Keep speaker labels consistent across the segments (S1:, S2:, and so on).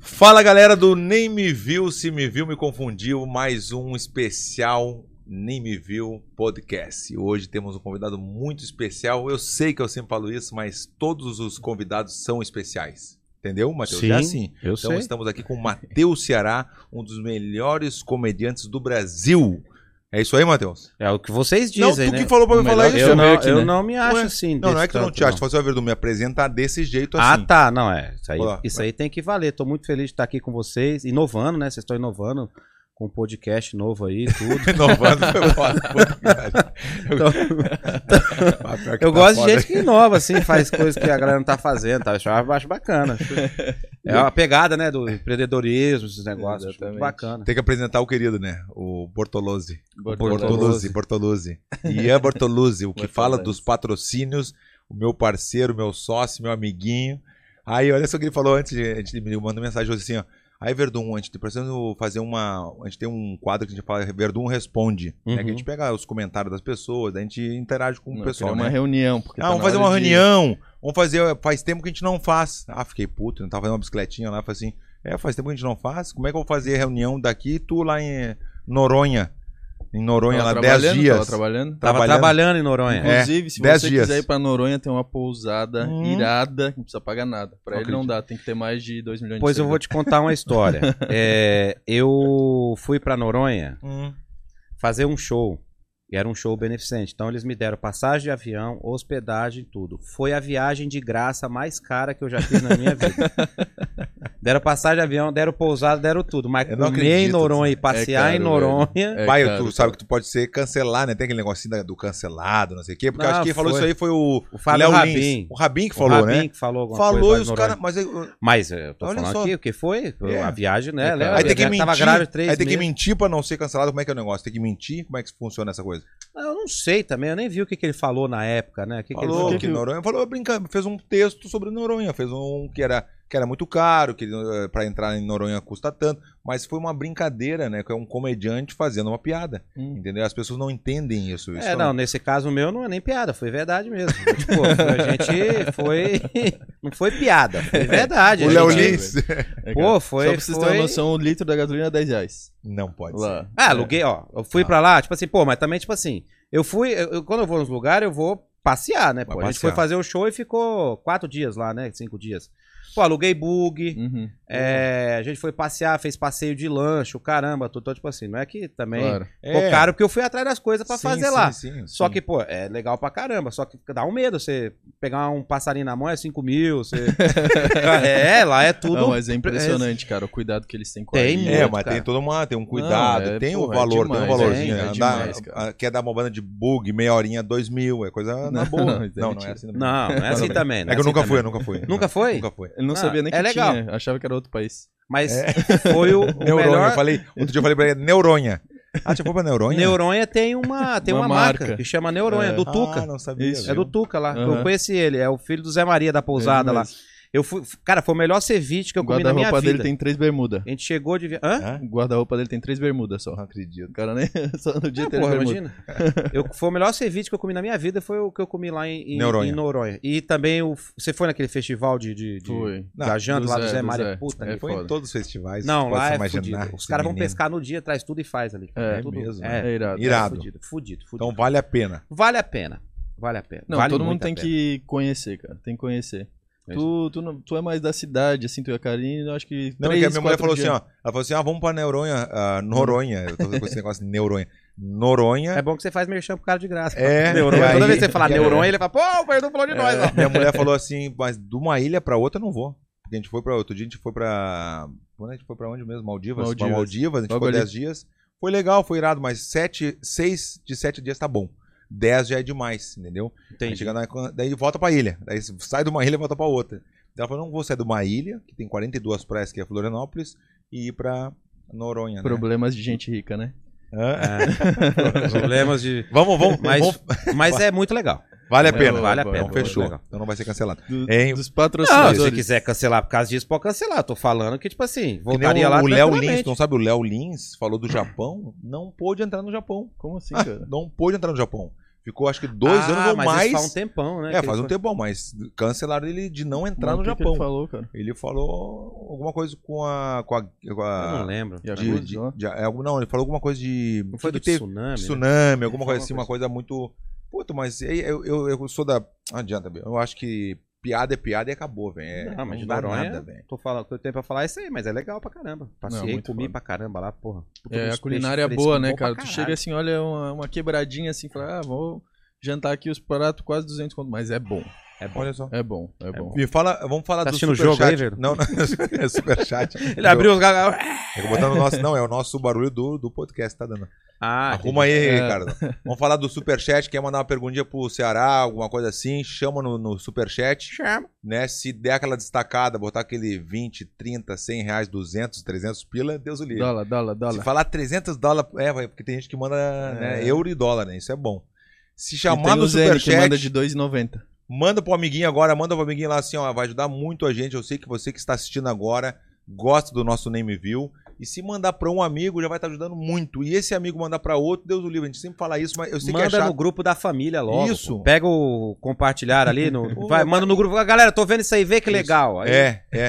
S1: Fala galera do Nem Me Viu, Se Me Viu, Me Confundiu, mais um especial Nem Me Viu podcast. E hoje temos um convidado muito especial. Eu sei que eu sempre falo isso, mas todos os convidados são especiais. Entendeu, Matheus?
S2: Sim,
S1: é assim.
S2: eu
S1: então
S2: sei.
S1: estamos aqui com o Matheus Ceará, um dos melhores comediantes do Brasil. É isso aí, Matheus?
S3: É o que vocês
S1: Não,
S3: dizem,
S1: tu
S3: né?
S1: que falou pra
S3: O
S1: me falar
S3: melhor
S1: isso.
S3: Eu, não,
S2: Meio que,
S3: eu
S2: né?
S3: não me acho
S1: Ué,
S3: assim.
S1: Não, não
S3: desse
S1: é que tu não
S3: tanto,
S1: te acha, tu fala assim, "Ó, Verdu, me apresentar desse jeito
S3: Ah,
S1: assim.
S3: tá. Não, é. Isso aí,
S1: Olá,
S3: isso
S1: vai.
S3: aí tem que valer. Tô muito feliz de estar aqui com vocês. Inovando, né? Vocês estão inovando com um podcast novo aí e tudo.
S1: Renovando foi foda.
S3: Então,
S1: Ah, pior que
S3: eu
S1: tá
S3: gosto
S1: foda.
S3: de gente que inova, assim, faz coisas que a galera não tá fazendo. Tá? Eu acho- acho bacana. É uma pegada, né? Do empreendedorismo, esses negócios. Acho muito
S2: Exatamente.
S3: bacana.
S1: Tem que apresentar o querido, né? O Bortolozzi.
S2: Bortoluzzi.
S1: Bortoluzzi, Bortoluzzi. Ian Bortoluzzi, o que
S2: Bortoluzzi.
S1: fala dos patrocínios, o meu parceiro, meu sócio, meu amiguinho. Aí, olha só o que ele falou antes, de- antes de me mandar mensagem hoje assim, ó. Aí, Verdun, a gente tá precisando fazer uma. A gente tem um quadro que a gente fala, Verdun responde. né?
S3: Uhum.
S1: Que a gente pega os comentários das pessoas, daí a gente interage com
S2: Não,
S1: o
S2: queria
S1: pessoal,
S2: uma
S1: né?
S2: reunião. Porque tá
S3: tá
S1: Ah, vamos fazer uma reunião. Vamos fazer. Faz tempo que a gente não faz. Ah, fiquei puto, não tava fazendo uma bicicletinha lá. Falei assim: é, faz tempo que a gente não faz. Como é que eu vou fazer reunião daqui e tu lá em Noronha? Em Noronha, lá 10
S2: Tava
S1: dias.
S2: trabalhando.
S3: Tava
S1: Tá trabalhando.
S3: trabalhando em Noronha.
S1: É,
S2: Inclusive, se
S1: 10
S2: você
S1: dias.
S2: quiser ir pra Noronha, tem uma pousada
S1: Hum.
S2: irada. Não precisa pagar nada. Pra
S1: Não
S2: ele não dá. Tem que ter mais de 2 milhões
S3: Pois
S2: de
S3: eu vou te contar uma história. É, eu fui pra Noronha
S1: Hum.
S3: fazer um show. E era um show beneficente. Então eles me deram passagem de avião, hospedagem, tudo. Foi a viagem de graça mais cara que eu já fiz na minha vida. deram passagem de avião, deram pousada, deram tudo. Mas
S1: Eu não
S3: comer em
S1: acredito,
S3: Noronha e passear
S2: É
S3: em
S2: caro,
S3: Noronha.
S2: É,
S1: Pai,
S2: cara,
S1: tu sabe que tu pode ser cancelar, né? Tem aquele negocinho da- do cancelado, não sei o quê. Porque eu
S3: Ah,
S1: acho que quem falou
S3: foi.
S1: isso aí foi o,
S3: O Fábio é
S1: Léo
S3: Rabin.
S1: Lins. O Rabin que
S3: O
S1: falou,
S3: Rabin
S1: né?
S3: que falou alguma coisa.
S1: Falou
S3: lá
S1: e
S3: em
S1: os
S3: Noronha.
S1: caras. Mas aí, eu-
S3: Mas eu tô
S1: Olha
S3: falando
S1: só.
S3: aqui o que foi?
S1: É.
S3: A viagem,
S2: É
S3: né?
S2: caro.
S3: Léo?
S1: aí tem que
S3: Ela
S1: mentir.
S3: Tava grávida de três
S1: aí tem que
S3: meses.
S1: mentir pra não ser cancelado. Como é que é o negócio? Tem que mentir? Como é que funciona essa coisa?
S3: Eu não sei também, eu nem vi o que, que ele falou na época, né? O que que ele
S1: falou
S3: falou?
S1: que, Noronha falou brincando, fez um texto sobre Noronha, fez um que era que era muito caro, que eh, pra entrar em Noronha custa tanto, mas foi uma brincadeira, né? Que é um comediante fazendo uma piada,
S2: Hum.
S1: entendeu? As pessoas não entendem isso. isso um
S3: É, não, nesse caso meu não é nem piada, foi verdade mesmo. tipo, a gente foi. Não foi piada, foi verdade.
S1: É. O
S3: a
S1: Léo
S3: gente- né?
S2: Lins.
S1: Lins
S2: É, cara.
S3: Pô, foi.
S2: Só pra vocês
S3: foi...
S2: terem uma noção, o litro da gasolina é 10 reais.
S1: não pode. Ser.
S2: Lá.
S3: Ah, aluguei, ó. Eu
S1: Tá.
S3: fui pra lá, tipo assim, pô, mas também, tipo assim, eu fui. eu- eu- quando eu vou nos lugares, eu vou passear, né? Pô,
S1: Vai
S3: a gente
S1: passear.
S3: foi fazer o show e ficou quatro dias lá, né? Cinco dias. Pô, aluguei bug.
S2: Uhum.
S3: é, a gente foi passear, fez passeio de lanche, o caramba, tudo. Então, tipo assim, não é que também.
S2: Claro.
S3: Ficou
S1: É.
S3: caro porque eu fui atrás das coisas tá pra
S1: Sim,
S3: fazer
S1: sim,
S3: lá.
S1: sim,
S3: Só
S1: sim.
S3: que, pô, é legal pra caramba. Só que dá um medo você pegar um passarinho na mão é 5 mil. Você... é, lá é tudo.
S2: Não, mas é impressionante, cara, o cuidado que eles têm com
S3: Tem
S2: a
S3: muito,
S1: É, mas
S3: cara.
S1: tem toda uma, tem um cuidado,
S2: Não, é,
S1: tem o
S2: pô, é
S1: valor, tem um
S2: demais,
S1: valorzinho.
S2: é, é
S1: né?
S2: demais,
S1: Dá-
S2: cara.
S1: a- quer dar uma banda de bug, meia horinha, dois mil, é coisa na
S2: Não,
S1: boa. Não,
S2: não, isso é
S1: não, é
S2: mentira.
S1: assim também.
S3: Não, não é assim também. não
S1: É que eu
S3: assim
S1: nunca
S3: também.
S1: fui, eu nunca fui.
S3: Nunca foi?
S1: Nunca fui.
S2: Eu não
S3: Ah,
S2: sabia nem que
S3: é legal.
S2: tinha, achava que era outro país. É,
S3: Mas foi o, o
S1: Neuronha, eu
S3: melhor.
S1: falei, outro dia eu falei pra ele, Neuronha. Ah, você foi pra Neuronha?
S3: Neuronha tem uma, tem
S2: Uma
S3: uma, marca.
S2: marca.
S3: que chama Neuronha,
S2: É.
S3: do
S1: Ah,
S3: Tuca.
S1: não sabia.
S2: Isso.
S3: é
S1: viu?
S3: do Tuca lá.
S2: Aham.
S3: Eu conheci ele, é o filho do Zé Maria da pousada
S2: É,
S3: lá.
S2: mas
S3: Eu fui, cara, foi o melhor ceviche que eu
S2: O
S3: comi na minha
S2: guarda-roupa
S3: vida.
S2: dele tem três bermudas.
S3: A gente chegou de. vi- Hã?
S1: Hã?
S2: O guarda-roupa dele tem três bermudas só.
S1: Não
S2: O
S1: acredito.
S2: cara nem. Só no dia
S3: É,
S2: tem
S3: porra,
S2: bermuda.
S3: imagina. Eu, foi o melhor ceviche que eu comi na minha vida, foi o que eu comi lá em, em- em
S1: Noronha.
S3: Noronha. E também o, você foi naquele festival de, de, de-
S2: Foi.
S3: da janta
S2: do
S3: lá do
S2: Zé,
S3: Zé,
S2: do
S3: Maria.
S2: Zé.
S3: Puta
S2: É,
S3: que
S1: Foi
S2: foda.
S1: em todos os festivais.
S3: Não,
S1: você pode
S3: lá
S1: se
S3: é
S1: imaginar,
S3: fudido. Os
S1: esse
S3: caras vão
S1: menino.
S3: pescar no dia, traz tudo e faz ali.
S2: É,
S3: tudo,
S1: mesmo, né?
S3: É,
S2: É irado.
S1: Irado.
S3: Fudido, fudido, fudido.
S1: Então vale a pena.
S3: vale a pena. Vale a pena.
S2: Não,
S3: vale
S2: todo mundo
S3: muito a
S2: tem
S3: pena.
S2: que conhecer, cara. Tem que conhecer.
S3: Mesmo.
S2: Tu, tu, não, tu é mais da cidade, assim, tu e a Karine, eu acho que.
S1: Não,
S2: três,
S1: porque a minha mulher
S2: quatro
S1: falou
S2: dias.
S1: assim, ó. Ela falou assim, ah, vamos pra Neuronha, ah, Noronha. Eu tô com esse negócio de Neuronha. Noronha.
S3: É bom que você faz merchan pro cara de graça.
S1: É,
S3: Neuronha.
S1: e aí-
S3: Toda vez que você falar
S1: e aí-
S3: neuronha, ele fala, pô, o Pedro falou de É, nós. ó.
S1: Minha mulher falou assim, mas de uma ilha pra outra eu não vou. Porque a gente foi pra. Outro dia a gente foi pra. Quando a gente foi pra onde mesmo? Maldivas? Pra
S2: Maldivas.
S1: Maldivas, a gente
S2: Logo
S1: foi
S2: ali.
S1: 10 dias. Foi legal, foi irado, mas 7, 6 de 7 dias tá bom. 10 já é demais, entendeu? Aí
S3: Entendi.
S1: chega na- daí volta pra ilha. Daí sai de uma ilha e volta pra outra. Então ela falou: não vou sair de uma ilha, que tem 42 praias, que é Florianópolis, e ir pra Noronha. Né?
S2: Problemas de gente rica, né?
S1: Hã?
S3: É, problemas de.
S1: Vamos, vamos,
S3: Mas,
S1: vamos.
S3: mas é muito legal.
S1: Vale a
S2: Não,
S1: pena.
S3: vale a
S2: bom,
S3: pena.
S1: Então
S2: bom,
S1: fechou.
S3: legal.
S1: Então não vai ser cancelado.
S2: Do-
S1: Hein?
S2: Dos
S3: Não, se
S2: patrocinadores.
S3: você quiser cancelar por causa disso, pode cancelar. Tô falando que, tipo assim,
S1: Que nem
S3: voltaria
S1: o,
S3: lá
S1: o Léo Lins,
S3: tranquilamente.
S1: tu não sabe, o Léo Lins falou do Japão, não pôde entrar no Japão.
S2: Como assim,
S1: Ah,
S2: cara?
S1: não pôde entrar no Japão. Ficou acho que dois
S3: Ah,
S1: anos ou
S3: mas
S1: mais.
S3: Isso faz um tempão, né?
S1: é,
S3: que
S1: faz
S3: ele
S1: um
S3: foi-
S1: tempo mais. Cancelaram ele de não entrar
S2: Mano,
S1: no
S2: o que que
S1: Japão.
S2: ele falou, cara?
S1: ele, falou alguma coisa com a. Com a, com
S3: Eu não
S1: a
S3: lembro.
S2: E a
S1: de,
S2: Yakuza,
S1: de,
S2: ó.
S1: de- é, algum- não, ele falou alguma coisa de.
S3: Não foi
S1: que
S3: do
S1: teve-
S3: tsunami, né?
S1: tsunami, alguma
S3: Ele
S1: coisa
S3: falou
S1: assim,
S3: uma
S1: uma coisa muito. Puta, mas eu, eu, eu- eu sou da. Não adianta, velho. Eu acho que piada é piada e acabou, velho. É,
S3: Não, mas
S1: não
S3: de
S1: dá
S3: Noronha,
S1: nada, velho.
S3: Tô falando, tô tempo pra falar isso aí, mas é legal pra caramba. Passei,
S2: muito
S3: comi
S2: foda.
S3: pra caramba lá, porra. Puta, uns
S2: É, a
S3: peixes
S2: culinária é
S3: frescos,
S2: boa, né,
S3: bom pra
S2: cara? Tu
S3: caralho.
S2: chega assim, olha uma, uma quebradinha assim, fala, ah, vou jantar aqui os pratos quase 200 conto, mas é bom,
S3: É bom.
S1: Olha só.
S2: é bom, é, bom.
S1: Me fala, vamos falar
S3: Tá
S1: do
S3: assistindo o
S1: superchat.
S3: jogo aí, velho?
S1: Não, não, é superchat.
S3: Ele abriu os galhos.
S1: Eu vou botar no nosso, não, é o nosso barulho do, do podcast, tá dando.
S3: Ah,
S1: Arruma aí,
S2: É.
S1: Ricardo. Vamos falar do superchat. Quer mandar uma perguntinha pro Ceará, alguma coisa assim? Chama no, no superchat.
S3: Chama.
S1: né? Se der aquela destacada, botar aquele 20, 30, 100 reais, 200, 300 pila, Deus o livre.
S2: Dólar, dólar,
S1: Se
S2: dólar.
S1: falar 300 dólares, é, vai, porque tem gente que manda né,
S2: É.
S1: euro e dólar, né? Isso é bom. Se
S2: E
S1: chamar
S2: tem o
S1: no
S2: Zene, que
S1: superchat,
S2: manda
S1: manda,
S2: de 2,90.
S1: pro amiguinho agora, manda pro amiguinho lá assim, ó, vai ajudar muito a gente. Eu sei que você que está assistindo agora gosta do nosso name view. E se mandar pra um amigo, já vai estar ajudando muito. E esse amigo mandar pra outro, Deus o livre. A gente sempre fala isso, mas eu sei que é
S3: Manda
S1: chato.
S3: no grupo da família logo.
S1: Isso.
S3: pô. Pega o compartilhar ali. No...
S1: Pô,
S3: Vai, manda no grupo. Galera, tô vendo isso aí, vê que
S1: Isso.
S3: legal. Aí-
S1: É, é.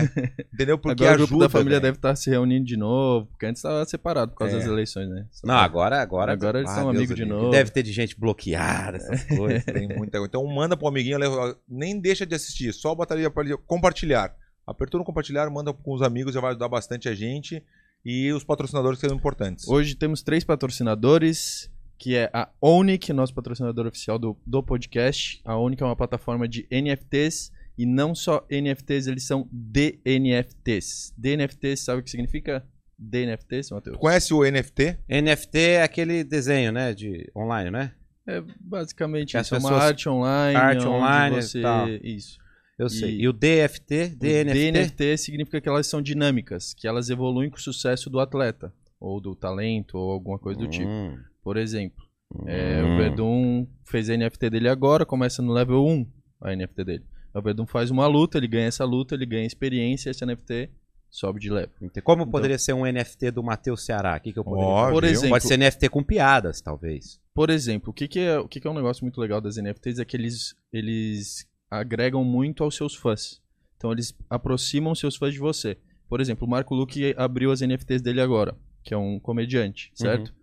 S1: Entendeu? Porque
S2: agora o
S1: ajuda.
S2: grupo da família
S1: velho.
S2: deve estar se reunindo de novo, porque antes estava separado por causa
S1: É.
S2: das eleições, né?
S3: Não, agora, agora.
S2: Agora eles
S1: Ah,
S2: são
S1: Deus
S2: amigos
S1: o
S2: de
S1: livre.
S2: novo. É.
S3: Deve ter de gente bloqueada, essas coisas.
S1: Tem muita coisa. Então manda pro amiguinho, le- nem deixa de assistir, só botar ali pra- compartilhar. Apertou no compartilhar, manda com os amigos, já vai ajudar bastante a gente. E os patrocinadores que são importantes.
S2: Hoje temos três patrocinadores, que é a Onic, nosso patrocinador oficial do, do podcast. A Onic é uma plataforma de NFTs e não só NFTs, eles são DNFTs. DNFTs, sabe o que significa? DNFTs, Matheus?
S1: Tu conhece o NFT?
S3: NFT é aquele desenho, né? De online, né?
S2: É basicamente
S3: Que as
S2: isso, é uma
S3: pessoas-
S2: arte online.
S3: arte
S2: onde
S3: online e
S2: você...
S3: tal.
S2: Isso.
S3: Eu
S2: E-
S3: sei. E o DFT, DNFT.
S2: DNFT? significa que elas são dinâmicas, que elas evoluem com o sucesso do atleta, ou do talento, ou alguma coisa do tipo.
S3: Hum,
S2: Por exemplo, é,
S3: hum.
S2: o Verdun fez a NFT dele agora, começa no level 1 a NFT dele. O Verdun faz uma luta, ele ganha essa luta, ele ganha experiência, essa NFT sobe de level.
S3: Ente- Como
S2: Então-
S3: poderia ser um NFT do Matheus Ceará? O que, que eu poderia
S1: Ó,
S3: fazer?
S2: Por
S1: viu?
S2: exemplo,
S3: Pode ser NFT com piadas, talvez.
S2: Por exemplo, o que, que, é, o que, que é um negócio muito legal das NFTs é que eles, eles agregam muito aos seus fãs. Então eles aproximam seus fãs de você. Por exemplo, o Marco Luque abriu as NFTs dele agora, que é um comediante,
S3: Uhum.
S2: certo?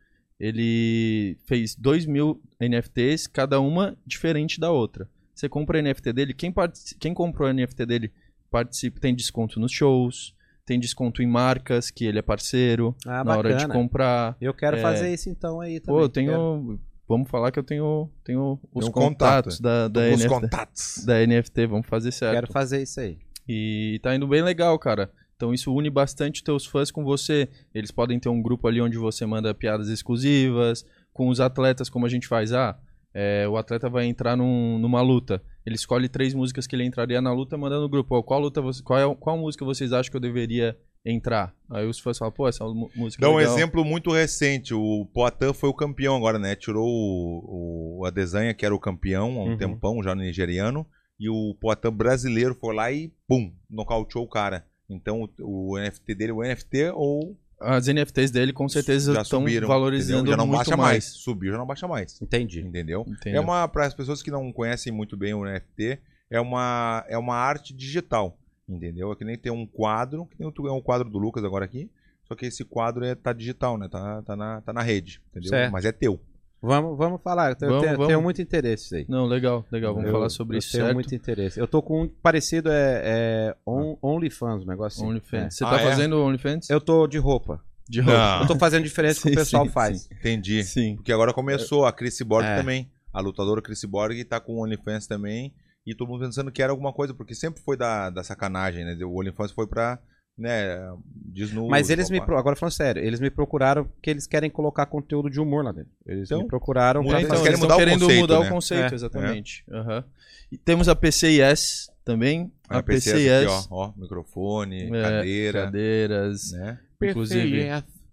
S2: Ele fez 2 mil NFTs, cada uma diferente da outra. Você compra a NFT dele, quem, partici- quem comprou a NFT dele participa, tem desconto nos shows, tem desconto em marcas que ele é parceiro,
S3: Ah,
S2: na hora de
S3: bacana.
S2: comprar.
S3: Eu quero
S2: É.
S3: fazer isso então aí também.
S2: Pô, eu tenho. Vamos falar que eu tenho, tenho os
S1: Tem um
S2: contatos da, da,
S1: Tô com os
S2: NFT,
S1: contatos.
S2: da NFT. Vamos fazer
S3: Quero,
S2: certo.
S3: quero fazer isso aí.
S2: E tá indo bem legal, cara. Então isso une bastante os teus fãs com você. Eles podem ter um grupo ali onde você manda piadas exclusivas. Com os atletas, como a gente faz. Ah, é, o atleta vai entrar num- numa luta. Ele escolhe três músicas que ele entraria na luta, manda no grupo. Ó, qual, luta você, qual, é, o- qual música vocês acham que eu deveria entrar? Aí os fãs falam, pô, essa mu- música é
S1: Dá um
S2: legal.
S1: exemplo muito recente. O Poitin foi o campeão agora, né? Tirou o, o Adesanha, que era o campeão há um
S3: Uhum.
S1: tempão, já no nigeriano. E o Poitin brasileiro foi lá e, pum, nocauteou o cara. Então o, o NFT dele, o NFT ou.
S2: As NFTs dele com certeza
S1: já
S2: estão
S1: subiram,
S2: valorizando
S1: entendeu? Já não
S2: muito
S1: baixa mais.
S2: mais.
S1: Subiu, já não baixa mais.
S3: Entendi.
S1: Entendeu?
S2: Entendeu?
S1: É uma para as pessoas que não conhecem muito bem o NFT, é uma é uma arte digital, entendeu? É que nem tem um quadro, que nem o- é um quadro do Lucas agora aqui, só que esse quadro é tá digital, né? Tá, tá, na, tá na rede, entendeu?
S3: Certo.
S1: Mas é teu.
S3: Vamos, vamos falar. Eu tenho,
S2: Vamos,
S3: tenho-
S2: vamos.
S3: tenho muito interesse nisso aí.
S2: Não, legal, legal. Vamos
S3: Eu-
S2: falar sobre
S3: eu
S2: isso,
S3: tenho
S2: certo?
S3: muito interesse. Eu tô com um parecido, é, é on-
S2: Ah.
S3: OnlyFans, um negócio assim.
S2: OnlyFans. Você
S1: Ah,
S2: tá
S1: é?
S2: fazendo OnlyFans?
S3: É. Eu tô de roupa.
S2: De roupa.
S1: Ah.
S3: Eu tô fazendo diferente do que o
S2: Sim,
S3: pessoal
S2: sim,
S3: faz.
S1: Entendi.
S2: Sim.
S1: Porque agora começou a Chris Borg
S3: É.
S1: também, a lutadora Chris Borg tá com o OnlyFans também, e todo mundo pensando que era alguma coisa, porque sempre foi da, da sacanagem, né? O OnlyFans foi pra, né, desnudo.
S3: Mas eles me.
S1: papá.
S3: pro- Agora falando sério, eles me procuraram porque eles querem colocar conteúdo de humor lá dentro. Eles
S1: Então,
S3: me procuraram
S1: muito
S3: pra
S2: É,
S1: eles
S2: então,
S1: querem
S2: eles
S1: mudar
S2: estão
S1: o
S2: querendo
S1: conceito,
S2: mudar
S1: né?
S2: o conceito,
S3: É,
S2: exatamente. Aham. E temos a PCIS também.
S1: Ah,
S3: Ah,
S1: a PCS aqui, ó, ó, microfone,
S2: é,
S1: cadeira,
S2: cadeiras.
S1: né?
S2: Inclusive.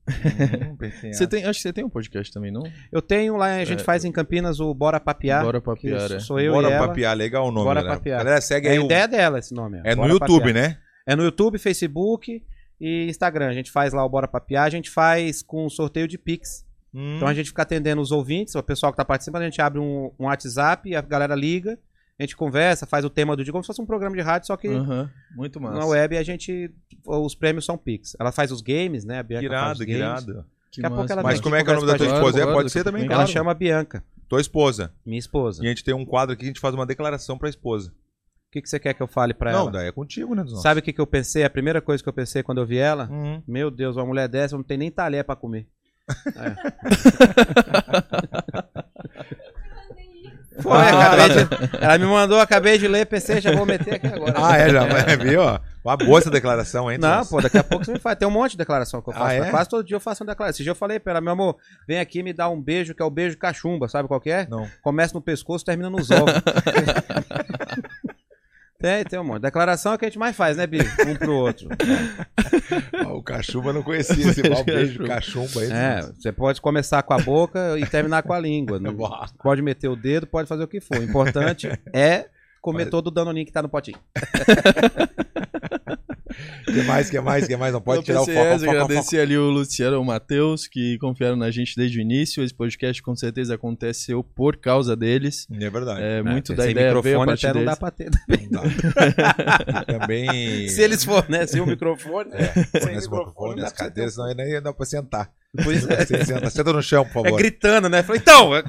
S1: Hum, PCS.
S2: Você tem, acho que você tem um podcast também, não?
S3: Eu tenho lá, a gente
S2: É.
S3: faz em Campinas o Bora Papiar.
S2: Bora
S3: que
S2: papiar. é.
S3: Sou eu
S1: Bora
S3: e ela.
S1: papiar, legal o nome,
S3: Bora
S1: galera.
S3: papiar.
S1: Galera, segue
S3: É a
S1: aí. o-
S3: ideia dela esse nome. ó.
S1: É no
S3: Bora
S1: YouTube,
S3: Papiar.
S1: né?
S3: É no YouTube, Facebook e Instagram. A gente faz lá o Bora Papiar. A gente faz com um sorteio de Pix.
S1: Hum,
S3: Então a gente fica atendendo os ouvintes, o pessoal que tá participando, a gente abre um, um WhatsApp, a galera liga, a gente conversa, faz o tema do dia, como se fosse um programa de rádio, só que
S1: Uhum.
S3: é.
S2: Aham, Muito massa.
S3: na web a gente. Os prêmios são Pix. Ela faz os games, né? A Bianca
S1: que
S3: faz
S1: irado,
S3: os
S1: que
S3: games.
S1: irado.
S2: Que
S3: Daqui a pouco
S2: massa,
S3: ela
S2: mano.
S1: Mas como é que é o nome da tua
S3: Claro,
S1: esposa? É,
S2: claro,
S1: pode ser também,
S2: bem
S3: Ela
S1: claro.
S3: chama a Bianca,
S1: Tua esposa.
S3: minha esposa.
S1: E a gente tem um quadro aqui que a gente faz uma declaração pra esposa.
S3: O que, que você quer que eu fale pra
S1: não,
S3: ela?
S1: daí é contigo, né? Zão?
S3: Sabe o que, que eu pensei? A primeira coisa que eu pensei quando eu vi ela?
S1: Hum.
S3: Meu Deus, uma mulher dessa não tem nem talher pra comer. Foi, acabei de- Ela me mandou, acabei de ler, pensei, já vou meter aqui agora.
S1: Ah, é, já, é, viu? ó? Uma boa essa declaração, hein?
S3: Não,
S1: Zão?
S3: pô, daqui a pouco você me faz. Tem um monte de declaração que eu faço. né?
S1: Ah, é?
S3: Quase todo dia eu faço uma declaração. Esse dia eu falei pra ela, meu amor, vem aqui me dar um beijo, que é o beijo cachumba, sabe qual que é?
S1: Não.
S3: Começa no pescoço, termina nos ovos. tem, tem um monte. Declaração é o que a gente mais faz, né, Bi? Um pro outro.
S1: Ah, O cachumba eu não conhecia esse mal beijo, cachumba aí.
S3: É,
S1: Zão.
S3: você pode começar com a boca e terminar com a língua. Não-
S1: Boa.
S3: Pode meter o dedo, pode fazer o que for. O importante é comer
S1: Mas-
S3: todo o danoninho que tá no potinho.
S1: Que mais, que mais, que mais? Não pode tirar
S2: Então,
S1: o foco,
S2: PCS,
S1: foco, foco, foco.
S2: agradecer ali o Luciano e o Matheus, que confiaram na gente desde o início. Esse podcast com certeza aconteceu por causa deles.
S1: É verdade.
S2: É, muito
S3: É,
S2: da
S3: sem
S2: ideia veio a
S3: microfone
S2: partir
S3: até não dá
S2: deles.
S3: pra ter.
S1: Não dá. Também.
S3: Se eles fornecem
S1: um
S3: o microfone, sem
S1: fornece microfone,
S3: não
S1: as
S3: dá pra ter.
S1: cadeiras, senão nem dá pra sentar.
S3: Por isso-
S1: Você senta, senta no chão, por
S3: É
S1: favor.
S3: gritando, né? Falei, então, é-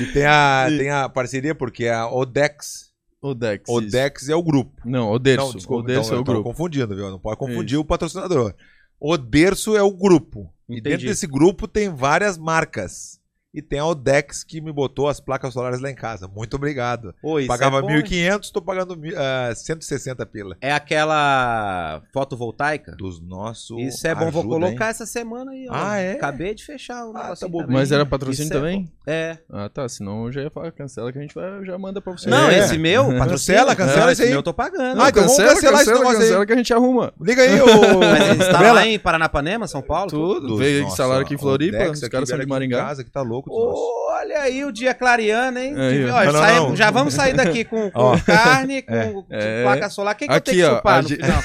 S1: e tem a, tem a parceria, porque a Odex.
S2: O Dex. isso.
S1: Odex é o grupo.
S2: Não, o Derso.
S1: Não, desculpa,
S2: o Derso
S1: então,
S2: é o
S1: eu tava
S2: grupo.
S1: confundindo, viu? Não pode confundir o patrocinador. O Derso é o grupo. E
S3: Entendi.
S1: dentro desse grupo tem várias marcas. E tem a Odex que me botou as placas solares lá em casa. Muito obrigado.
S3: Ô, isso
S1: Pagava
S3: é bom, hein?
S1: 1.500, tô pagando mil- ah, 160 pila.
S3: É aquela fotovoltaica?
S1: Dos nossos.
S3: Isso é bom, vou
S1: ajuda, hein?
S3: colocar essa semana aí, ó.
S1: Ah, é?
S3: Acabei de fechar o
S1: Ah,
S3: negócio
S1: tá bom.
S2: Mas era patrocínio
S3: Isso é
S2: também?
S3: É.
S2: Ah, tá. Senão eu já ia falar, cancela que a gente vai, já manda pra você.
S3: Não,
S1: É.
S3: esse meu,
S1: Cancela,
S3: patrocínio.
S1: cancela
S3: Não,
S1: esse aí.
S3: meu eu tô pagando.
S1: Ah, então vamos cancelar esse negócio aí.
S2: que a gente arruma.
S1: Liga aí, ô.
S3: Mas está
S1: Bela.
S3: lá em Paranapanema, São Paulo?
S2: Tudo.
S1: Dos
S2: Veio
S1: nossos,
S2: instalar aqui em
S1: ó,
S2: Floripa,
S1: Odex
S2: os
S1: aqui,
S2: caras são
S1: vieram
S2: de
S1: aqui em
S2: Maringá.
S1: Casa, que tá louco dos nossos.
S3: Olha aí o dia clareando, hein? Ó,
S2: Aí, ó.
S1: Não, não,
S3: sai-
S1: não.
S3: Já vamos sair daqui com, com
S1: Ó.
S3: carne, com
S2: É.
S3: placa solar. O que, que eu
S2: Aqui,
S3: tenho que
S2: ó,
S3: chupar
S2: a
S3: no
S2: gente-
S3: final?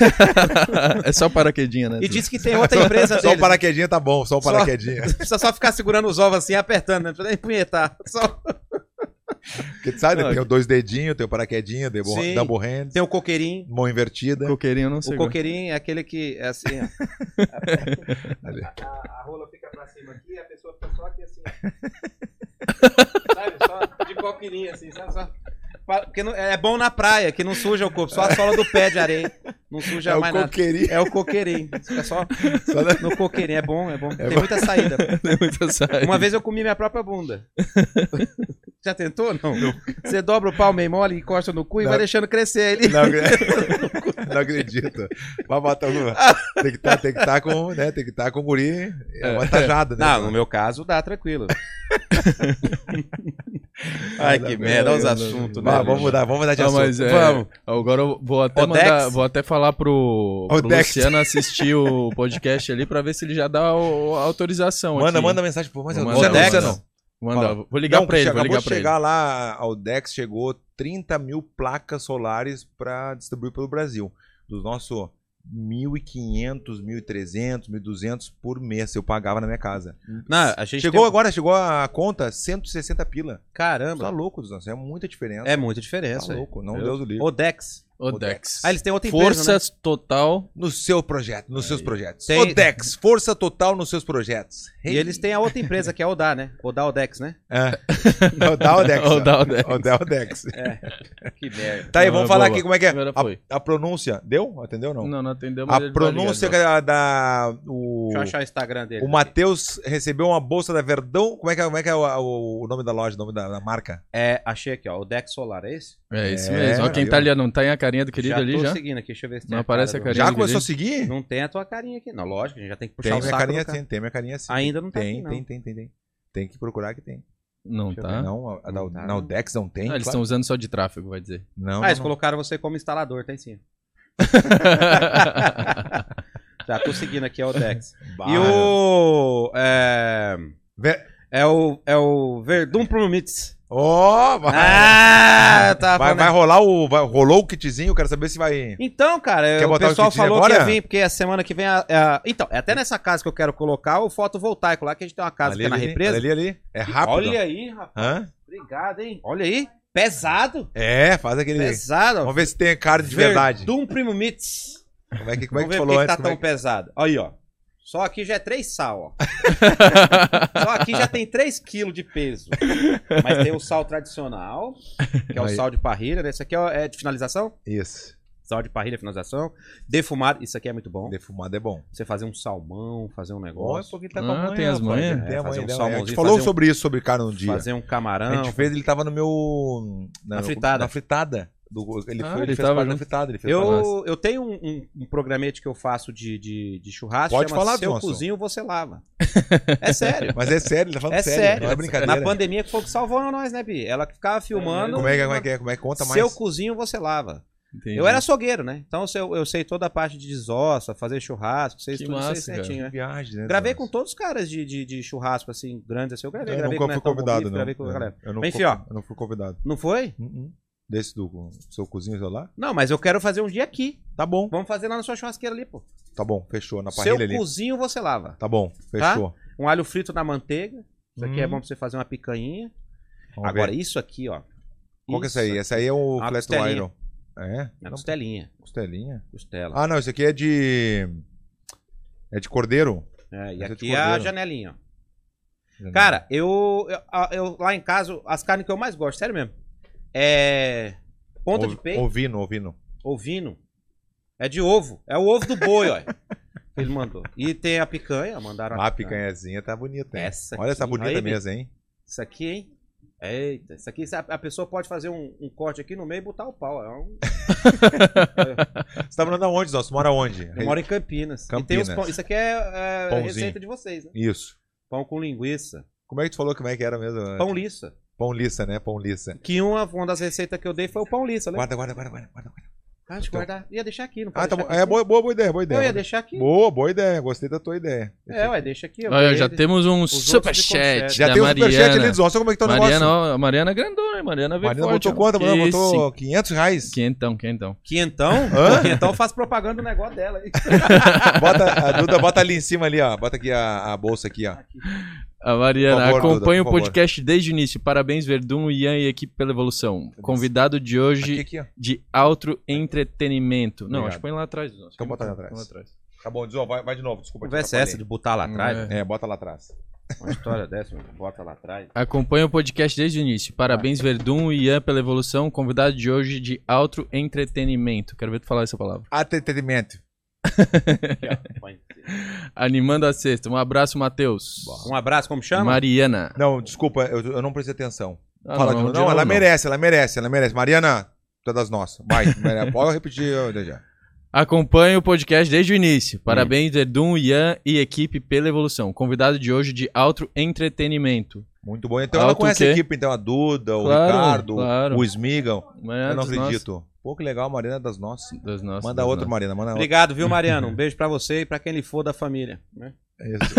S2: é só paraquedinha, né?
S3: E disse que tem outra empresa
S1: Só o
S3: deles.
S1: paraquedinha tá bom, só o
S3: Só-
S1: paraquedinha.
S3: Precisa só ficar segurando os ovos assim, apertando, né? Não precisa nem punhetar. Só...
S1: Porque tu sabe, né?
S2: Não,
S1: tem o dois dedinhos, tem o paraquedinha, double,
S3: Sim.
S1: double hands,
S3: Tem o coqueirinho.
S1: mão invertida.
S2: Coqueirinho eu não sei.
S3: O
S2: qual.
S3: coqueirinho é aquele que é assim, ó.
S1: Ali.
S3: a, a rola fica pra cima aqui e a pessoa fica só aqui assim. sabe? Só de coqueirinho assim, sabe? Só... Pra- Porque não- é bom na praia, que não suja o corpo, só a sola do pé de areia. Não suja
S1: É o
S3: mais nada.
S1: coqueirinho.
S3: É o coqueirinho. Fica só
S1: Só na-
S3: no coqueirinho. É bom, é bom. Tem muita saída.
S2: Tem muita saída.
S3: Uma vez eu comi minha própria bunda. Já tentou? Não. Você dobra o pau meio mole, encosta no cu e
S1: Não.
S3: vai deixando crescer ele.
S1: Não, acre- não acredito. Vai botar o... Tem que tá, tem que tá com, né? Tem que tá com o guri é. uma tajada, né?
S3: Não, no meu caso dá, tranquilo. Ai, que merda, olha os assuntos, né?
S1: Vai, vamos mudar, vamos mudar de
S2: Não,
S1: assunto.
S2: mas é,
S1: Vamos.
S2: Agora eu vou até
S3: Ô,
S2: mandar,
S3: Dex?
S2: vou até falar pro,
S1: Ô,
S2: pro
S1: Dex.
S2: Luciano assistir o podcast ali pra ver se ele já dá o- a autorização
S1: Manda,
S2: aqui.
S1: manda mensagem pro... Mas
S2: Vou
S1: eu
S2: mandar,
S1: não,
S3: Dex.
S1: você não.
S2: Manda,
S1: Fala.
S2: vou ligar
S1: Não,
S2: pra ele, vou
S1: acabou
S2: ligar
S1: de
S2: pra ele.
S1: chegar lá, ao Dex chegou 30 mil placas solares para distribuir pelo Brasil. Dos nossos 1.500, 1.300, 1.200 por mês eu pagava na minha casa.
S3: Não, a gente
S1: Chegou
S3: tem-
S1: agora, chegou a conta 160 pila. Tá
S3: Caramba,
S1: louco, Deus, é muita diferença.
S3: é muita
S1: tá
S3: diferença. aí.
S1: louco, não
S2: Eu-
S1: Deus o livre.
S3: Odex.
S2: Ô, Dex.
S3: Ah, eles têm outra empresa, né?
S2: Forças total.
S1: No seu projeto, nos seus projetos.
S3: Tem-
S1: Odex, Dex, força total nos seus projetos.
S3: né? E eles têm a outra empresa que é a Odá, né? Odá Odex, né?
S1: É. Dá o Dex.
S2: Ô, dá o Dex.
S1: o Dex.
S3: Que merda.
S1: Tá aí,
S2: Não,
S1: vamos
S2: é
S1: falar
S2: boa.
S1: aqui como é que é.
S2: Agora
S1: A-
S2: foi.
S1: A, pronúncia, deu? Atendeu ou não?
S2: Não, não atendeu, mas ele
S1: A
S2: vai
S1: pronúncia
S2: ligar de volta.
S1: da, da- o,
S3: então. Deixa eu achar né? o Instagram dele.
S1: o Matheus recebeu uma bolsa da Verdão. Como é que é, como é, que é o, o nome da loja, o nome da, da marca?
S3: É, achei aqui, ó. Odex Solar, é esse?
S2: É isso
S1: É,
S2: mesmo. Ó, quem
S1: viu?
S2: tá ali, ó, não tá em a carinha do querido
S3: já
S2: ali
S3: tô
S2: já?
S3: seguindo aqui, deixa eu ver se tem
S2: Não aparece
S3: do-
S2: a carinha.
S1: Já
S2: Tem
S1: começou a
S2: direito.
S1: seguir?
S3: Não tem a tua carinha aqui. Não, lógico, a gente já tem que puxar
S1: Tem
S3: o
S1: minha
S3: saco
S1: carinha
S3: do cara.
S1: sim, tem minha carinha sim.
S3: Ainda não tá
S1: tem,
S3: aqui, não.
S1: tem, tem, tem, tem. Tem que procurar que tem.
S2: Não
S3: Deixa eu
S2: tá.
S1: Não, a, a da,
S3: Não tá,
S1: na
S3: não.
S1: Odex não tem.
S2: Ah, eles
S1: claro.
S2: estão usando só de tráfego, vai dizer.
S1: Não,
S3: Ah, eles
S1: não, não.
S3: colocaram você como instalador, tá tem sim. Já tô seguindo aqui, é o Dex.
S1: Bah,
S3: e o. É,
S1: Ver-
S3: é o. É o é Verdun Promites.
S1: Ó, vai,
S3: Ah, eu tava
S1: vai,
S3: falando-
S1: vai rolar o. vai- rolou o kitzinho, eu quero saber se vai.
S3: Então, cara, eu- o
S1: botar o
S3: pessoal
S1: kitzinho
S3: falou que
S1: agora?
S3: ia vir, porque a semana que vem. a- a- Então, é até nessa casa que eu quero colocar o fotovoltaico lá, que a gente tem uma casa que é na
S1: ali,
S3: represa.
S1: Ali, ali, ali. É rápido.
S3: Olha aí, rapaz.
S1: Hã?
S3: Obrigado, hein? Olha aí. Pesado.
S1: É, faz aquele.
S3: Pesado. ó.
S1: Vamos ver se tem cara de verdade.
S3: Verdum Primo Mits.
S1: Como é que, como é
S3: Vamos
S1: que
S3: ver
S1: falou
S3: por que
S1: antes?
S3: tá
S1: como
S3: tão
S1: é que-
S3: pesado. Aí, ó. Só aqui já é 3 sal, ó. Só aqui já tem 3 quilos de peso. Mas tem o sal tradicional, que é o
S1: Aí.
S3: sal de parrilha, né? Isso aqui ó, é de finalização?
S1: Isso.
S3: Sal de parrilha, finalização. Defumado, isso aqui é muito bom.
S1: Defumado é bom. é
S3: Você fazer um salmão, fazer um negócio.
S1: porque ele
S2: tá com a Ah, manha, tem as rapaz. manhas?
S1: Tem
S3: É,
S1: a manha,
S3: fazer um
S1: né? A gente
S3: salmãozinho,
S1: falou
S3: fazer um-
S1: sobre isso, sobre cara, um dia.
S3: Fazer um
S1: A
S3: camarão.
S1: gente fez, ele tava no meu. Na,
S3: fritada.
S1: Na fritada. Do, ele
S2: Ah,
S1: foi, ele,
S2: ele
S1: fez
S2: tava
S1: parte da
S2: junto.
S1: fritada. Ele fez parte da-
S3: Eu, eu tenho um, um- um programete que eu faço de, de, de churrasco.
S1: Pode falar,
S3: Se eu
S1: Johnson.
S3: cozinho, você lava. É sério.
S1: Mas é sério, ele tá falando
S3: É
S1: sério.
S3: sério.
S1: Não é brincadeira.
S3: Na pandemia que foi o que salvou nós, né, Bi? Ela que ficava filmando.
S1: Como é que é? Como é que é? Como é que conta
S3: Se
S1: mais?
S3: eu cozinho, você lava.
S2: Entendi.
S3: Eu era açougueiro, né? Então se eu, eu sei toda a parte de desossa, fazer churrasco, vocês
S2: Que
S3: tudo
S2: massa,
S3: isso aí certinho, né?
S1: Viagem, né?
S3: Gravei com todos os caras de, de, de churrasco, assim, grandes assim. Eu gravei,
S1: Eu
S3: gravei
S1: nunca fui
S3: Netão
S1: convidado,
S3: Convite,
S1: não. É.
S3: gravei com a galera.
S1: Eu não
S3: Mas
S1: fui-
S3: enfim, ó.
S1: Eu não fui convidado.
S3: Não foi?
S1: Uh-uh. Desse do seu cozinho celular?
S3: Não, mas eu quero fazer um dia aqui.
S1: Tá bom.
S3: Vamos fazer lá na sua churrasqueira ali, pô.
S1: Tá bom, fechou. Na
S3: Se eu
S1: parrilha ali.
S3: cozinho, você lava.
S1: Tá bom, fechou.
S3: Um alho frito na manteiga. Isso aqui é
S1: Hum.
S3: bom pra você fazer uma picanha.
S1: Vamos
S3: Agora,
S1: ver.
S3: isso aqui, ó.
S1: Qual que é essa aí? Essa aí é o
S3: Uma
S1: Flat
S3: costelinha.
S1: Iron. É?
S3: Na
S1: Não,
S3: costelinha.
S1: costelinha.
S3: Costela.
S1: Ah, não, isso aqui é de. É de cordeiro.
S3: É, e
S1: essa é de
S3: aqui é a
S1: cordeiro.
S3: janelinha, ó. Cara, eu, eu, a- eu- Lá em casa, as carnes que eu mais gosto, sério mesmo. É. Ponta de
S1: Ov-
S3: peito,
S1: Ovino, ovino.
S3: ovino. É de ovo. É o ovo do boi, ó. Ele mandou. E tem a picanha, mandaram
S1: Ah, a picanhazinha tá bonita, hein?
S3: Essa
S1: Olha essa
S3: aqui,
S1: bonita
S3: aí,
S1: mesa, hein?
S3: Isso aqui, hein? Eita, isso aqui a a pessoa pode fazer um, um corte aqui no meio e botar o pau. É um-
S1: Você tá morando aonde, nosso? Mora onde?
S3: Eu moro em Campinas. E tem
S1: Campinas.
S3: os pão- Isso aqui é, é
S1: Pãozinho.
S3: receita de vocês, né?
S1: Isso.
S3: Pão com linguiça.
S1: Como é que tu falou como é que era mesmo?
S3: Pão liça.
S1: Pão liça, né? Pão liça.
S3: Que uma, uma das receitas que eu dei foi o pão liça, né?
S1: Guarda, guarda, guarda, guarda. guarda.
S3: Ah, deixa eu guardar. Ia deixar aqui, não pode
S1: Então. Ah, tá bom. É
S3: deixar aqui.
S1: boa, boa, boa ideia, boa
S3: Eu ia
S1: ideia.
S3: deixar aqui.
S1: Boa, boa ideia. Gostei da tua ideia.
S3: É, ué, deixa aqui. ó.
S2: Olha, já
S3: Ele-
S2: temos um
S3: outros
S2: superchat
S3: ficam
S1: Já
S2: da
S1: tem o um
S2: Mariana.
S1: superchat ali, Zon. Olha como é que tá o
S2: Mariana,
S1: negócio.
S2: ó, a Mariana é grandona, hein? Mariana veio
S1: Mariana
S2: forte.
S1: botou
S2: ó.
S1: quanto? Mariana
S2: Que
S1: botou 500 reais.
S2: cinco- Quinhentão, quinhentão.
S3: Quintão?
S1: Hã?
S3: Quintão faz propaganda do negócio dela. aí.
S1: Bota, a Duda, bota ali em cima ali, ó. Bota aqui a, a bolsa aqui, ó.
S2: A Mariana,
S1: Por favor,
S2: acompanha
S1: Duda,
S2: o
S1: por
S2: podcast desde o início. Parabéns, Verdun, Ian e equipe pela evolução. Convidado de
S1: Aqui,
S2: hoje
S1: aqui, ó.
S2: de outro entretenimento. Não,
S1: Obrigado.
S2: acho que põe lá atrás. Zon.
S1: Então bota lá
S2: Põe
S1: atrás. Tá bom, Dizon, vai, vai de novo, desculpa. te
S3: Conversa é
S1: atrapalhei.
S3: essa de botar lá atrás.
S2: É.
S1: É, bota lá atrás.
S3: Uma história dessa, mano, bota lá atrás.
S2: Acompanha o podcast desde o início. Parabéns, Verdun e Ian, pela evolução. Convidado de hoje de outro entretenimento. Quero ver tu falar essa palavra.
S1: Entretenimento.
S3: Aqui, ó. Põe.
S2: Animando a sexta. Um abraço, Matheus.
S1: é
S3: Um abraço, como chama?
S2: Mariana.
S1: Não, desculpa, eu, eu não prestei atenção.
S2: Ah,
S1: Fala de novo.
S2: de
S1: Não, ela
S2: não.
S1: merece, ela merece, ela merece. Mariana, tu é das nossas. Vai, Mariana, pode repetir eu, já.
S2: Acompanha o podcast desde o início. Parabéns, Verdun, Ian e equipe pela evolução. Convidado de hoje de outro entretenimento.
S1: Muito bom. Então ela
S2: Alto
S1: conhece
S2: o
S1: a
S2: quê?
S1: equipe, então, a Duda, o
S2: Claro,
S1: Ricardo,
S2: claro.
S1: o Smigam.
S2: Mariana
S1: Eu não
S2: dos nossos-
S1: acredito. Pô, que legal, a Mariana é das nossas.
S2: dos nossos,
S1: Manda
S2: dos
S1: outra,
S2: nossos.
S1: Mariana, manda outra.
S3: Obrigado, viu, Mariano? Um beijo pra você e pra quem lhe for da família. Né?
S1: Isso.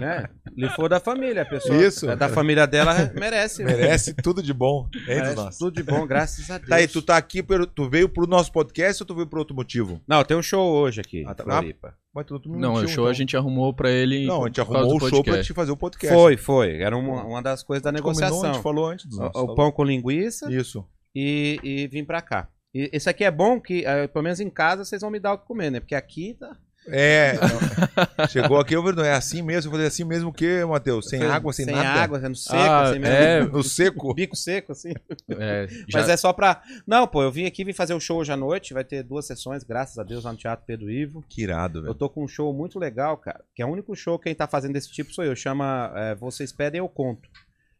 S3: né? Lhe for da família, a pessoa.
S1: Isso.
S3: é Da família dela merece. né?
S1: Merece tudo de bom. É entre
S3: Merece
S1: nós.
S3: Tudo de bom, graças a Deus.
S1: Tá aí, tu tá aqui, pelo- tu veio pro nosso podcast ou tu veio por outro motivo?
S3: Não, tem um show hoje aqui.
S1: Ah, tá.
S3: em Floripa.
S1: Mas tu, tu me
S2: Não,
S1: mentiu,
S2: o
S3: um
S2: show
S1: então.
S2: a gente arrumou pra ele.
S1: Não, a gente
S2: por causa
S1: arrumou o
S2: do
S1: show pra
S2: podcast.
S1: te fazer o podcast.
S3: Foi, foi. Era uma, uma das coisas da
S1: é assim. A gente combinou, a gente
S3: negociação.
S1: falou antes. dos
S3: O,
S1: nossos,
S3: o pão com linguiça
S1: falou. Isso.
S3: e, e vim pra cá. E esse aqui é bom que, eh, pelo menos em casa, vocês vão me dar o que comer, né? Porque aqui tá.
S1: É. não. Chegou aqui, eu falei, não, é assim mesmo? Eu falei, assim mesmo o quê, Matheus? Sem
S3: Sem-
S1: água, sem,
S3: sem
S1: nada?
S3: água, sendo seco,
S2: Ah,
S3: assim
S2: é.
S3: mesmo.
S1: No seco?
S3: Bico seco, assim.
S2: É,
S3: Mas
S2: já-
S3: é só pra. Não, pô, eu vim aqui, vim fazer o show hoje à noite. Vai ter duas sessões, graças a Deus, lá no Teatro Pedro Ivo.
S1: Que irado,
S3: Eu
S1: velho.
S3: tô com um show muito legal, cara. Que é o único show que quem tá fazendo desse tipo sou eu. Chama é, Vocês Pedem Eu Conto.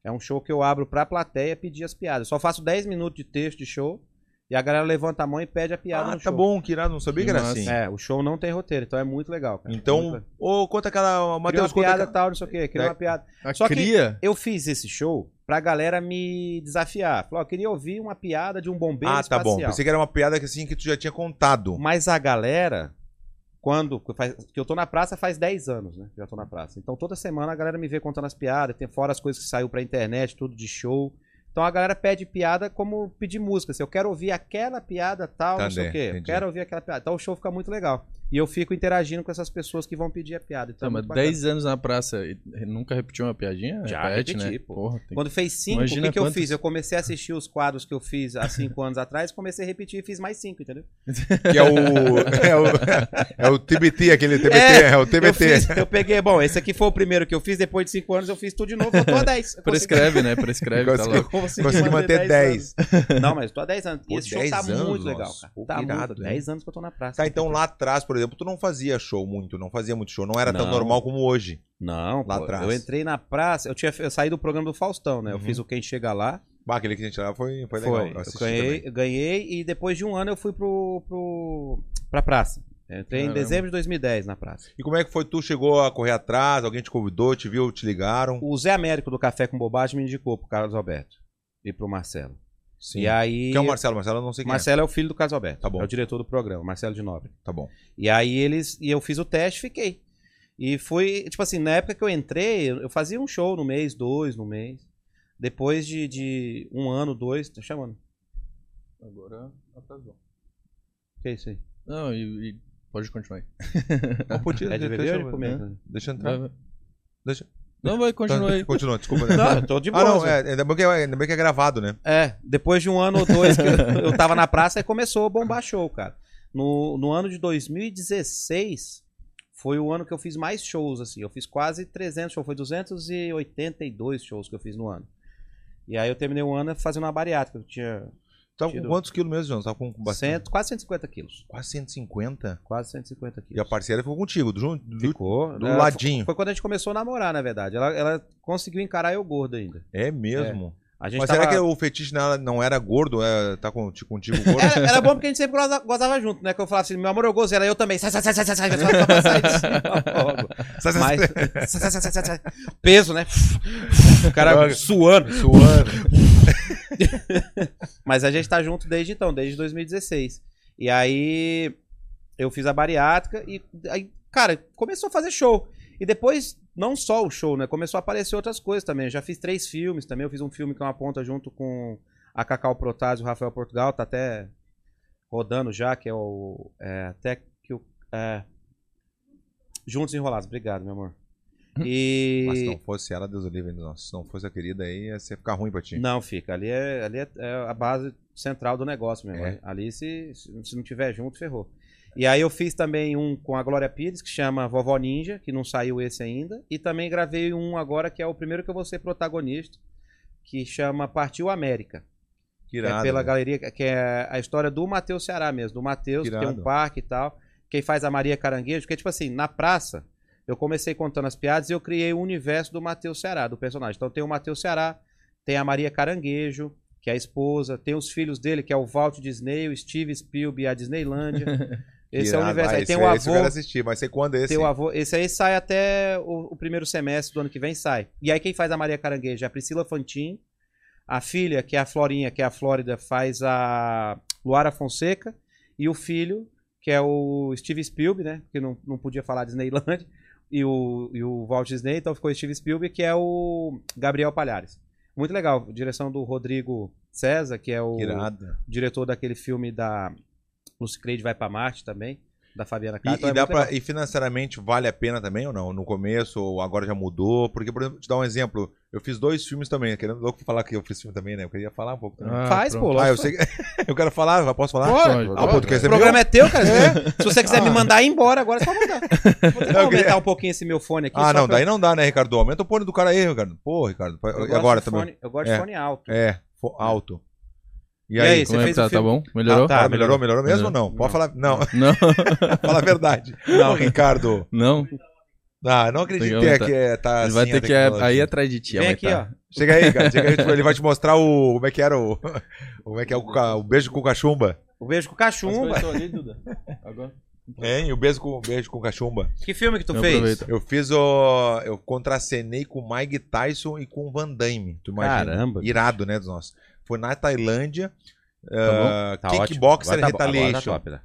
S3: É um show que eu abro pra plateia pedir as piadas. Eu só faço 10 minutos de texto de show e a galera levanta a mão e pede a piada
S1: Ah,
S3: no
S1: tá
S3: show.
S1: bom, que irado, não sabia que
S2: Que
S1: era
S2: massa.
S1: assim.
S3: É, o show não tem roteiro, então é muito legal, cara. Muito
S1: Então,
S3: legal.
S1: ô, conta aquela,
S3: Cria
S1: Matheus,
S3: uma
S1: conta
S3: piada
S1: aquela...
S3: tal, não sei o quê. Cria
S1: É.
S3: uma piada.
S2: Ah,
S3: só que-
S2: cria?
S3: Eu fiz esse show pra galera me desafiar. Falou, ó, eu queria ouvir uma piada de um bombeiro
S1: Ah, tá
S3: espacial.
S1: bom. Pensei que era uma piada que, assim, que tu já tinha contado.
S3: Mas a galera Quando. que faz- que eu tô na praça faz 10 anos, né? Já tô na praça. Então toda semana a galera me vê contando as piadas, tem fora as coisas que saiu pra internet, tudo de show. Então a galera pede piada como pedir música. Assim, eu quero ouvir aquela piada tal, não sei
S1: Também,
S3: o quê. Eu
S1: Tá entendi.
S3: quero ouvir aquela piada. Então o show fica muito legal. E eu fico interagindo com essas pessoas que vão pedir a piada. Então,
S2: Tá,
S3: é
S2: mas
S3: muito bacana.
S2: 10 anos na praça e nunca repetiu uma piadinha?
S3: Já
S2: Repete,
S3: repeti,
S2: né?
S3: pô.
S2: Porra, tem...
S3: Quando fez cinco, o
S2: Imagina
S3: que, que eu
S2: quantos-
S3: fiz? Eu comecei a assistir os quadros que eu fiz há cinco anos atrás, comecei a repetir e fiz mais cinco, entendeu?
S1: Que é o. É o, é o TBT, aquele TBT. É,
S3: É,
S1: o
S3: Eu,
S1: TBT.
S3: fiz, eu peguei, bom, esse aqui foi o primeiro que eu fiz, depois de cinco anos eu fiz tudo de novo, eu tô a 10. Eu consegui-
S2: Prescreve, né? Prescreve, tá
S1: Consegui-
S2: louco.
S3: consegui
S1: Consegui manter 10.
S3: anos. Não, mas eu tô há 10 anos. E
S1: Pô,
S3: esse show
S1: 10
S3: tá
S1: anos,
S3: muito
S1: nossa,
S3: legal, cara.
S1: pô,
S3: Tá
S1: irado,
S3: muito,
S1: né?
S3: 10 anos que eu tô na praça.
S1: Tá, então lá atrás, por exemplo, tu não fazia show muito, não fazia muito show. Não era tão
S3: Não.
S1: normal como hoje.
S3: Não,
S1: Lá
S3: pô,
S1: atrás.
S3: eu entrei na praça, eu tinha eu saí do programa do Faustão, né? Eu
S1: Uhum.
S3: fiz o Quem Chega Lá,
S1: Bah, aquele que a gente lá foi, foi legal.
S3: Foi.
S1: eu
S3: Eu
S1: assisti
S3: ganhei,
S1: também.
S3: eu ganhei e depois de um ano eu fui pro, pro, pra praça. Eu entrei
S2: Caramba.
S3: em dezembro de 2010 na praça.
S1: E como é que foi? Tu chegou a correr atrás, alguém te convidou, te viu, te ligaram.
S3: O Zé Américo do Café com Bobagem me indicou pro Carlos Alberto e pro Marcelo.
S1: Sim.
S3: E aí.
S1: Quem é o Marcelo? Marcelo eu não sei quem
S3: Marcelo é o filho do Carlos Alberto.
S1: Tá bom.
S3: É o diretor do programa, Marcelo de Nobre.
S1: é. Tá bom.
S3: E aí eles. E eu fiz o teste fiquei. E foi, tipo assim, na época que eu entrei, eu eu fazia um show no mês, dois no mês. Depois de, de um ano, dois, tá chamando.
S2: Agora atrasou.
S3: Que é isso aí?
S2: Não, e, e pode continuar aí.
S1: Não podia
S3: É
S1: deixa-
S3: de beber ou
S1: deixa-
S3: de comer? né?
S1: Deixa eu entrar.
S2: Vai, vai.
S1: Deixa-
S2: Não,
S3: Tá,
S2: vai, continua aí.
S1: Continua, desculpa.
S3: Não, eu tô de boa.
S1: ah, não,
S3: Zé.
S1: é, ainda, bem que, é- ainda bem que é gravado, né?
S3: É, depois de um ano ou dois que eu, eu tava na praça, aí começou a bombar show, cara. No, no ano de 2016, foi o ano que eu fiz mais shows, assim. Eu fiz quase 300 shows, foi 282 shows que eu fiz no ano. E aí eu terminei o ano fazendo uma bariátrica, eu tinha
S1: Tava Tá com
S3: Tirou.
S1: quantos quilos mesmo, João? Tava com bastante.
S3: cento, quase 150 quilos.
S1: Quase 150?
S3: Quase
S1: E
S3: 150
S1: a
S3: quilos.
S1: parceira ficou contigo, do, junto- do-
S3: Ficou. né?
S1: do
S3: Ela-
S1: ladinho.
S3: Foi quando a gente começou a namorar, na verdade. Ela, ela conseguiu encarar eu gordo ainda.
S1: É mesmo.
S3: A gente
S1: Mas
S3: tava-
S1: será que o fetiche nela não era gordo? É, tá com- ti- contigo gordo?
S3: Era, era bom porque a gente sempre goza- gozava junto, né? Que eu falava assim, meu amor, eu gozo, era eu também. Sai, sai, sai, sai, sai, sai, sai, sai, sai, sai, sai, sai, logo.
S1: Sai, sai,
S3: Mas- sai, sai, sai, sai, sai, sai. Peso, né? O cara
S1: Droga.
S3: suando.
S1: Suando.
S3: Mas a gente tá junto desde então, desde 2016. E aí eu fiz a bariátrica e aí, cara, começou a fazer show. E depois, não só o show, né? Começou a aparecer outras coisas também. Eu já fiz três filmes também. Eu fiz um filme que é uma ponta junto com a Cacau Protásio e o Rafael Portugal, tá até rodando já, que é o. é, até que o. é, Juntos e Enrolados, obrigado, meu amor. E.
S1: Mas se não fosse ela, Deus o livre, nossa. Se não fosse a querida aí, ia ser- ficar ruim pra ti.
S3: Não, fica. Ali é, ali é, é a base central do negócio mesmo.
S1: É.
S3: Ali, se, se não tiver junto, ferrou. E aí eu fiz também um com a Glória Pires, que chama Vovó Ninja, que não saiu esse ainda. E também gravei um agora, que é o primeiro que eu vou ser protagonista, que chama Partiu América.
S1: Que
S3: Que é
S1: irado,
S3: pela
S1: né?
S3: galeria, que é a história do Matheus Ceará mesmo. Do Matheus, que tem
S1: Irado.
S3: um parque e tal. Quem faz a Maria Caranguejo. Porque, tipo assim, na praça, eu comecei contando as piadas e eu criei o universo do Matheus Ceará, do personagem. Então tem o Matheus Ceará, tem a Maria Caranguejo, que é a esposa, tem os filhos dele, que é o Walt Disney, o Steve Spielberg e a Disneylândia. Esse é o
S1: Irado.
S3: universo.
S1: Ah,
S3: Aí tem
S1: esse-
S3: o
S1: Esse eu quero
S3: avô,
S1: assistir, mas sei quando é esse.
S3: tem um o avô. Esse aí sai até o, o primeiro semestre do ano que vem, sai. E aí quem faz a Maria Caranguejo é a Priscila Fantin. A filha, que é a Florinha, que é a Flórida, faz a Luara Fonseca. E o filho, que é o Steve Spielberg, né? Que não, não podia falar Disneyland. E o, e o Walt Disney, então ficou Steve Spielberg, que é o Gabriel Palhares. Muito legal. Direção do Rodrigo César, que é o
S1: Que irado.
S3: diretor daquele filme da Lucy Creed Vai pra Marte também, da Fabiana
S1: E,
S3: Castro. Então
S1: e
S3: é
S1: dá
S3: muito
S1: pra-
S3: legal.
S1: e financeiramente vale a pena também ou não? No começo, ou agora já mudou? Porque, por exemplo, te dar um exemplo, eu fiz dois filmes também, querendo louco falar que eu fiz filme também, né? Eu queria falar um pouco também.
S2: Ah,
S3: Faz,
S2: pronto.
S3: pô.
S1: Ah, eu
S3: lógico.
S1: sei que... eu quero falar, posso falar?
S3: Pô,
S2: Pode,
S1: Ah, o podcast
S3: O
S1: é meu?
S3: programa é teu, cara.
S1: É?
S3: Se você quiser me mandar ir embora agora, é só mandar. Vou tentar
S1: Eu queria-
S3: aumentar um pouquinho esse meu fone aqui.
S1: Ah,
S3: só
S1: não,
S3: pra-
S1: daí não dá, né, Ricardo? Aumenta o fone do cara aí, Ricardo. Pô, Ricardo,
S3: Eu gosto
S1: agora
S3: de
S1: também.
S3: Fone, eu gosto
S1: É.
S3: de fone alto.
S1: É, fo- alto. E,
S3: E
S1: aí?
S3: aí,
S2: Como
S3: Você
S2: é que
S3: fez
S2: tá?
S3: o
S2: Tá
S3: filme?
S2: bom? Melhorou?
S3: Ah, tá.
S1: Cara, melhorou, melhorou mesmo ou não?
S3: Melhorou.
S1: Pode falar. Não,
S2: Não,
S1: fala a verdade. Não,
S3: Não.
S1: Ricardo.
S2: não.
S1: Ah, não acredito que é. Que é tá
S2: Ele vai
S1: assim
S2: ter
S1: a
S2: que ir
S1: tecnologia.
S2: aí é- atrás de ti.
S3: Vem aqui,
S2: aumentar.
S3: ó.
S1: Chega aí, cara. Chega aí, tipo, ele vai te mostrar o. Como é que era o. Como é que é o, ca- o beijo com cachumba?
S3: O beijo com
S2: Tá
S3: cachumba.
S1: Hein? O beijo com, o beijo com cachumba.
S3: Que filme que tu
S2: Eu
S3: fez?
S2: aproveito.
S1: Eu fiz o. Eu contracenei com o Mike Tyson e com o Van Damme. Tu imagina?
S3: Caramba.
S1: Irado, né, dos nossos. Foi na Tailândia.
S2: Tá bom?
S1: ah,
S3: Tá ótimo.
S1: Kickboxer
S3: Agora tá bom, agora tá
S1: Retaliation.
S3: top, né?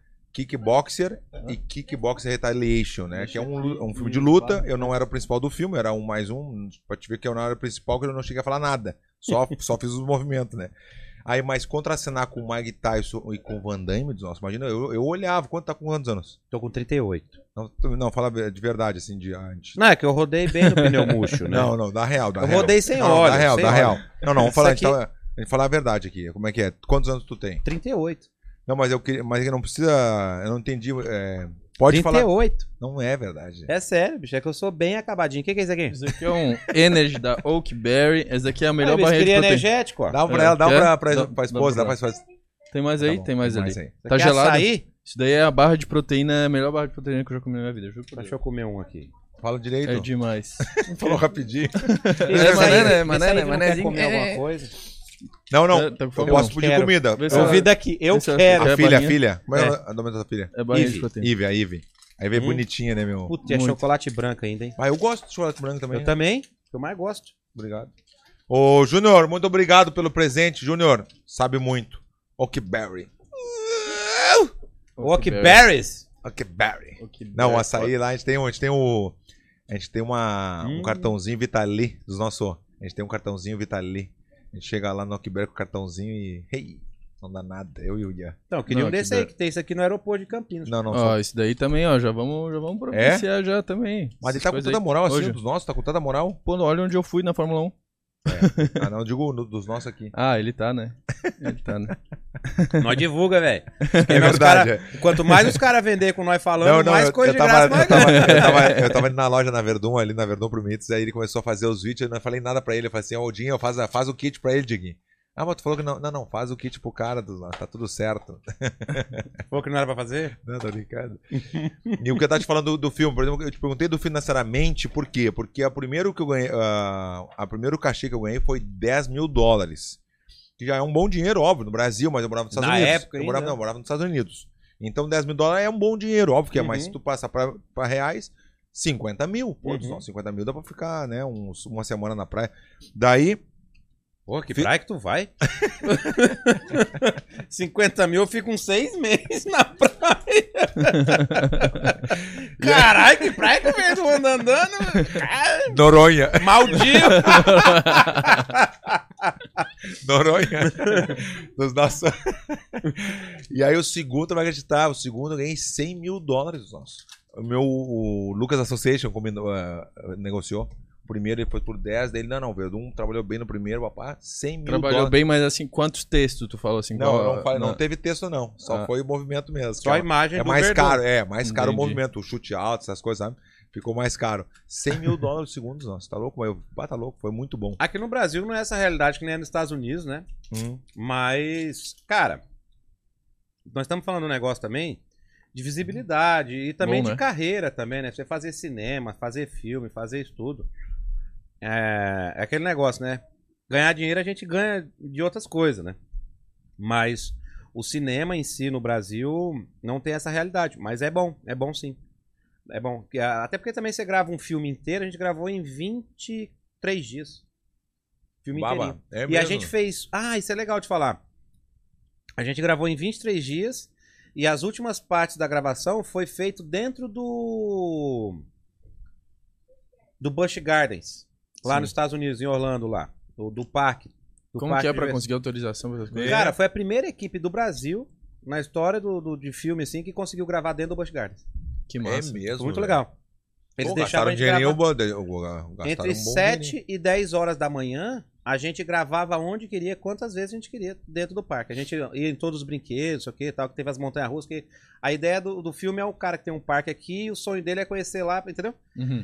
S1: Kickboxer e Kickboxer Retaliation, né? Que é um, lu- um
S3: Uhum.
S1: filme de luta. Eu não era o principal do filme, era um mais um. Pra te ver que eu não era o principal, que eu não cheguei a falar nada. Só, só fiz os movimentos, né? Aí, mas contracenar com o Mike Tyson e com o Van Damme, nossa, imagina, eu, eu olhava, quanto tá com quantos anos?
S3: Tô com 38.
S1: Não, tu- não, fala de verdade, assim, de antes.
S3: Não, é que eu rodei bem no pneu murcho, né?
S1: Não, não, dá real, dá
S3: eu
S1: real.
S3: rodei sem
S1: não,
S3: óleo.
S1: Dá real,
S3: sem
S1: dá
S3: óleo.
S1: real. Não, não, vamos falar,
S3: Isso
S1: então, a gente falar a verdade aqui. Como é que é? Quantos anos tu tem?
S3: 38.
S1: Não, mas eu queria, mas não precisa, eu não entendi. é, pode falar.
S3: 38.
S1: Não é verdade.
S3: É sério, bicho. É que eu sou bem acabadinho. O que, que é isso aqui?
S2: Esse aqui é um Energy da Oakberry. Esse daqui é a melhor
S3: Ah, bicho,
S2: barreira de
S3: queria
S2: proteína.
S3: energético, ó.
S1: Dá um pra
S2: É,
S1: ela, dá um
S2: quer?
S1: pra, pra,
S2: Dá-
S1: pra
S2: dá
S1: esposa, dá
S2: pra-
S1: pra esposa.
S2: Tem mais aí?
S1: Tá bom,
S2: tem mais ali.
S1: aí.
S2: Tá
S3: Quer
S2: gelado?
S3: Açaí?
S2: Isso daí é a barra de proteína, a melhor barra de proteína que eu já comi na minha vida. eu Juro por
S3: Deixa eu
S2: Deus.
S3: comer um aqui.
S1: Fala direito.
S2: É demais.
S1: Falou rapidinho.
S3: Esse aí- esse
S2: mané, né?
S3: aí
S2: Mané,
S3: que
S2: né?
S3: não
S2: Manézinho.
S3: Quer comer
S2: É.
S3: alguma coisa?
S1: Não, não.
S2: Tá- tá com
S1: Eu
S2: fome,
S1: posso
S2: não?
S1: pedir
S3: Quero.
S1: comida.
S2: Vê se
S1: Eu
S3: Eu
S2: ela-
S3: vi daqui. Eu
S2: Esse é o
S3: quero.
S2: Quer
S1: A filha, a
S2: bainha?
S1: filha. Como é
S3: É.
S1: o nome da filha?
S2: É barreira de
S3: Ivy.
S2: proteína.
S1: Ive, a Ive. A Ive é
S3: Hum.
S1: bonitinha, né, meu?
S3: Putz, é
S2: Muito.
S3: chocolate branco ainda, hein?
S1: Ah, eu gosto de chocolate branco também. né?
S3: Eu também. que Eu mais gosto.
S1: Obrigado. Ô, Júnior, muito obrigado pelo presente, Júnior. Sabe muito. Oakberry.
S3: Walk
S2: Oakberry.
S3: Berries.
S1: Oakberry.
S2: Oakberry.
S1: Não, o açaí lá, a gente tem, um- a gente tem o... A gente tem uma, um
S3: Hum.
S1: cartãozinho Vitali dos nossos... A gente tem um cartãozinho Vitali. A gente chega lá no Oakberry com o cartãozinho e... Hey, não dá nada, eu e o Ian.
S3: Não, eu queria
S2: Não,
S3: um
S2: que
S3: desse aí,
S2: Berries.
S3: que tem isso aqui no aeroporto de Campinas.
S1: Não, não, só
S2: Ó, isso daí também, ó. Já vamos, já vamos providenciar já também.
S1: É? Mas ele
S2: Essas
S1: tá com
S2: coisas
S1: tanta
S2: aí.
S1: moral assim,
S2: Hoje.
S1: dos nossos, tá com tanta moral?
S2: Pô, olha onde eu fui na Fórmula 1.
S1: Ah, não, eu digo no- dos nossos aqui.
S2: Ah, ele tá, né? Ele tá, né?
S3: Nós divulga, velho.
S1: É verdade. é.
S3: Quanto mais os caras vender com nós falando, mais
S1: eu,
S3: coisa
S1: eu
S3: de
S1: tava,
S3: graça,
S1: eu,
S3: mais
S1: tava,
S3: ganha.
S1: eu, tava, eu tava indo na loja na Verdun, ali na Verdun pro Mitz, aí ele começou a fazer os vídeos, eu não falei nada pra ele, eu falei assim, ó, o Dinho, faz, a- faz o kit pra ele, Diguinho. Ah, mas tu falou que não, não, não, faz o kit pro cara, dos nossos, tá tudo certo.
S3: Falou que não era pra fazer?
S1: Não, tô brincando. e o que eu tava te falando do, do filme, por exemplo, eu te perguntei do financeiramente, por quê? Porque a primeiro que eu ganhei, ah, a primeiro cachê que eu ganhei foi 10 mil dólares. Que já é um bom dinheiro, óbvio, no Brasil, mas eu morava nos Estados
S3: Na
S1: Unidos.
S3: época
S1: eu
S3: ainda,
S1: morava,
S3: né?
S1: não, eu morava nos Estados Unidos. Então 10 mil dólares é um bom dinheiro, óbvio que é, mas
S3: Uhum.
S1: se tu passar pra, pra reais, 50 mil. Pô,
S3: Uhum.
S1: só 50 mil dá pra ficar, né, uns- uma semana na praia. Daí,
S3: Pô, que
S1: Fi-
S3: praia que tu vai? 50 mil eu fico uns seis meses na praia. Caralho, que praia que fez o Ronda andando? Cara,
S1: Noronha. É
S3: Maldivo!
S1: Noronha. Dos nossos. e aí o segundo, vai acreditar, o segundo eu ganhei 100 mil dólares dos nossos. O meu o Lucas Association combinou, eh, negociou. O primeiro ele foi por 10, daí ele, não, não, Verdun trabalhou bem no primeiro, papá, 100 mil
S2: Trabalhou
S1: dólares.
S2: bem, mas assim, quantos textos tu falou assim?
S1: Não,
S2: qual-
S1: não, falei, não
S2: na-
S1: teve texto não, só
S2: Ah.
S1: foi o movimento mesmo.
S3: né? Só a imagem
S1: É
S3: do
S1: mais
S3: Verdun.
S1: caro, é, mais caro
S2: Entendi.
S1: o movimento, o chute alto, essas coisas, sabe? Ficou mais caro. 100 mil dólares segundos, nossa, tá louco? Mas eu, pá, tá louco, foi muito bom.
S3: Aqui no Brasil não é essa realidade que nem é nos Estados Unidos, né? Mas, cara, nós estamos falando um negócio também de visibilidade e também
S2: Bom,
S3: de
S2: né?
S3: carreira também, né? Você fazer cinema, fazer filme, fazer isso tudo. É, é aquele negócio, né? Ganhar dinheiro a gente ganha de outras coisas, né? Mas o cinema em si no Brasil não tem essa realidade. Mas é bom, é bom sim. É bom. Que a- Até porque também você grava um filme inteiro, a gente gravou em 23 dias. Filme
S1: Baba,
S3: inteirinho.
S1: é
S3: E a
S1: mesmo.
S3: gente fez. Ah, isso é legal de falar. A gente gravou em 23 dias e as últimas partes da gravação foi feito dentro do. do Busch Gardens, lá
S2: Sim.
S3: nos Estados Unidos, em Orlando, lá. Do, do parque. do
S2: Como
S3: parque
S2: que é
S3: de
S2: pra
S3: diversão.
S2: conseguir autorização pra essas coisas?
S3: Cara, foi a primeira equipe do Brasil na história do, do- de filme, assim, que conseguiu gravar dentro do Busch Gardens.
S2: que
S1: É
S2: massa.
S1: mesmo.
S3: Muito
S1: velho.
S3: legal. Eles
S1: Pô, gastaram
S3: deixaram a
S1: um
S3: gente
S1: dinheirinho
S3: gravar
S1: bom, de- o- gastaram
S3: entre
S1: um bom
S3: 7 e 10 horas da manhã, a gente gravava onde queria, quantas vezes a gente queria dentro do parque. A gente ia em todos os brinquedos, sei o que, tal, que teve as montanhas russas. Que... A ideia do, do filme é o cara que tem um parque aqui e o sonho dele é conhecer lá, entendeu?
S2: Uhum.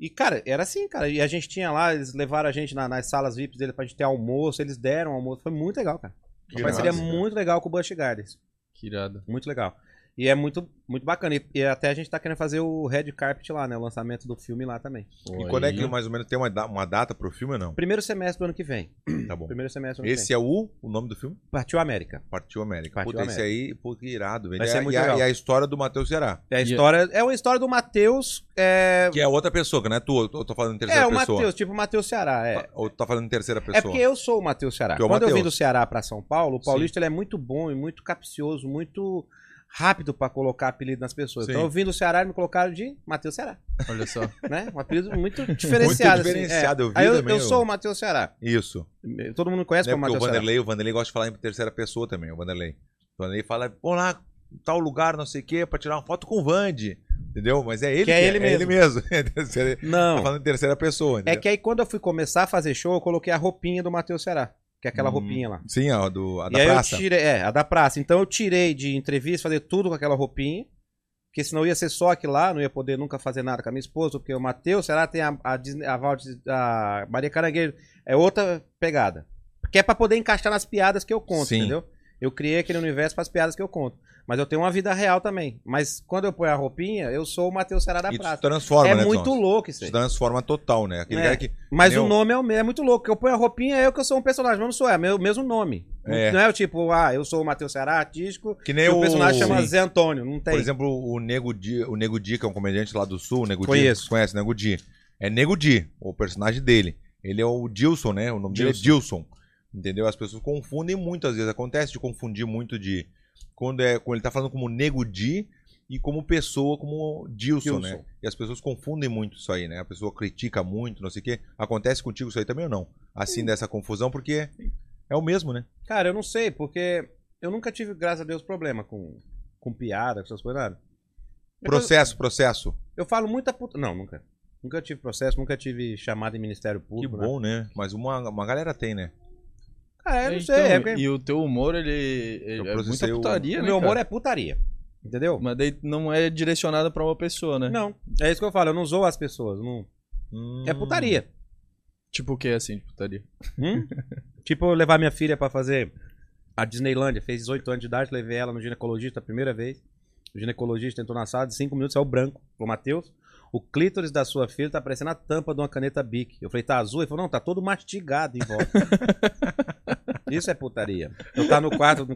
S3: E, cara, era assim, cara. E a gente tinha lá, eles levaram a gente na- nas salas VIPs dele pra gente ter almoço, eles deram almoço. Foi muito legal, cara.
S1: Que
S3: Mas seria
S1: massa, cara.
S3: muito legal com o Busch Gardens.
S2: Que irado.
S3: Muito legal. E é muito, muito bacana. E, e até a gente tá querendo fazer o Red Carpet lá, né? O lançamento do filme lá também.
S1: E quando é que mais ou menos tem uma, da- uma data pro filme ou não?
S3: Primeiro semestre do ano que vem.
S1: Tá bom.
S3: Primeiro semestre do ano que vem.
S1: Esse é o, o nome do filme?
S3: Partiu América.
S1: Partiu América.
S3: Partiu
S1: Puta, esse aí, pô, que irado, velho.
S3: Vai
S1: E
S3: ser
S1: a-
S3: muito
S1: e, a,
S3: legal.
S1: e a história do Matheus Ceará.
S3: É a
S2: E-
S3: história, é uma história do Matheus. É,
S1: Que é outra pessoa, que não é tu, eu tô- eu tô falando em terceira
S3: é o
S1: pessoa.
S3: Matheus, tipo o Matheus Ceará. É.
S1: Tá- Ou tu tá falando em terceira pessoa.
S3: é porque eu sou o Matheus Ceará.
S1: Tu é o
S3: Quando eu vim
S1: Matheus.
S3: do Ceará pra São Paulo, o paulista ele é muito bom e muito capcioso, muito rápido pra colocar apelido nas pessoas.
S1: Sim.
S3: Então eu vim do Ceará e me colocaram de Matheus Ceará,
S2: Olha só.
S3: né? Um apelido muito diferenciado. assim, é.
S1: diferenciado, eu vi
S3: Aí eu,
S1: também,
S3: eu
S1: eu-
S3: sou o Matheus Ceará.
S1: Isso.
S3: Todo mundo conhece
S1: Não é porque
S3: como né?
S1: o
S3: Matheus Ceará.
S1: Vanderlei, o Vanderlei gosta de falar em terceira pessoa também, o Vanderlei. O Vanderlei fala, vamos lá, tal lugar, não sei o quê, pra tirar uma foto com o Vande. Entendeu? Mas é ele
S3: Que é ele mesmo.
S1: ele mesmo. Ele tá
S3: Não.
S1: falando em terceira pessoa,
S3: É
S1: entendeu?
S3: que aí quando eu fui começar a fazer show, eu coloquei a roupinha do Matheus Ceará, que é aquela
S1: Hum.
S3: roupinha lá.
S1: Sim, a, do, a
S3: e
S1: da
S3: aí
S1: praça.
S3: eu tirei, é, a da praça. Então eu tirei de entrevista, fazer tudo com aquela roupinha, porque senão ia ser só aqui lá, não ia poder nunca fazer nada com a minha esposa, porque o Matheus, será tem a, a, Disney- a Walt- a Maria Caranguejo, é outra pegada. Porque é pra poder encaixar nas piadas que eu conto,
S1: Sim.
S3: entendeu? Eu criei aquele universo para as piadas que eu conto. Mas eu tenho uma vida real também. Mas quando eu ponho a roupinha, eu sou o Matheus Será da
S1: E tu
S3: Praça.
S1: transforma,
S3: é
S1: né,
S3: muito
S1: Thomas?
S3: louco isso
S1: Tu
S3: aí.
S1: transforma total, né? Aquele
S3: É.
S1: cara que
S3: Mas
S1: Meu-
S3: o nome é o mesmo, é muito louco. porque Eu ponho a roupinha, é eu que eu sou um personagem, mas não sou, é meu- o mesmo nome.
S1: É.
S3: Não é o tipo, ah, eu sou o Matheus Ceará, artístico,
S1: Que
S3: e
S1: nem
S3: o personagem chama
S1: Sim.
S3: Zé Antônio, não tem.
S1: Por exemplo, o Nego Di, o Nego Di, que é um comediante lá do Sul, o Nego
S3: Conheço.
S1: Di, conhece o Nego Di. É Nego Di, o personagem dele. Ele é o Dilson, né? O nome dele é Dilson. Entendeu? As pessoas confundem muito, às vezes acontece de confundir muito de quando é quando ele tá falando como Nego Di e como pessoa como Dilson, né?
S3: Dilson.
S1: E as pessoas confundem muito isso aí, né? A pessoa critica muito, não sei o quê. Acontece contigo isso aí também ou não? Assim dessa confusão porque é o mesmo, né?
S3: Cara, eu não sei, porque eu nunca tive, graças a Deus, problema com, com piada, com essas coisas, nada. Eu-
S1: Processo, processo.
S3: Eu falo muita puta. Não, nunca. Nunca tive processo, nunca tive chamada em Ministério
S1: Que
S3: Público. né?
S1: bom, né? Mas uma, uma galera tem, né?
S3: Cara, eu não
S2: Então,
S3: sei. é porque
S2: E o teu humor, ele, ele
S1: Eu
S2: é muita
S1: processei o-
S2: putaria,
S3: o
S2: né,
S3: meu humor
S2: cara?
S3: é putaria. Entendeu?
S2: Mas daí não é direcionado pra uma pessoa, né?
S3: Não, é isso que eu falo, eu não zoo as pessoas. Não... É
S1: Hum.
S3: putaria.
S2: Tipo o que assim, de putaria?
S3: Hum? tipo, eu levar minha filha pra fazer a Disneylândia. Fez 18 anos de idade, levei ela no ginecologista a primeira vez. O ginecologista entrou na sala, de 5 minutos saiu branco. Falou, Matheus, o clítoris da sua filha tá parecendo a tampa de uma caneta Bic. Eu falei, tá azul? Ele falou, não, tá todo mastigado em volta. Isso é putaria. Eu tava no quarto,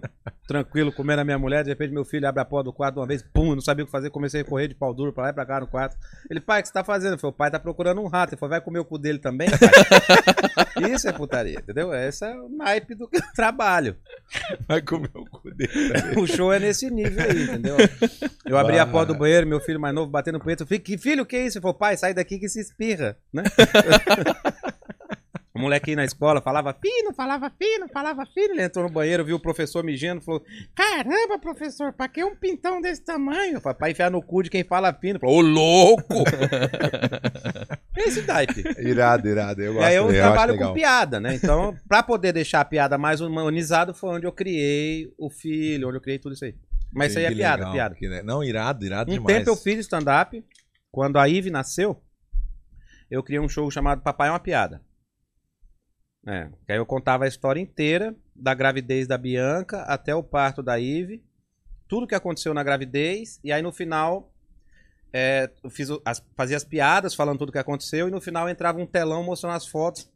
S3: tranquilo, comendo a minha mulher, de repente meu filho abre a porta do quarto de uma vez, pum, eu não sabia o que fazer, comecei a correr de pau duro pra lá e pra cá no quarto. Ele, pai, o que você tá fazendo? Eu falei, o pai tá procurando um rato. Ele falou, vai comer o cu dele também, pai? Isso é putaria, entendeu? Esse é o naipe do trabalho.
S1: Vai comer o cu dele.
S3: O show é nesse nível aí, entendeu? Eu abri a
S1: Bah.
S3: porta do banheiro, meu filho mais novo batendo punheta. Eu falei, "Que filho, que é isso? Ele falou, pai, sai daqui que se espirra, né? O moleque aí na escola falava fino, falava fino, falava fino. Ele entrou no banheiro, viu o professor mijando, falou: Caramba, professor, pra que um pintão desse tamanho? Eu falei, pra enfiar no cu de quem fala fino. Falou, ô louco! Esse naipe.
S1: Irado, irado. Eu
S3: E
S1: gosto.
S3: aí eu
S1: acho
S3: trabalho
S1: legal.
S3: com piada, né? Então, pra poder deixar a piada mais humanizada, foi onde eu criei o filho, onde eu criei tudo isso aí. Mas isso aí é
S1: Que
S3: piada,
S1: legal,
S3: piada.
S1: que le- Não, irado, irado
S3: Um
S1: demais.
S3: tempo eu fiz stand-up, quando a Ive nasceu, eu criei um show chamado Papai é uma Piada. É, que aí eu contava a história inteira, da gravidez da Bianca até o parto da Ive, tudo que aconteceu na gravidez, e aí no final é, eu fiz o- as- fazia as piadas falando tudo que aconteceu, e no final entrava um telão mostrando as fotos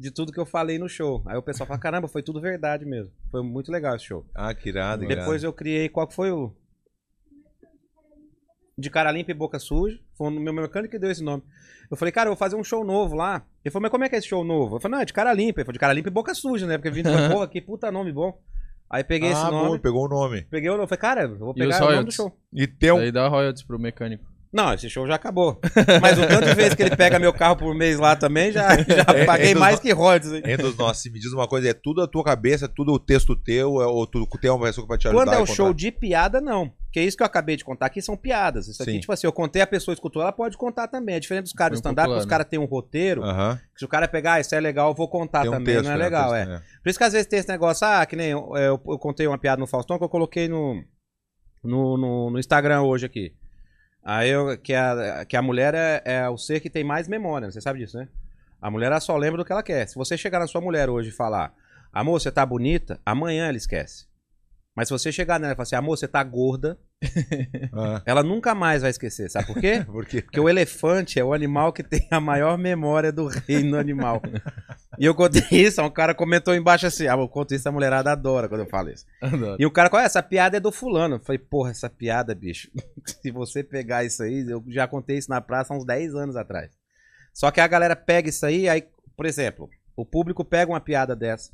S3: de tudo que eu falei no show. Aí o pessoal fala, caramba, foi tudo verdade mesmo. Foi muito legal esse show.
S1: Ah, que irado, irado.
S3: Depois eu criei qual que foi o. De cara limpa e boca suja. Foi o meu mecânico que deu esse nome. Eu falei, cara, eu vou fazer um show novo lá. Ele falou, mas como é que é esse show novo? Eu falei, não, é de cara limpa. Ele falou, de cara limpa e boca suja, né? Porque eu vim e falei, porra, que puta nome bom. Aí peguei
S1: ah,
S3: esse
S1: bom,
S3: nome.
S1: pegou o nome.
S3: Peguei o nome. Eu falei, cara, eu vou
S2: E os
S3: pegar o nome do
S2: royalties?
S3: show.
S1: E um, teu.
S2: Daí dá royalties pro mecânico.
S3: Não, esse show já acabou. Mas o tanto de vezes que ele pega meu carro por mês lá também, já, já
S1: É, é
S3: paguei
S1: dos
S3: mais que royalties. hein?
S1: Entre os nossos, se me diz uma coisa, é tudo a tua cabeça, tudo o texto teu, é- ou tudo tem uma pessoa que vai te ajudar.
S3: Quando é
S1: a
S3: o
S1: encontrar?
S3: show de piada, não. Porque é isso que eu acabei de contar aqui são piadas. Isso aqui,
S1: Sim.
S3: tipo assim, eu contei, a pessoa escutou, ela pode contar também. É diferente dos caras do
S2: Bem
S3: stand-up,
S2: popular,
S3: que os
S2: né?
S3: caras têm um roteiro.
S1: Aham.
S3: que Se o cara pegar, ah, isso é legal, eu vou contar
S1: É. Tem um
S3: também,
S1: texto,
S3: não é
S1: né,
S3: legal, é.
S1: texto, né?
S3: Por isso que às vezes tem esse negócio, ah, que nem eu, é, eu- eu contei uma piada no Faustão que eu coloquei no, no, no- no Instagram hoje aqui. Aí eu, que, a, que a mulher é, é o ser que tem mais memória, você sabe disso, né? A mulher ela só lembra do que ela quer. Se você chegar na sua mulher hoje e falar, amor, você tá bonita, amanhã ela esquece. Mas se você chegar nela e falar assim, amor, você tá gorda,
S1: Ah,
S3: ela nunca mais vai esquecer, sabe por quê?
S1: porque
S3: Porque o elefante é o animal que tem a maior memória do reino animal. E eu contei isso, um cara comentou embaixo assim: Ah, eu conto isso, a mulherada adora quando eu falo isso.
S2: Adoro.
S3: E o cara, qual é? Essa piada é do fulano. Eu falei, porra, essa piada, bicho. Se você pegar isso aí, eu já contei isso na praça há uns 10 anos atrás. Só que a galera pega isso aí, aí, por exemplo, o público pega uma piada dessa.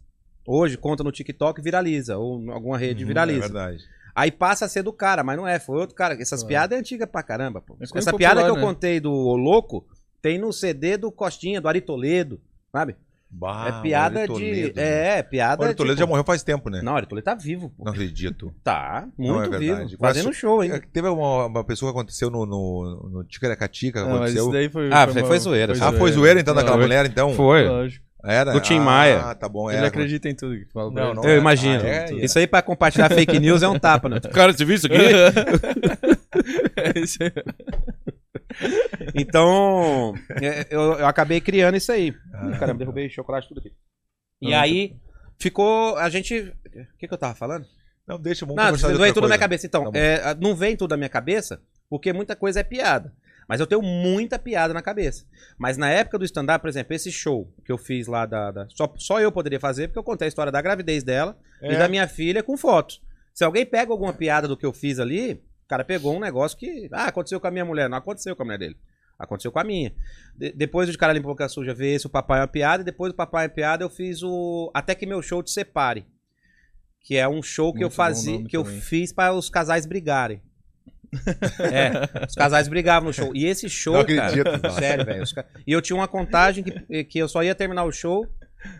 S3: Hoje, conta no TikTok e viraliza, ou em alguma rede
S1: Uhum, É
S3: viraliza.
S1: verdade.
S3: Aí passa a ser do cara, mas não é, foi outro cara. Essas
S2: Claro.
S3: piadas é antiga pra caramba, pô.
S2: É
S3: Essa
S2: coisa popular,
S3: piada que eu
S2: né?
S3: contei do Ô Louco tem no CD do Costinha, do Ari Toledo, sabe?
S1: Bah,
S3: é piada
S1: Ah, o Ari Toledo,
S3: de.
S1: né?
S3: É, é piada.
S1: O Ari Toledo
S3: tipo-
S1: já morreu faz tempo, né? Não,
S3: Não, o Ari Toledo tá vivo, pô.
S1: acredito.
S3: Tá,
S1: Não,
S3: muito
S1: é verdade.
S3: vivo.
S1: Quase-
S3: Fazendo show, hein?
S1: É que Teve uma, uma pessoa que aconteceu no, no, no Ticaracatica,
S2: Ah, mas
S1: aconteceu.
S2: isso daí foi.
S3: Ah,
S2: uma-
S3: foi zoeira,
S1: Ah, foi zoeira então daquela
S2: é. Não,
S1: mulher, então?
S2: Lógico.
S1: Era?
S3: Do Tim
S1: ah,
S3: Maia.
S1: tá bom,
S2: Ele
S1: era.
S2: acredita em tudo que fala. pra
S1: Não,
S2: ele.
S1: não.
S3: Eu imagino.
S1: Ah, é, é.
S3: Isso aí pra compartilhar fake news é um tapa, né?
S4: Cara, você viu isso aqui?
S2: É isso aí.
S3: Então, é, eu, eu acabei criando isso aí.
S1: Ah.
S3: Caramba, derrubei chocolate tudo aqui. E
S2: Não,
S3: aí, ficou. A gente. O que, que eu tava falando?
S1: Não, deixa, vamos
S3: Não,
S1: conversar de
S3: não vem
S1: outra
S3: tudo na minha
S1: coisa.
S3: cabeça. Então,
S1: Tá bom.
S3: é, não vem tudo da minha cabeça, porque muita coisa é piada. Mas eu tenho muita piada na cabeça. Mas na época do stand-up, por exemplo, esse show que eu fiz lá da. da- só, só eu poderia fazer, porque eu contei a história da gravidez dela e
S1: É.
S3: da minha filha com fotos. Se alguém pega alguma piada do que eu fiz ali, o cara pegou um negócio que. Ah, aconteceu com a minha mulher. Não aconteceu com a mulher dele. Aconteceu com a minha. De- depois o de cara limpou a boca suja vê esse o papai é uma piada. E depois do papai é uma piada, eu fiz o. Até que meu show te separe. Que é um show que
S2: Muito
S3: eu
S2: bom
S3: fazia,
S2: nome
S3: que eu
S2: também.
S3: fiz para os casais brigarem. é, os casais brigavam no show. E esse show,
S1: Não
S3: cara,
S1: acredito. nossa.
S3: sério, velho. os ca- E eu tinha uma contagem que, que eu só ia terminar o show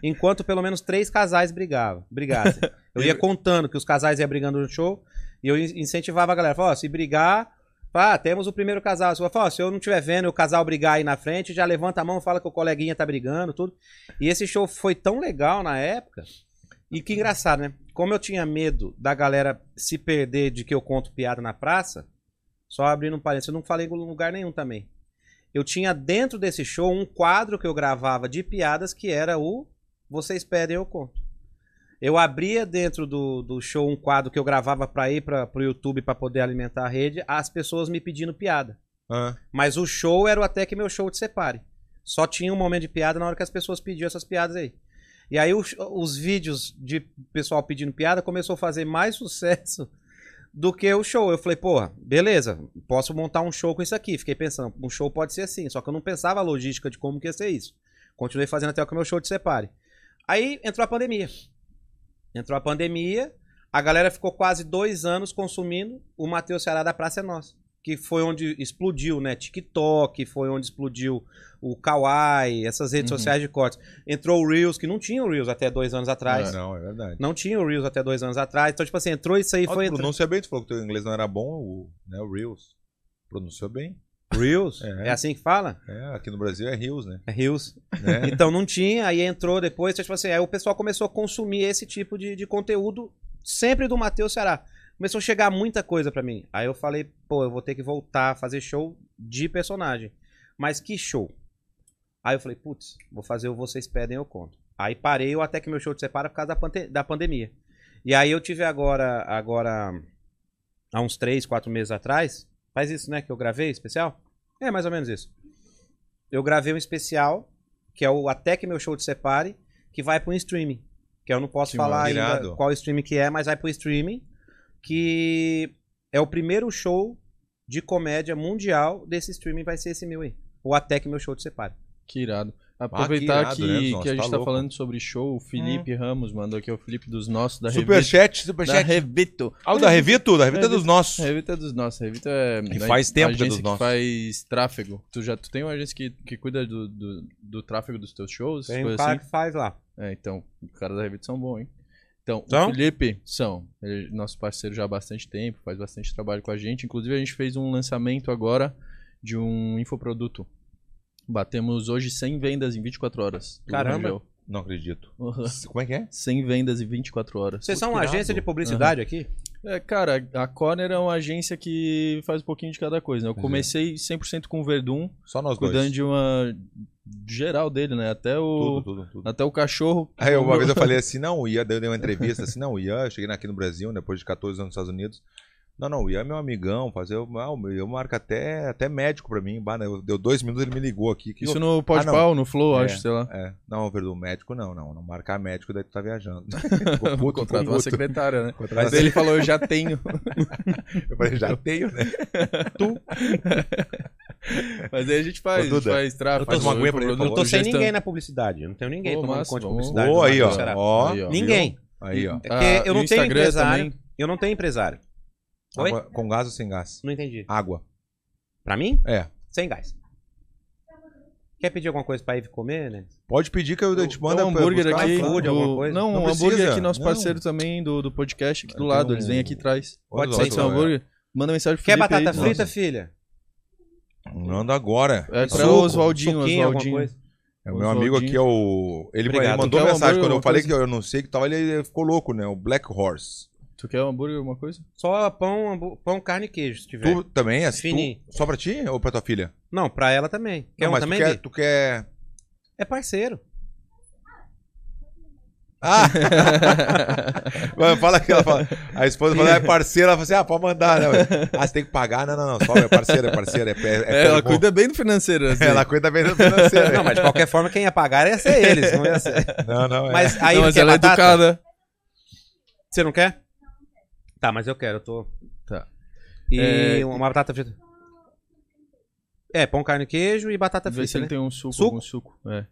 S3: enquanto pelo menos três casais brigavam, brigassem. Eu ia contando que os casais iam brigando no show e eu in- incentivava a galera. Falava, ó, se brigar, pá, temos o primeiro casal. Você fala, ó, se eu não estiver vendo o casal brigar aí na frente, já levanta a mão, fala que o coleguinha tá brigando, tudo. E esse show foi tão legal na época. E que engraçado, né? Como eu tinha medo da galera se perder de que eu conto piada na praça, só abrindo um parênteses, eu não falei em lugar nenhum também. Eu tinha dentro desse show um quadro que eu gravava de piadas que era o Vocês Pedem Eu Conto. Eu abria dentro do, do show um quadro que eu gravava pra ir para pro YouTube pra poder alimentar a rede, as pessoas me pedindo piada.
S1: Ah,
S3: Mas o show era o até que meu show te separe. Só tinha um momento de piada na hora que as pessoas pediam essas piadas aí. E aí os, os vídeos de pessoal pedindo piada começou a fazer mais sucesso do que o show. Eu falei, porra, beleza, posso montar um show com isso aqui. Fiquei pensando, um show pode ser assim, só que eu não pensava a logística de como que ia ser isso. Continuei fazendo até que o meu show te separe. Aí entrou a pandemia. Entrou a pandemia, a galera ficou quase dois anos consumindo o Matheus Ceará da Praça é Nossa. Que foi onde explodiu, né? TikTok, foi onde explodiu o Kawaii, essas redes
S2: Uhum.
S3: sociais de cortes. Entrou o Reels, que não tinha o Reels até dois anos atrás.
S1: ah, não, é verdade.
S3: Não tinha o Reels até dois anos atrás. Então, tipo assim, entrou isso aí
S1: E
S3: e foi.
S1: foi
S3: entrando.
S1: pronuncia bem, tu falou que o teu inglês não era bom, o, né, o Reels. Pronunciou bem.
S3: Reels?
S1: É.
S3: É. assim que fala?
S1: É, aqui no Brasil é Reels, né?
S3: É Reels.
S1: Né?
S3: Então não tinha, aí entrou depois, então, tipo assim, aí o pessoal começou a consumir esse tipo de, de conteúdo, sempre do Matheus Ceará. Começou a chegar muita coisa pra mim. Aí eu falei, pô, eu vou ter que voltar a fazer show de personagem. Mas que show? Aí eu falei, putz, vou fazer o Vocês Pedem Eu Conto. Aí parei, eu até que meu show te separa por causa da, pante- da pandemia. E aí eu tive agora, agora, há uns três, quatro meses atrás, faz isso, né, que eu gravei especial? É, mais ou menos isso. Eu gravei um especial que é o Até Que Meu Show Te Separe, que vai para um streaming. Que eu não posso
S1: Que
S3: falar ainda
S1: irado.
S3: qual streaming que é, mas vai para o streaming, que é o primeiro show de comédia mundial desse streaming, vai ser esse meu aí. O Até Que Meu Show Te Separe.
S2: Que irado. Aproveitar
S1: irado,
S2: que,
S1: né, Zonzo?
S2: que a
S1: Tá
S2: gente tá,
S1: louco.
S2: falando sobre show, o
S3: É.
S2: Felipe Ramos mandou aqui, o Felipe dos nossos, da Revito.
S1: Superchat,
S2: Da
S1: superchat.
S2: Revito.
S1: Ah, o da Revito? Da Revito é
S2: Revito.
S1: dos nossos.
S2: Revito é dos nossos, Revito é...
S1: E
S2: da
S1: faz tempo que é dos
S2: agência
S1: nossos.
S2: faz tráfego. Tu já tu tem uma agência que, que cuida do, do, do tráfego dos teus shows?
S3: Tem um
S2: coisas
S3: cara
S2: assim?
S3: que faz lá.
S2: É, então, os caras da Revit são bons, hein? Então,
S3: São?
S2: o Felipe, são. Ele é nosso parceiro já há bastante tempo, faz bastante trabalho com a gente. Inclusive, a gente fez um lançamento agora de um infoproduto. Batemos hoje 100 vendas em 24 horas. do
S3: Caramba.
S2: Rangel.
S1: Não acredito.
S2: Uhum.
S1: Como é que é?
S2: 100 vendas em 24 horas.
S3: Vocês são uma
S1: que irado.
S3: agência de publicidade aqui?
S2: É, cara, a Corner é uma agência que faz um pouquinho de cada coisa. Né?
S1: é.
S2: Eu comecei 100% com o Verdun,
S1: Só nós
S2: cuidando
S1: dois.
S2: de uma geral dele, né? Até
S1: Tudo,
S2: o
S1: tudo, tudo.
S2: até o cachorro.
S1: Aí uma vez eu falei assim, não, o Ian, daí eu dei uma entrevista assim, não, o Ian, eu cheguei aqui no Brasil, né, depois de 14 anos nos Estados Unidos. Não, não, o Ian é meu amigão, fazer, ah, o- eu marco até, até médico pra mim. Bah, né, eu- deu dois minutos, ele me ligou aqui. Que
S2: Isso
S1: eu-
S2: no Pode
S1: Ah, não.
S2: Pau, no Flow,
S1: É.
S2: acho, sei lá.
S1: É, não, Verdun, médico não, não, não marcar médico, daí tu tá viajando.
S2: Eu
S1: Ficou
S2: vou
S1: É, puto,
S2: contratar
S1: ficou
S2: uma
S1: puto.
S2: secretária, né?
S1: Contratar uma
S2: Mas ele falou, eu já tenho.
S1: Eu falei, já tenho, né?
S2: Mas aí a gente faz,
S1: Ô,
S2: a
S1: Duda,
S2: gente faz tráfego.
S1: eu tô- uma aguinha pra ele, por
S3: Eu
S1: favor.
S3: tô sem ninguém
S2: né?"
S3: na publicidade. Eu não tenho ninguém
S2: Pô,
S3: tomando
S2: massa,
S3: conta de
S2: vamos-
S3: publicidade.
S1: Boa
S3: do
S1: aí, ó.
S3: Matheus Ceará.
S1: ó.
S2: Aí, ó.
S3: Ninguém.
S1: Aí, ó.
S3: É porque eu não tenho empresário.
S2: Ah, Também.
S3: Eu não tenho empresário. Oi?
S1: Água com gás ou sem gás?
S3: Não entendi.
S1: Água.
S3: Pra mim?
S1: É.
S3: Sem gás. Quer pedir alguma coisa pra ir comer, né?
S1: Pode pedir que eu, eu te mando
S2: Tem um hambúrguer
S1: buscar.
S2: aqui.
S3: iFood,
S2: do-
S3: alguma coisa?
S2: Não,
S1: Não
S2: um hambúrguer
S1: precisa,
S2: aqui, nosso
S1: não.
S2: parceiro também do, do podcast aqui do
S1: Tem
S2: lado.
S1: um-
S2: Eles vêm aqui e traz.
S3: Pode
S1: Olha
S3: ser,
S2: Pode
S1: só,
S2: ser um hambúrguer? Manda mensagem pro
S3: Quer
S2: Felipe
S3: batata
S2: aí.
S3: frita, filha?
S1: Manda agora.
S2: É pra
S3: Suco,
S2: o Oswaldinho,
S3: suquinho, alguma
S2: Oswaldinho.
S3: coisa?
S1: É o
S2: Os
S1: meu amigo
S2: Valdinho.
S1: aqui, é o. Ele
S3: Obrigado. então,
S1: mandou
S2: Quer um
S1: mensagem quando
S2: hambúrguer,
S1: eu falei
S2: alguma
S1: que eu não sei o que tal, ele- ele ficou louco, né? O Black Horse.
S2: Tu quer um hambúrguer, alguma coisa?
S3: Só pão, hambu- pão, carne e queijo, se tiver.
S1: Tu também? É,
S3: Fininho.
S1: tu, só pra ti ou pra tua filha?
S3: Não, pra ela também. Quer
S1: não,
S3: um
S1: mas
S3: também,
S1: tu quer.
S3: Bi?
S1: Tu quer...
S3: É parceiro.
S1: Ah!
S2: É,
S1: Vai, fala que ela fala. A esposa fala, é parceira, ela fala assim: ah, pode mandar, né? velho? Ah, você tem que pagar? Não, não, não. Só é parceira, é parceira, é, pé- é, pé
S2: ela
S1: bom.
S2: cuida bem do financeiro. assim.
S1: Ela cuida bem do financeiro.
S2: É.
S3: Não, mas de qualquer forma, quem ia pagar ia ser eles. Não ia ser.
S1: Não, não, é.
S3: Mas aí
S2: Não, mas
S3: quer
S2: ela é
S3: batata?
S2: educada.
S3: Você não quer? Tá, mas eu quero, eu tô.
S2: Tá.
S3: E
S2: É,
S3: uma batata frita. É, pão, carne, e queijo e batata
S2: Vê se
S3: frita,
S2: ele
S3: né?
S2: tem um suco,
S3: Suco?
S2: algum suco. É.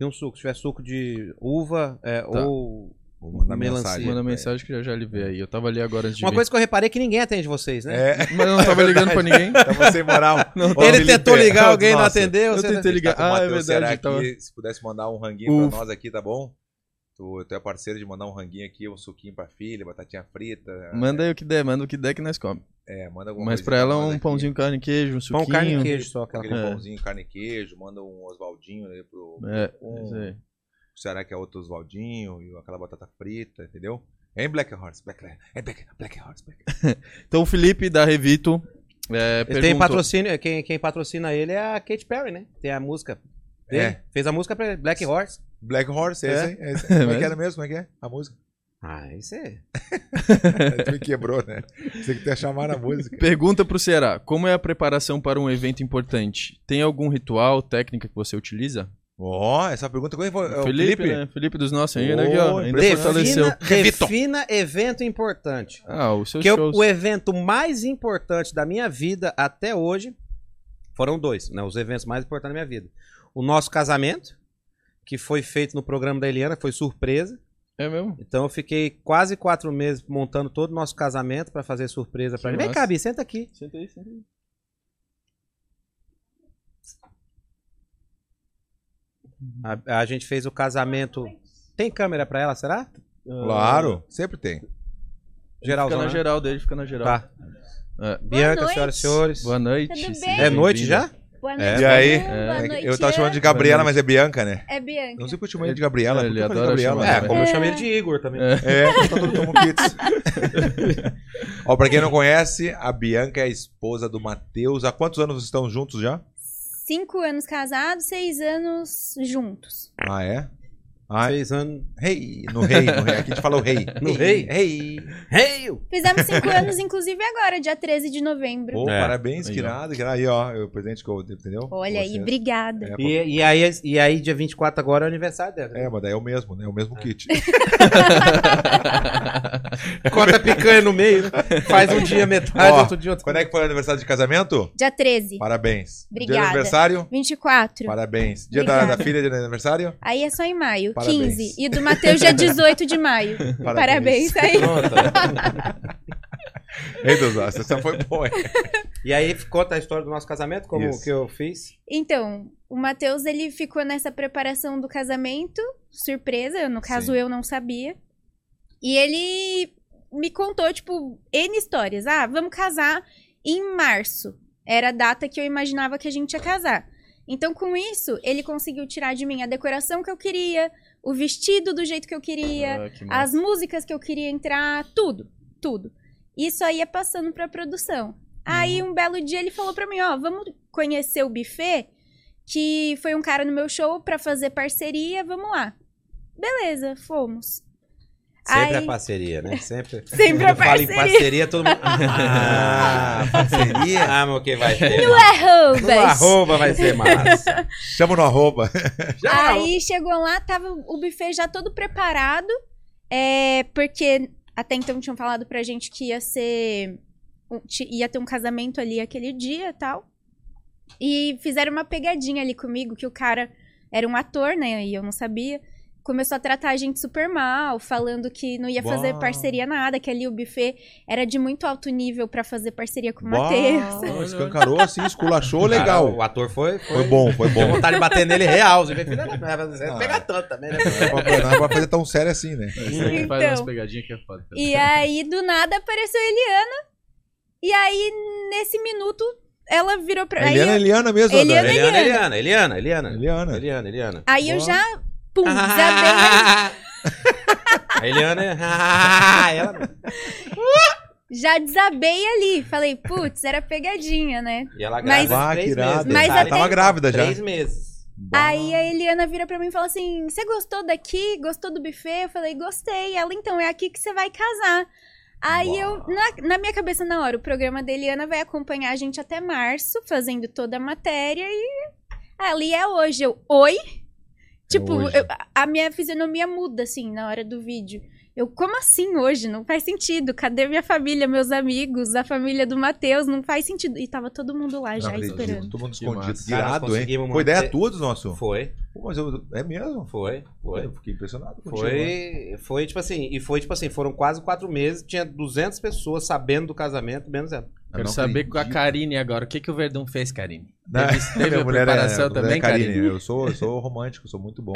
S3: E um suco. Se tiver suco de uva é,
S2: Tá.
S3: ou.
S1: Vou mandar
S3: Melancia.
S1: mensagem.
S2: Manda mensagem que já já ele vê aí. Eu tava ali agora antes de
S3: Uma
S2: vir.
S3: coisa que eu reparei é que ninguém atende vocês, né?
S1: É,
S2: Mas eu não tava ligando pra ninguém.
S1: tava sem moral. Ô,
S3: Ele
S1: Felipe,
S3: tentou ligar,
S1: nossa,
S3: alguém não atendeu.
S2: eu
S3: você-
S2: tentei ligar.
S1: Tá com o
S2: Ah, é
S1: Matheus,
S2: verdade.
S1: Será
S2: Tava...
S1: que se pudesse mandar um ranguinho
S2: Uf.
S1: pra nós aqui, tá bom? Tu, tu é parceiro de mandar um ranguinho aqui, um suquinho pra filha, batatinha frita.
S2: Manda aí o que der, manda o que der que nós come.
S1: É, manda alguma
S2: Mas
S1: coisinha
S2: pra ela
S1: nós
S2: um
S1: aqui.
S2: pãozinho carne e queijo, um suquinho.
S3: Pão, carne e queijo só. Aquela...
S1: Aquele
S2: É.
S1: pãozinho, carne e queijo, manda um Oswaldinho ali pro.
S2: É,
S1: um-
S2: isso aí.
S1: Será que é outro Oswaldinho e aquela batata frita, entendeu? Hein, Black Horse? Black, é Black, Black Horse. Black.
S2: Então o Felipe da Revito é,
S3: Ele tem
S2: perguntou-
S3: patrocínio, quem, quem patrocina ele é a Katy Perry, né? Tem a música. dele.
S1: É.
S3: Fez a música pra ele, Black Horse.
S1: Black Horse, é,
S3: É?
S1: esse aí. É esse. aí. Como é que
S2: mesmo?
S1: era mesmo? Como é que é? A música?
S3: Ah, isso é.
S1: tu me quebrou, né? Você que ter chamado a música.
S2: Pergunta pro Ceará, como é a preparação para um evento importante? Tem algum ritual, técnica que você utiliza?
S1: Ó, essa pergunta. Quem foi? É o
S2: né? Felipe dos nossos aí, né? que, ó,
S1: Ô,
S2: ainda
S1: Ele
S2: fortaleceu.
S3: Defina,
S1: Revitou.
S3: defina evento importante.
S2: Ah, os seus
S3: Porque eu-
S2: shows.
S3: é o evento mais importante da minha vida até hoje foram dois, né? Os eventos mais importantes da minha vida. O nosso casamento, que foi feito no programa da Eliana, foi surpresa.
S2: É mesmo?
S3: Então eu fiquei quase quatro meses montando todo o nosso casamento pra fazer surpresa pra ele.
S2: Que
S3: Vem
S2: massa.
S3: cá, Bi, senta aqui.
S2: Senta aí, senta aí.
S3: A, a gente fez o casamento. Tem câmera pra ela, será?
S1: Claro, sempre tem.
S2: Fica
S3: Geralzão.
S2: Ah, na
S3: né?
S2: geral dele, fica na geral.
S3: Tá.
S2: É.
S3: Bianca,
S4: noite.
S3: senhoras e senhores.
S2: Boa noite.
S4: Tudo
S2: seja
S4: bem?
S3: É noite
S2: bem-vinda.
S3: já?
S4: Boa
S3: É.
S4: noite.
S1: E aí?
S4: Bruno.
S2: É,
S4: Boa
S1: É que
S4: noite.
S1: Eu tava chamando de
S4: Ana.
S1: Gabriela, mas é Bianca, né?
S4: É Bianca.
S1: Não sei porque eu chamei ele de Gabriela.
S2: É,
S1: por que
S2: ele
S1: eu falei
S2: adora
S1: Gabriela.
S2: chamar.
S3: É,
S1: É,
S3: como eu
S4: É.
S3: chamei ele de Igor também.
S1: é, tá todo mundo com kids. Ó, pra quem não conhece, a Bianca é a esposa do Matheus. Há quantos anos vocês estão juntos já?
S4: Cinco anos casados, seis anos juntos.
S1: Ah, é? Ah,
S3: Seis anos.
S1: rei. No rei, no rei. Aqui a gente fala o rei.
S3: No rei?
S1: Rei.
S3: Hey!
S4: Fizemos cinco anos, inclusive agora, dia 13 de novembro.
S1: Pô,
S3: É.
S1: parabéns,
S2: Aí,
S1: que
S2: ó.
S1: nada. que nada. Aí, ó, é o presente que eu dei, entendeu?
S4: Olha aí,
S1: Você-
S4: obrigada.
S1: É, pô.
S3: E, e aí, e aí, dia 24 agora é o aniversário dela.
S1: É, mas daí é o mesmo, né? É o mesmo kit.
S3: Corta a picanha no meio, faz um dia metade,
S1: Ó,
S3: outro dia outro.
S1: Quando é que foi o aniversário de casamento?
S4: Dia 13,
S1: Parabéns. Dia do
S4: Obrigada.
S1: aniversário?
S4: 24.
S1: Parabéns. Dia da, da
S4: Obrigada.
S1: filha, dia do aniversário?
S4: Aí é só em maio,
S1: Parabéns.
S4: 15. E do Matheus, dia 18 de maio.
S1: Parabéns.
S4: Parabéns, aí.
S1: Ei, Deus, nossa, essa foi boa. hein?
S3: E aí conta a história do nosso casamento, como
S1: Isso.
S3: que eu fiz.
S4: Então, o Matheus, ele ficou nessa preparação do casamento, surpresa, no caso
S1: Sim.
S4: eu não sabia. E ele me contou, tipo, N histórias. Ah, vamos casar em março. Era a data que eu imaginava que a gente ia casar. Então, com isso, ele conseguiu tirar de mim a decoração que eu queria, o vestido do jeito que eu queria,
S2: Ah, que massa.
S4: as músicas que eu queria entrar, tudo, tudo. Isso aí é passando pra produção. Aí um belo dia ele falou pra mim, ó, vamos conhecer o buffet, que foi um cara no meu show pra fazer parceria, vamos lá. Beleza, fomos.
S3: Sempre
S4: Aí-
S3: a parceria, né? Sempre.
S4: Sempre a
S3: Quando eu falo em
S4: parceria.
S3: parceria, todo mundo. Ah, parceria? Ah, mas o que vai
S4: é
S3: ser? massa. No
S4: Arrobas.
S3: arroba vai ser massa.
S1: Chama no arroba.
S4: Aí chegou lá, tava o buffet já todo preparado, é, porque até então tinham falado pra gente que ia ser. um- ti- ia ter um casamento ali aquele dia e tal. E fizeram uma pegadinha ali comigo, que o cara era um ator, né? E eu não sabia. começou a tratar a gente super mal, falando que não ia fazer
S1: Bah.
S4: parceria nada, que ali o buffet era de muito alto nível pra fazer parceria com o
S1: Bah,
S4: Matheus.
S1: Escancarou assim, esculachou legal.
S3: Ah, O ator foi.
S1: Foi bom, foi
S3: Deu
S1: bom.
S3: vontade de bater nele real. Você vê, filha da merda, você
S1: Ah.
S3: pega tanto também, né?
S1: Não é pra- não é pra fazer tão sério assim, né?
S2: Esse aqui faz
S4: Então.
S2: umas pegadinhas que é foda. cara.
S4: E aí, do nada, apareceu a Eliana. E aí, nesse minuto, ela virou pra. aí,
S1: Eliana, é Eliana mesmo,
S4: Eliana,
S1: André.
S3: Eliana, Eliana, Eliana, Eliana.
S1: Eliana.
S3: Eliana, Eliana.
S4: aí eu
S1: Boa.
S4: já. Pum, desabei.
S3: A Eliana é. Ah, ela-
S4: Já desabei ali. Falei, putz, era pegadinha, né?
S3: E ela
S4: Mas-
S3: grávida.
S1: Bah, que irado.
S4: Mas
S1: Ela
S4: até- então,
S1: tava grávida já.
S3: Três meses.
S1: Bah.
S4: Aí a Eliana vira pra mim e fala assim: Você gostou daqui? Gostou do buffet? Eu falei: Gostei. Ela, então, é aqui que você vai casar. Aí eu, na, na minha cabeça, na hora, o programa da Eliana vai acompanhar a gente até março, fazendo toda a matéria e. Ali é hoje. Eu, oi? Tipo,
S1: hoje.
S4: eu- a- a minha fisionomia muda, assim, na hora do vídeo. Eu, como assim hoje? Não faz sentido. Cadê minha família, meus amigos, a família do Matheus? Não faz sentido. E tava todo mundo lá
S1: Não
S4: já
S1: acredito,
S4: esperando.
S1: Todo mundo
S2: Que
S1: escondido.
S2: massa.
S3: Cara, nós
S1: Irado, hein?
S3: conseguimos
S1: Foi ideia
S3: manter-
S1: tua dos nossos.
S3: Foi,
S1: Pô, Mas eu- é mesmo?
S3: foi,
S1: Pô,
S3: foi.
S1: Eu fiquei impressionado contigo. né?
S3: Foi, foi tipo assim, e foi tipo assim, foram quase quatro meses, tinha 200 pessoas sabendo do casamento, menos ela.
S1: Eu
S2: Quero
S1: não
S2: saber com a
S1: acredito.
S2: Karine agora. O que, que o Verdão fez, Karine?
S1: Não,
S2: Teve, teve
S1: Minha
S2: a
S1: mulher é-
S2: preparação
S1: minha mulher é
S2: também,
S1: Karine.
S2: Karine?
S1: Eu sou, eu sou romântico, sou muito bom.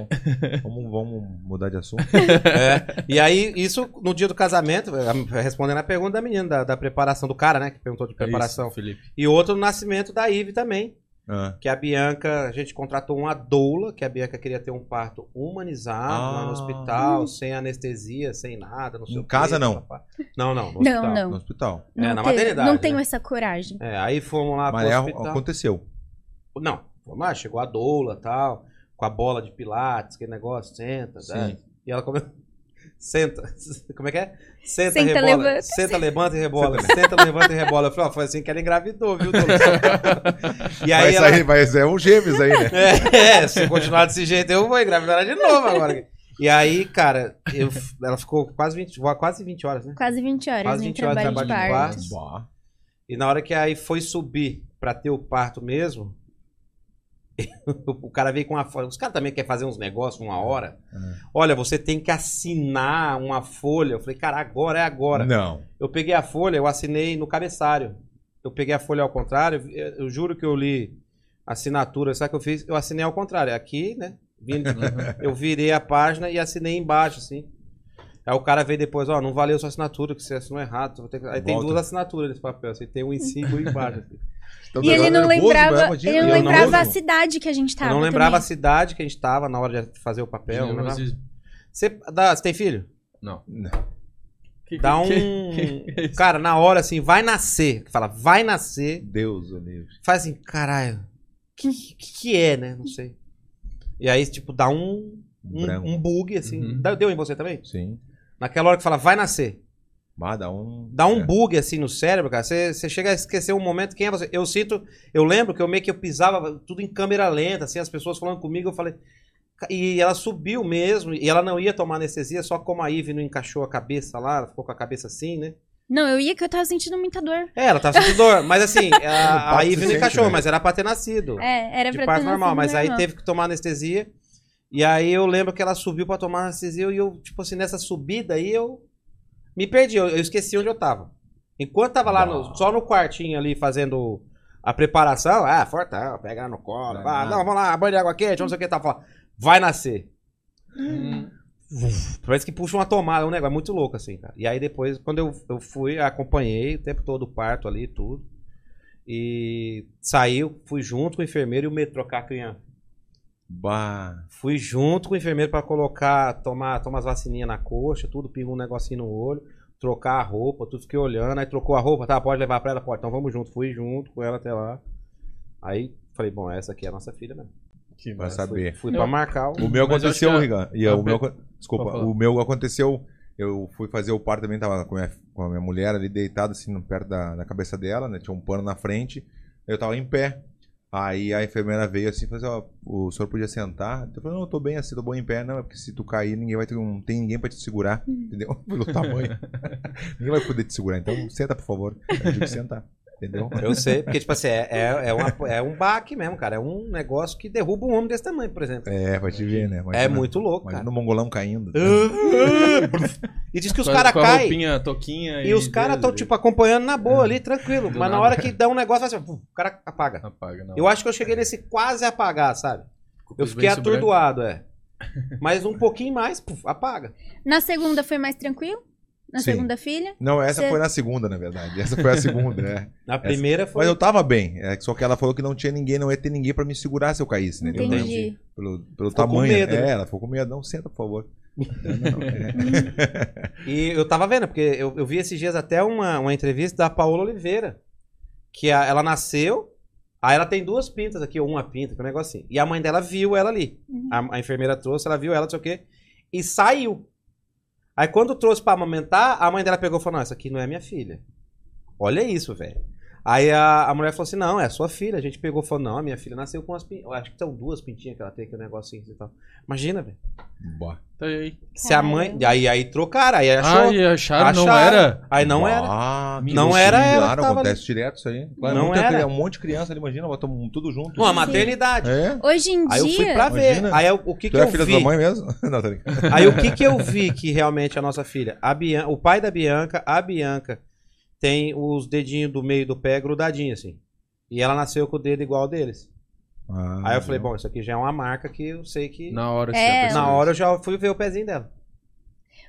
S1: Vamos, vamos mudar de assunto.
S3: É, e aí, isso no dia do casamento, eh, respondendo a pergunta da menina, da, da preparação do cara, né, que perguntou de
S2: É isso,
S3: preparação.
S2: Felipe.
S3: e outro no nascimento da Ive também,
S1: Ah,
S3: que a Bianca, a gente contratou uma doula, que a Bianca queria ter um parto humanizado lá
S1: Ah.
S3: no hospital, sem anestesia, sem nada, não sei
S1: Em
S3: o quê,
S1: casa, não?
S3: papá. Não, não, no
S4: Não,
S3: hospital.
S4: não.
S1: no hospital.
S3: É, na
S4: tenho-
S3: maternidade,
S4: não
S3: né?
S4: tenho essa coragem.
S3: É, aí fomos lá
S1: Mas é,
S3: pro hospital.
S1: aconteceu.
S3: Não, vamos lá, chegou a doula tal, com a bola de pilates, aquele negócio, senta,
S1: Sim.
S3: né? E ela começou. Senta. Como é que é? Senta,
S4: Senta,
S3: rebola.
S4: levanta.
S3: Senta, levanta e rebola. Senta, levanta e rebola. Eu falei, ó, foi assim que ela engravidou, viu, doula? e
S1: vai
S3: aí ela.
S1: sair, vai, é um gêmeos aí, né?
S3: É, se eu continuar desse jeito, eu vou engravidar ela de novo agora. E aí, cara, eu- ela ficou quase 20, quase 20 horas, né?
S4: Quase 20 horas
S3: Quase
S4: em
S3: 20 horas de
S4: trabalho, de
S3: trabalho de
S4: parto.
S3: parto.
S1: Bah.
S3: E na hora que aí foi subir pra ter o parto mesmo, o cara veio com uma folha. Os caras também querem fazer uns negócios uma hora. Olha, você tem que assinar uma folha. Eu falei, cara, agora é agora.
S1: Não.
S3: Eu peguei a folha, eu assinei no cabeçário. Eu peguei a folha ao contrário. Eu, eu juro que eu li a assinatura. Sabe o que eu fiz? Eu assinei ao contrário. Aqui, né? Vindo- eu virei a página e assinei embaixo, assim. Aí o cara veio depois, ó, não valeu sua assinatura, que você assinou errado. tu vai ter que- Aí tem
S1: Volta.
S3: duas assinaturas nesse papel, assim, tem um em cima e um embaixo. assim.
S1: Então,
S4: E ele
S1: agora
S4: não
S1: nervoso,
S4: lembrava,
S1: né? Imagina,
S4: ele
S3: eu
S4: não
S3: não
S4: lembrava a
S1: nervoso.
S4: cidade que a gente tava.
S3: Eu não lembrava a
S4: também.
S3: cidade que a gente tava na hora de fazer o papel. não lembrava.
S2: Generosismo.
S3: Você, dá- você tem filho?
S1: Não.
S2: Que-
S3: Dá
S2: que-
S3: um.
S2: que é isso?
S3: Cara, na hora, assim, vai nascer. Fala, vai nascer.
S1: Deus, o livro.
S3: faz assim, caralho, que, que que é, né? Não sei. E aí, tipo, dá um, um,
S1: Branco.
S3: um bug, assim.
S2: Uhum.
S3: Dá- Deu em você também?
S1: Sim.
S3: Naquela hora que fala, vai nascer.
S1: Mas dá um.
S3: Dá um
S1: é.
S3: bug, assim, no cérebro, cara. Você você chega a esquecer um momento quem é você. Eu sinto, eu lembro que eu meio que eu pisava tudo em câmera lenta, assim, as pessoas falando comigo, eu falei... "Ca-" E ela subiu mesmo, e ela não ia tomar anestesia, só como a Ivy não encaixou a cabeça lá, ela ficou com a cabeça assim, né?
S4: Não, eu ia que eu tava sentindo muita dor.
S3: É, ela tava sentindo dor, mas assim, a, a
S1: Bate
S3: Ivy não
S1: sempre,
S3: encaixou,
S1: né?
S3: mas era pra ter nascido
S4: É, era
S3: de
S4: pra
S3: parto
S4: ter
S3: normal,
S4: nascido
S3: mas aí
S4: normal.
S3: teve que tomar anestesia. E aí eu lembro que ela subiu pra tomar anestesia e eu, tipo assim, nessa subida aí eu me perdi, eu, eu esqueci onde eu tava. Enquanto tava lá no-
S1: Bah.
S3: só no quartinho ali fazendo a preparação, ah, fortão, pega ela no colo,
S1: Vai
S3: vá,
S1: nada.
S3: não, vamos lá, banho de água quente, não sei o que, tá falando, vai nascer.
S2: Hum.
S3: Parece que puxa uma tomada, é um negócio muito louco assim, cara. E aí depois, quando eu, eu fui, acompanhei o tempo todo o parto ali e tudo. E saiu, fui junto com o enfermeiro e o metrô com a criança.
S1: Bah.
S3: Fui junto com o enfermeiro pra colocar, tomar, tomar as vacininhas na coxa, tudo, pinga um negocinho no olho, trocar a roupa, tudo, fiquei olhando, aí trocou a roupa, tá, pode levar pra ela, pode, então vamos junto, fui junto com ela até lá. Aí falei, bom, essa aqui é a nossa filha mesmo.
S2: Que
S1: Vai
S2: massa.
S1: saber.
S3: Fui
S2: Não.
S3: pra marcar o...
S1: O meu
S2: Mas eu acho que
S1: aconteceu,
S2: a-
S1: Rigan. E é,
S2: a
S1: o meu,
S2: pe-
S1: acon- desculpa,
S2: Pode falar.
S1: o meu aconteceu. Eu fui fazer o parto também, tava com a minha, com a minha mulher ali deitada, assim, no- perto da, da cabeça dela, né? Tinha um pano na frente. Eu tava em pé. Aí a enfermeira veio assim e falou assim: ó, o senhor podia sentar? Eu falei: não, eu tô bem assim, tô bom em pé. Não, é porque se tu cair, ninguém vai ter, não tem ninguém pra te segurar,
S2: Hum.
S1: entendeu? Pelo tamanho. ninguém vai poder te segurar, então senta, por favor. Eu tive que sentar. Entendeu?
S3: Eu sei, porque, tipo assim, é, é, é uma- é um baque mesmo, cara. É um negócio que derruba um homem desse tamanho, por exemplo.
S1: É, pra te ver, né?
S3: É
S1: Imagina-
S3: muito louco,
S1: Imagina
S3: cara.
S1: o mongolão caindo. né?
S3: E diz que os
S2: Com a-
S3: caras
S2: com a
S3: caem
S2: roupinha, toquinha
S3: e os caras estão,
S2: Deus,
S3: tipo, acompanhando na boa ali, tranquilo.
S2: Do
S3: Mas na
S2: nada.
S3: hora que dá um negócio, faz assim, puf, o cara apaga.
S2: Apaga, não.
S3: Eu acho que eu cheguei nesse quase apagar, sabe? Eu fiquei atordoado, é. Mas um pouquinho mais, puf, apaga.
S4: Na segunda foi mais tranquilo? Na
S1: Sim.
S4: segunda filha?
S1: Não, essa
S4: Cê-
S1: foi na segunda, na verdade. Essa foi a segunda, né?
S3: Na primeira foi.
S1: Mas eu tava bem. É, só que ela falou que não tinha ninguém, não ia ter ninguém pra me segurar se eu caísse, né?
S4: Entendi.
S3: entendi.
S1: Pelo, pelo
S3: Ficou com
S1: tamanho.
S3: medo,
S1: é,
S3: né?
S1: ela ficou com medo. Não, senta, por favor. Não, é.
S3: E eu tava vendo, porque eu, eu vi esses dias até uma, uma entrevista da Paola Oliveira. Que a- ela nasceu, aí ela tem duas pintas aqui, ou uma pinta, que é um negocinho. E a mãe dela viu ela ali.
S4: Uhum.
S3: A, a enfermeira trouxe, ela viu ela, não sei o quê, e saiu. Aí quando trouxe pra amamentar, a mãe dela pegou e falou: Não, essa aqui não é minha filha. Olha isso, velho. Aí a, a mulher falou assim: Não, é a sua filha. A gente pegou e falou: Não, a minha filha nasceu com as pintinhas. Acho que são duas pintinhas que ela tem, que é um negocinho e tal. Imagina, velho.
S1: Bah.
S2: Tá aí.
S3: Se a mãe. Aí, aí trocaram, aí achou.
S2: Ai, acharam, não
S3: Acharam.
S2: era?
S3: Aí não
S1: Bah,
S3: era.
S1: que
S3: Não
S1: loucura.
S3: era ela que
S1: Claro,
S3: tava
S1: acontece direto isso aí. Claro,
S3: Não
S1: muita
S3: era.
S1: cri- Um monte de criança ali, imagina, botam tudo junto.
S3: Bom, a maternidade.
S1: É?
S4: Hoje em
S3: Aí eu fui
S4: dia,
S3: pra ver.
S1: Imagina.
S3: Aí eu- o que,
S1: Tu
S3: que
S1: é
S3: eu
S1: a filha
S3: vi?
S1: da tua mãe mesmo? Não, tá ligado.
S3: Aí o que, que eu vi que realmente é a nossa filha? A Bian... O pai da Bianca, a Bianca, tem os dedinhos do meio do pé grudadinho, assim. E ela nasceu com o dedo igual ao deles. Aí eu
S1: Ah, Uhum.
S3: falei, bom, isso aqui já é uma marca que eu sei que.
S2: Na hora.
S4: É.
S2: você
S3: Na hora eu já fui ver o pezinho dela.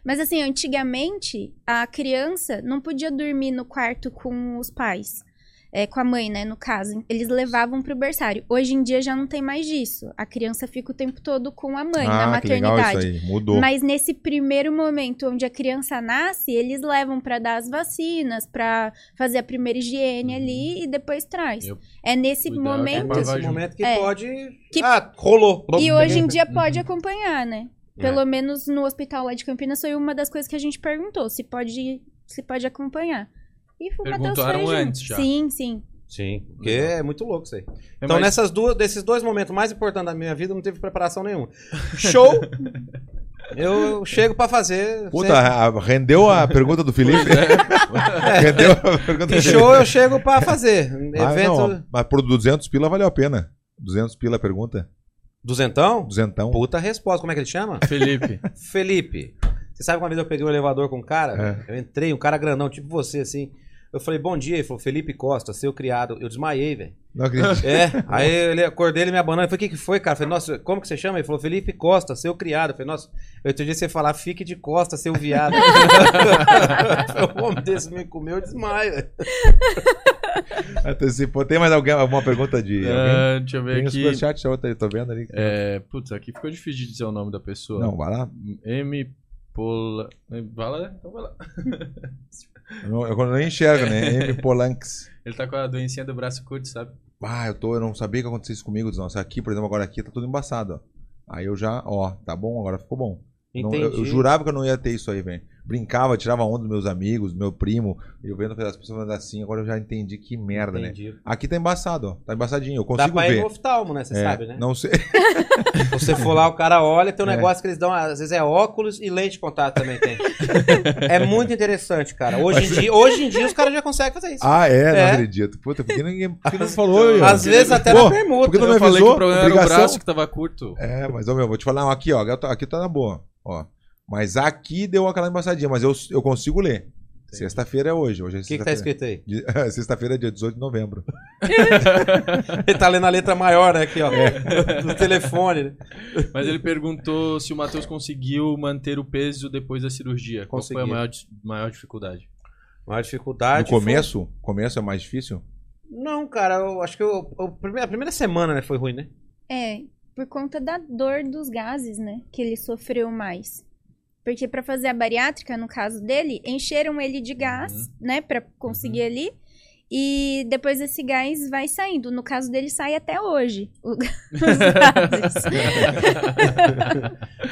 S4: mas assim, antigamente a criança não podia dormir no quarto com os pais. É, com a mãe, né, no caso. Eles levavam pro berçário. Hoje em dia já não tem mais disso. A criança fica o tempo todo com a mãe na
S1: ah, que legal
S4: maternidade.
S1: isso aí. Mudou.
S4: Mas nesse primeiro momento onde a criança nasce, eles levam pra dar as vacinas, pra fazer a primeira
S1: Uhum.
S4: higiene ali e depois traz.
S2: Eu-
S4: É nesse
S2: Cuidado com
S3: É
S2: Tem
S4: momento.
S2: uma
S3: nesse
S2: vagem.
S3: momento que
S4: É.
S3: pode.
S4: Que-
S3: Ah, rolou.
S4: E hoje em dia
S2: Uhum.
S4: pode acompanhar, né?
S3: É.
S4: Pelo menos no hospital lá de Campinas foi uma das coisas que a gente perguntou, se pode, se pode acompanhar. E o Matheus
S2: Perguntaram
S4: foi junto.
S2: antes já.
S4: Sim, sim.
S3: Sim. Porque é muito louco isso aí.
S2: É,
S3: Então,
S2: mas-
S3: nessas duas, desses dois momentos mais importantes da minha vida, não teve preparação nenhuma. Show! eu chego pra fazer.
S1: Puta, a- rendeu a pergunta do Felipe? rendeu a pergunta
S3: Que
S1: do
S3: show eu chego pra fazer.
S1: Ah,
S3: Evento. né?
S1: não, mas por 200 pila valeu a pena. 200 pila a pergunta?
S3: Duzentão?
S1: Duzentão?
S3: Puta resposta. Como é que ele chama?
S2: Felipe.
S3: Felipe. Você sabe que uma vez eu peguei um elevador com um cara?
S1: É.
S3: Eu entrei, um cara grandão, tipo você, assim. Eu falei, bom dia. Ele falou, Felipe Costa, seu criado. Eu desmaiei, velho.
S1: Não acredito.
S3: É, aí ele acordei, ele me abanou. Eu falei, o que, que foi, cara? Eu falei, nossa, como que você chama? Ele falou, Felipe Costa, seu criado. Eu falei, nossa, outro dia você falar, fique de costa, seu viado. o homem desse me comeu, eu desmaio.
S1: Antecipou. Tem mais alguém, alguma pergunta de
S3: É,
S1: alguém?
S2: Ah, deixa eu ver
S1: Tem o
S2: aqui.
S1: superchat, a outra aí, tô vendo ali.
S2: É, putz, aqui ficou difícil de dizer o nome da pessoa.
S1: Não, vai lá.
S2: M. Pola. Vai lá, então vai lá.
S1: Eu não- eu nem enxergo, né? M. Polanx.
S2: Ele tá com a doencinha do braço curto, sabe?
S1: Ah, eu, tô, eu não sabia que acontecesse isso comigo. Nossa, aqui, por exemplo, agora aqui tá tudo embaçado, ó. Aí eu já, ó, tá bom, agora ficou bom. Não,
S3: Entendi.
S1: eu, eu jurava que eu não ia ter isso aí, velho. Brincava, tirava onda dos meus amigos, do meu primo. Eu vendo as pessoas falando assim, agora eu já entendi que merda, né?
S3: Entendi.
S1: Aqui tá embaçado, ó. Tá embaçadinho, eu
S3: Dá
S1: consigo
S3: pra ir
S1: ver.
S3: no oftalmo, né? Você
S1: É,
S3: sabe, né?
S1: Não sei.
S3: Você for lá, o cara olha, tem um
S1: É.
S3: negócio que eles dão, às vezes é óculos e lente de contato também tem. é muito interessante, cara. Hoje em, dia, hoje em dia os caras já conseguem fazer isso.
S1: Ah, é? Não
S3: É.
S1: acredito. Puta, por que ninguém por que não falou? eu?
S3: às vezes até
S1: Pô,
S3: na permuta.
S1: por que não é me
S2: eu falei que
S1: avisou?
S2: o problema era
S1: Obrigação?
S2: o braço que tava curto.
S1: É, mas, ô meu, vou te falar, não, aqui, ó, eu tô- aqui tá na boa, ó. Mas aqui deu aquela embaçadinha, mas eu, eu consigo ler. Sexta-feira é hoje, hoje é
S3: O que, que tá
S1: sexta-feira.
S3: escrito aí?
S1: Di- Sexta-feira é dia 18 de novembro.
S3: Ele tá lendo a letra maior, né? Aqui, ó.
S1: É.
S3: Do telefone. né?
S2: Mas ele perguntou se o Matheus conseguiu manter o peso depois da cirurgia. Qual foi a
S3: Consegui.
S2: maior, di- maior dificuldade?
S3: Maior dificuldade.
S1: no
S3: foi-
S1: começo, começo é mais difícil?
S3: Não, cara, eu acho que eu, eu- prime- a primeira semana né, foi ruim, né?
S4: É, por conta da dor dos gases, né, que ele sofreu mais. Porque pra fazer a bariátrica, no caso dele, encheram ele de gás,
S2: Uhum.
S4: né, Pra conseguir ali. E depois esse gás vai saindo. No caso dele, sai até hoje. o- os gases.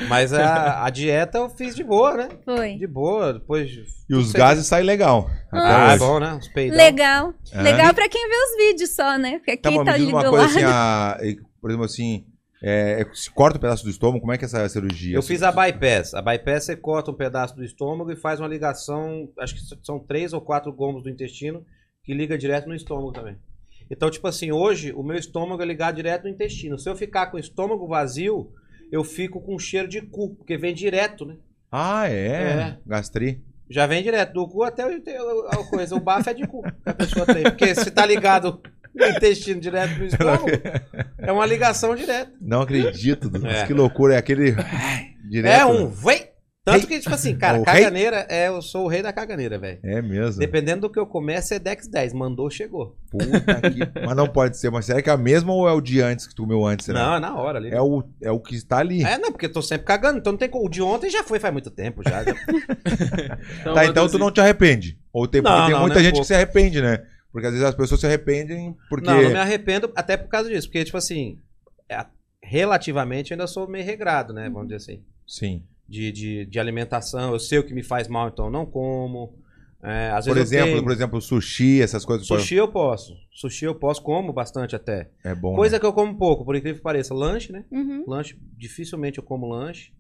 S3: Mas a, a dieta eu fiz de boa, né?
S4: Foi.
S3: De boa, depois. de-
S1: E os gases saem legal.
S4: Ah,
S1: até hoje.
S3: bom, né? Os peidão.
S4: Legal.
S1: É.
S4: Legal pra quem vê os vídeos só, né? Porque
S1: Tá,
S4: quem
S1: mas
S4: tá
S1: me
S4: ali
S1: diz
S4: do
S1: uma
S4: lado.
S1: coisa assim, a- e, por exemplo, assim, é, é- se corta o pedaço do estômago, como é que é essa cirurgia?
S3: Eu fiz a bypass. A bypass você corta um pedaço do estômago e faz uma ligação, acho que são três ou quatro gomos do intestino, que liga direto no estômago também. Então, tipo assim, hoje o meu estômago é ligado direto no intestino. Se eu ficar com o estômago vazio, eu fico com cheiro de cu, porque vem direto, né?
S1: Ah, é?
S3: É.
S1: Gastri.
S3: Já vem direto do cu até o, até o- a coisa. O bafo é de cu que a pessoa tem. Porque se tá ligado no intestino direto no estômago, é uma ligação direta.
S1: Não acredito, Dudu.
S3: É.
S1: Que loucura. É aquele... Direto. né?
S3: É um vem. Tanto que, tipo assim, cara,
S1: O rei?
S3: caganeira, é, eu sou o rei da caganeira, velho.
S1: É mesmo.
S3: Dependendo do que eu começo, é Dex 10. Mandou, chegou.
S1: Puta que... Mas não pode ser. Mas será que é a mesma ou é o de antes que tu comeu antes? será?
S3: Não, é na hora ali.
S1: É o, é o que está ali.
S3: É, não, porque eu tô sempre cagando, então não tem como. O de ontem já foi faz muito tempo já. já-
S1: tá, então tu não te arrepende. Ou tem, porque
S3: assim Não,
S1: tem
S3: não,
S1: muita
S3: nem um
S1: gente
S3: pouco.
S1: que se arrepende, né? Porque às vezes as pessoas se arrependem porque...
S3: Não, não me arrependo até por causa disso. Porque, tipo assim, é, relativamente eu ainda sou meio regrado, né? Vamos dizer assim.
S1: Sim.
S3: De, de, de alimentação. Eu sei o que me faz mal, então eu não como. É, às
S1: Por
S3: vezes eu
S1: exemplo,
S3: tenho-
S1: por exemplo, sushi, essas coisas.
S3: Sushi eu posso. Sushi eu posso, como bastante até.
S1: É bom. né?
S3: Coisa que eu como pouco, por incrível que pareça. Lanche, né?
S4: Uhum.
S3: Lanche, dificilmente eu como lanche.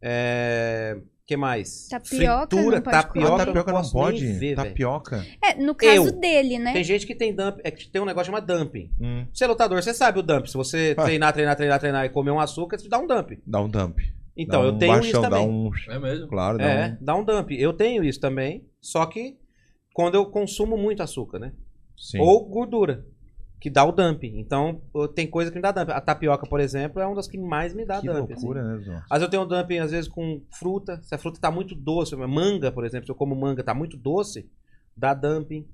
S3: É... que mais?
S4: Tapioca
S3: Fritura,
S4: não pode
S3: tapioca,
S1: Ah,
S4: comer.
S3: eu
S1: tapioca
S3: não
S1: não
S3: posso
S1: pode.
S3: nem ver, velho.
S1: tapioca.
S4: É, no caso
S3: Eu.
S4: dele, né?
S3: Tem gente que tem dump, é que tem um negócio chamado dumping.
S1: Hum,
S3: Você é lutador, você sabe o dump. Se você
S1: Ah.
S3: treinar, treinar, treinar, treinar e comer um açúcar, você dá um dump.
S1: dá um dump.
S3: Então,
S1: Dá
S3: eu
S1: um
S3: tenho
S1: baixão,
S3: isso
S1: Dá
S3: também.
S1: um,
S2: É mesmo?
S1: claro, dá
S3: é,
S1: um...
S3: dá um dump. Eu tenho isso também, só que quando eu consumo muito açúcar, né?
S1: Sim.
S3: Ou gordura, que dá o dump. Então, eu- tem coisa que me dá dump. A tapioca, por exemplo, é uma das que mais me dá
S1: que
S3: dump. assim.
S1: loucura, né, João?
S3: Às vezes eu tenho um dumping, às vezes, com fruta. Se a fruta tá muito doce, manga, por exemplo, se eu como manga, tá muito doce, dá dumping.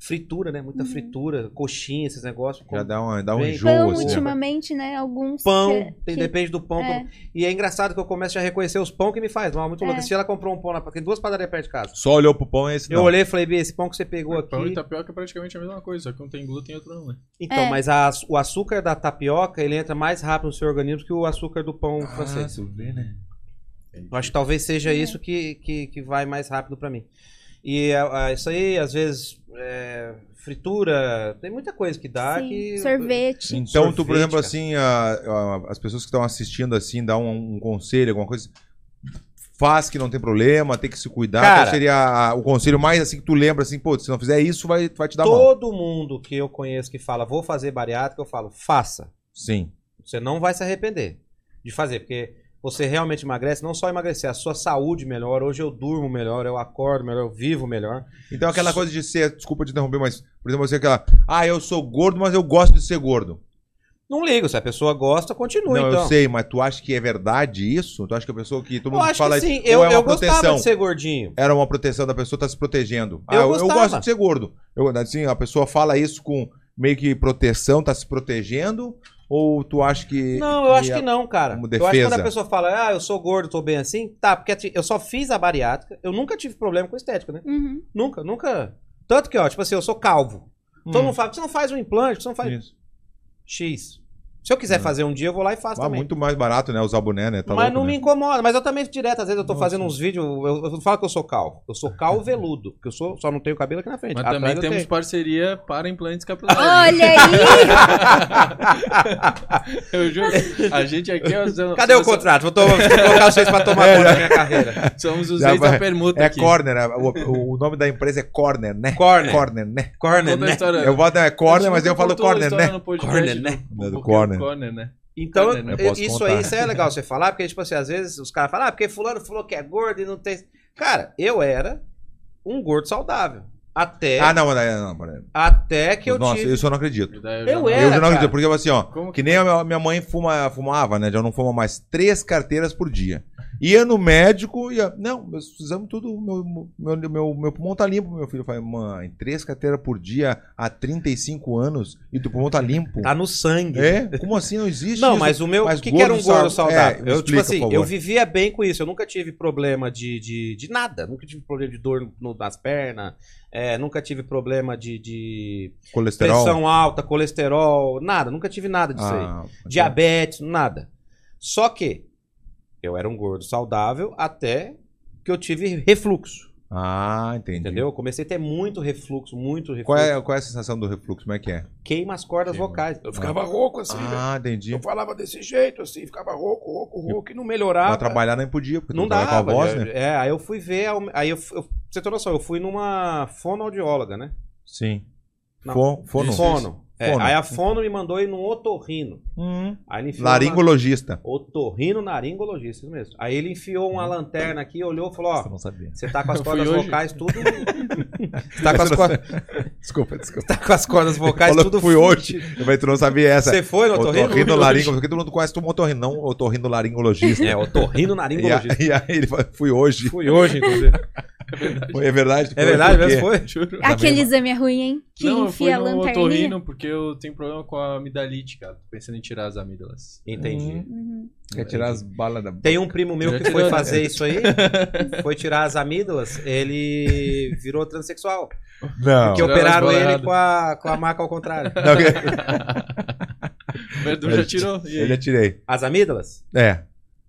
S3: Fritura, né? Muita
S4: Uhum.
S3: fritura, coxinha, esses negócios.
S1: Já
S3: como
S1: dá, uma, dá um
S3: Bem-
S1: enjoo,
S4: Pão,
S1: assim. né?
S4: ultimamente, né? Alguns
S3: Pão,
S4: que-
S3: tem-
S4: que-
S3: depende do pão.
S4: é.
S3: E é engraçado que eu começo a reconhecer os pão que me faz mal, muito louco.
S4: É.
S3: Se ela comprou um pão na tem duas padarias perto de casa.
S1: Só olhou pro pão e esse
S3: Eu
S1: não.
S3: olhei e falei, Bia, esse pão que você pegou aqui.
S2: Pão e tapioca é praticamente a mesma coisa, só que um tem glúten e outro não, né?
S3: Então,
S4: É.
S3: mas a- o açúcar da tapioca, ele entra mais rápido no seu organismo que o açúcar do pão
S1: Ah,
S3: francês.
S1: tu vê, né?
S3: Eu acho que talvez
S4: Uhum.
S3: seja isso que, que, que vai mais rápido pra mim. E ah, isso aí, às vezes, é, fritura, tem muita coisa que dá
S4: sim,
S3: que.
S4: Sorvete.
S1: Então, tu, por
S3: Sorvete,
S1: exemplo,
S3: cara.
S1: assim, a- a- as pessoas que estão assistindo, assim, dá um, um conselho, alguma coisa. Faz que não tem problema, tem que se cuidar.
S3: Cara.
S1: Qual seria a- o conselho mais assim que tu lembra assim, pô, se não fizer isso, vai, vai te dar mal.
S3: Todo mundo que eu conheço que fala, vou fazer bariátrica, eu falo, faça.
S1: Sim.
S3: Você não vai se arrepender de fazer, porque você realmente emagrece, não só emagrecer, a sua saúde melhora. Hoje eu durmo melhor, eu acordo melhor, eu vivo melhor.
S1: Então aquela coisa de ser, desculpa te interromper, mas, por exemplo, você aquela, ah, eu sou gordo, mas eu gosto de ser gordo.
S3: Não ligo, se a pessoa gosta, continua
S1: não,
S3: então.
S1: eu sei, mas tu acha que é verdade isso? Tu acha que a pessoa que todo
S3: Eu
S1: mundo
S3: acho
S1: fala
S3: que sim,
S1: isso
S3: eu,
S1: ou é uma
S3: eu gostava
S1: proteção?
S3: de ser gordinho.
S1: Era uma proteção da pessoa tá se protegendo.
S3: Eu
S1: ah, eu, eu
S3: gostava.
S1: gosto de ser gordo. Eu, assim, a pessoa fala isso com meio que proteção, tá se protegendo ou tu acha que é
S3: Não, eu acho que não, cara.
S1: como
S3: Eu acho que quando
S1: defesa.
S3: a pessoa fala, ah, eu sou gordo, tô bem assim, tá, porque ati- eu só fiz a bariátrica, eu nunca tive problema com estética, né?
S4: Uhum.
S3: Nunca, nunca. Tanto que, ó, tipo assim, eu sou calvo.
S1: Hum,
S3: Todo mundo fala, você não faz um implante, você não faz
S1: isso.
S3: X. Se eu quiser
S1: Hum.
S3: fazer um dia, eu vou lá e faço
S1: Ah,
S3: também.
S1: muito mais barato, né, usar boné, né? Tá
S3: mas
S1: louco,
S3: não
S1: né?
S3: me incomoda, mas eu também direto, às vezes eu tô
S1: Nossa.
S3: fazendo uns vídeos, eu, eu não falo que eu sou calvo, eu sou calveludo, porque eu sou, só não tenho cabelo aqui na frente.
S2: Mas
S3: Atrás
S2: também
S3: eu
S2: temos
S3: tenho.
S2: parceria para implantes capilares.
S4: Olha aí!
S2: Eu juro, a gente aqui ó, são-
S3: Cadê o
S2: são-
S3: contrato? Vou, to- vou colocar vocês pra tomar conta da minha carreira.
S2: Somos os
S1: Já
S2: ex da
S1: vai-
S2: permuta
S1: É
S2: aqui.
S1: corner, é- o, o nome da empresa é Corner, né?
S3: Corner.
S1: Corner, né?
S3: Corner,
S2: Conta a
S3: né?
S2: história.
S1: Eu boto é Corner, mas eu falo Corner, né?
S2: Corner, né?
S1: Do corner.
S2: Corner, né?
S3: Então,
S2: Corner, né?
S1: Eu posso
S3: isso
S1: contar.
S3: aí isso aí é legal você falar, porque, tipo assim, às vezes os caras falam, ah, porque fulano falou que é gordo e não tem. Cara, eu era um gordo saudável. Até,
S1: Ah, não, não, não, não, não.
S3: até É que eu
S1: Nossa,
S3: tive.
S1: isso eu não acredito.
S3: Eu
S2: já-
S4: é?
S3: era,
S1: eu já não
S3: cara.
S1: acredito, porque assim, ó,
S2: Como
S1: que nem a minha- minha mãe fuma- fumava, né? Já não fuma mais três carteiras por dia. Ia no médico, ia. Não, nós precisamos tudo. Meu, meu, meu, meu pulmão tá limpo, meu filho. Eu falei, mãe, três carteiras por dia há 35 anos e teu pulmão tá limpo.
S3: Tá no sangue.
S1: É? Como assim? Não existe
S3: Não,
S1: isso?
S3: mas o meu.
S1: Mas
S3: o que, que era um
S1: gordo
S3: gordo
S1: saudável-
S3: saudável?
S1: É,
S3: eu,
S1: explica,
S3: tipo
S1: por
S3: assim,
S1: favor.
S3: eu vivia bem com isso. Eu nunca tive problema de, de, de nada. Nunca tive problema de dor no- nas pernas. é, nunca tive problema de, de
S1: Colesterol.
S3: pressão alta, colesterol, nada. Nunca tive nada disso aí.
S1: Ah, então-
S3: Diabetes, nada. Só que eu era um gordo saudável até que eu tive refluxo.
S1: Ah, entendi.
S3: Entendeu? Eu comecei a ter muito refluxo, muito refluxo.
S1: Qual é, qual é a sensação do refluxo? Como é que é?
S3: Queima as cordas
S1: Queima.
S3: vocais.
S5: Eu ficava rouco assim, velho.
S1: Ah, entendi.
S5: Eu falava desse jeito, assim, ficava rouco, rouco, rouco, e não
S1: Pra
S3: melhorava.
S1: trabalhar nem podia, porque tu
S3: Não dá.
S1: trabalha com a voz, né?
S3: É, aí eu fui ver. a- Aí eu, eu, pra você ter noção, eu fui numa fonoaudióloga, né?
S1: Sim.
S3: Não.
S1: Fon- Fono.
S3: Fono. É,
S1: Fono.
S3: Aí a Fono me mandou ir num otorrino.
S1: Hum.
S3: Aí ele enfiou uma-
S1: Laringologista.
S3: Otorrino naringologista, isso mesmo. Aí ele enfiou
S1: Uhum.
S3: uma lanterna aqui, olhou e falou,
S1: Você
S3: ó,
S1: não sabia.
S3: você tá com as
S2: Fui
S3: cordas
S2: hoje.
S3: vocais tudo... Você tá com as, cor-
S1: Desculpa, desculpa.
S3: tá com as cordas vocais
S1: Falou
S3: tudo...
S1: que fui
S3: fute.
S1: Mas tu não sabia essa.
S3: Você foi no otorrino?
S1: Otorrino laringo, porque todo mundo conhece como otorrino, não otorrino laringologista.
S3: É, otorrino
S1: E, a,
S3: naringologista.
S1: e aí ele falou, fui hoje.
S3: Fui hoje, inclusive.
S1: Foi, é verdade?
S3: É verdade
S1: por quê?
S3: mesmo, foi?
S2: Juro.
S4: Aquele exame é ruim, hein? Que
S2: não, eu fui
S4: enfia a
S2: no
S4: lanterninha.
S2: otorrino porque eu tenho problema com a amidalite, cara. Tô pensando em tirar as amígdalas.
S3: Entendi.
S4: Uhum.
S1: Quer tirar as balas da
S3: Tem um primo meu
S2: Já
S3: que foi
S2: tirou, né?
S3: fazer isso aí, foi tirar as amígdalas, ele virou transexual.
S1: Não.
S3: Porque operaram
S2: Tiraram as bolas
S3: ele
S2: erradas.
S3: com a, com a maca ao contrário.
S1: Não, que-
S2: O Verdun já tirou. E
S1: eu
S2: aí?
S1: já tirei.
S3: As amígdalas?
S1: É.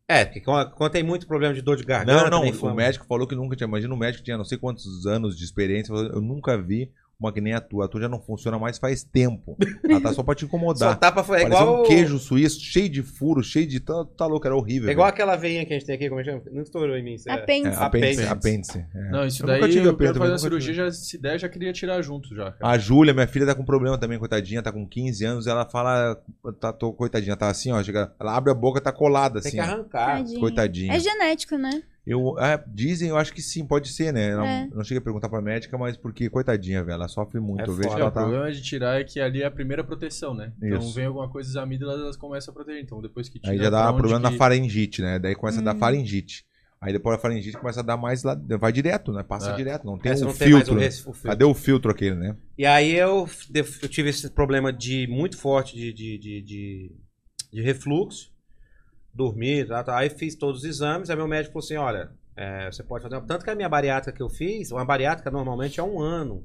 S3: É, porque quando quando tem muito problema de dor de garganta,
S1: Não, não.
S3: né,
S1: O
S3: inflama.
S1: médico falou que nunca tinha. Imagina, o médico tinha não sei quantos anos de experiência. falou, Eu nunca vi uma que nem a tua. A tua já não funciona mais faz tempo. Ela tá só pra te
S3: Só
S1: incomodar.
S3: tapa é
S1: Parecia
S3: igual
S1: um queijo suíço, cheio de furo, cheio de. Tá, tá louco, era horrível.
S3: É igual aquela veinha que a gente tem aqui, como é que chama? Não estourou em mim, isso é.
S4: Ah,
S1: velho. É,
S4: Apêndice.
S1: apêndice.
S3: apêndice.
S1: apêndice, é.
S2: Não, isso
S1: Eu
S2: daí
S1: nunca tive
S2: eu
S1: apêndice,
S2: quero fazer
S1: mas
S2: a
S1: nunca
S2: cirurgia, já, se der, já queria tirar junto já, cara.
S1: A Júlia, minha filha, tá com problema também, coitadinha, tá com 15 anos. Ela fala, tá, tô, coitadinha, tá assim, ó. Chega, ela abre a boca, tá colada,
S3: Tem
S1: assim.
S3: que
S1: ó.
S3: arrancar.
S4: Tadinho.
S1: Coitadinha.
S4: É genético, né?
S1: Eu, é, dizem, eu acho que sim, pode ser, né? Ela
S4: É.
S1: Não, não cheguei a perguntar pra médica, mas porque, coitadinha, velho, ela sofre muito.
S3: É
S1: eu vejo
S3: foda.
S1: que
S2: É,
S1: ela
S2: o
S1: tá.
S2: problema de tirar é que ali é a primeira proteção, né? Então
S1: Isso.
S2: vem alguma coisa, as amígdalas elas começam a proteger. Então depois que tira.
S1: Aí já
S2: pra
S1: dá
S2: onde
S1: problema na
S2: que-
S1: faringite, né? Daí começa a dar
S4: Hum.
S1: faringite. Aí depois a faringite começa a dar mais lá. Vai direto, né? Passa
S2: É.
S1: direto, não tem
S3: Essa
S1: um
S3: não tem mais o
S1: filtro.
S3: res- o filtro.
S1: Cadê o filtro aquele, né?
S3: E aí eu, f- def- eu tive esse problema de muito forte de, de, de, de- de refluxo, dormi, tá, tá. aí fiz todos os exames, aí meu médico falou assim, olha, é, você pode fazer... uma- Tanto que a minha bariátrica que eu fiz, uma bariátrica normalmente é um ano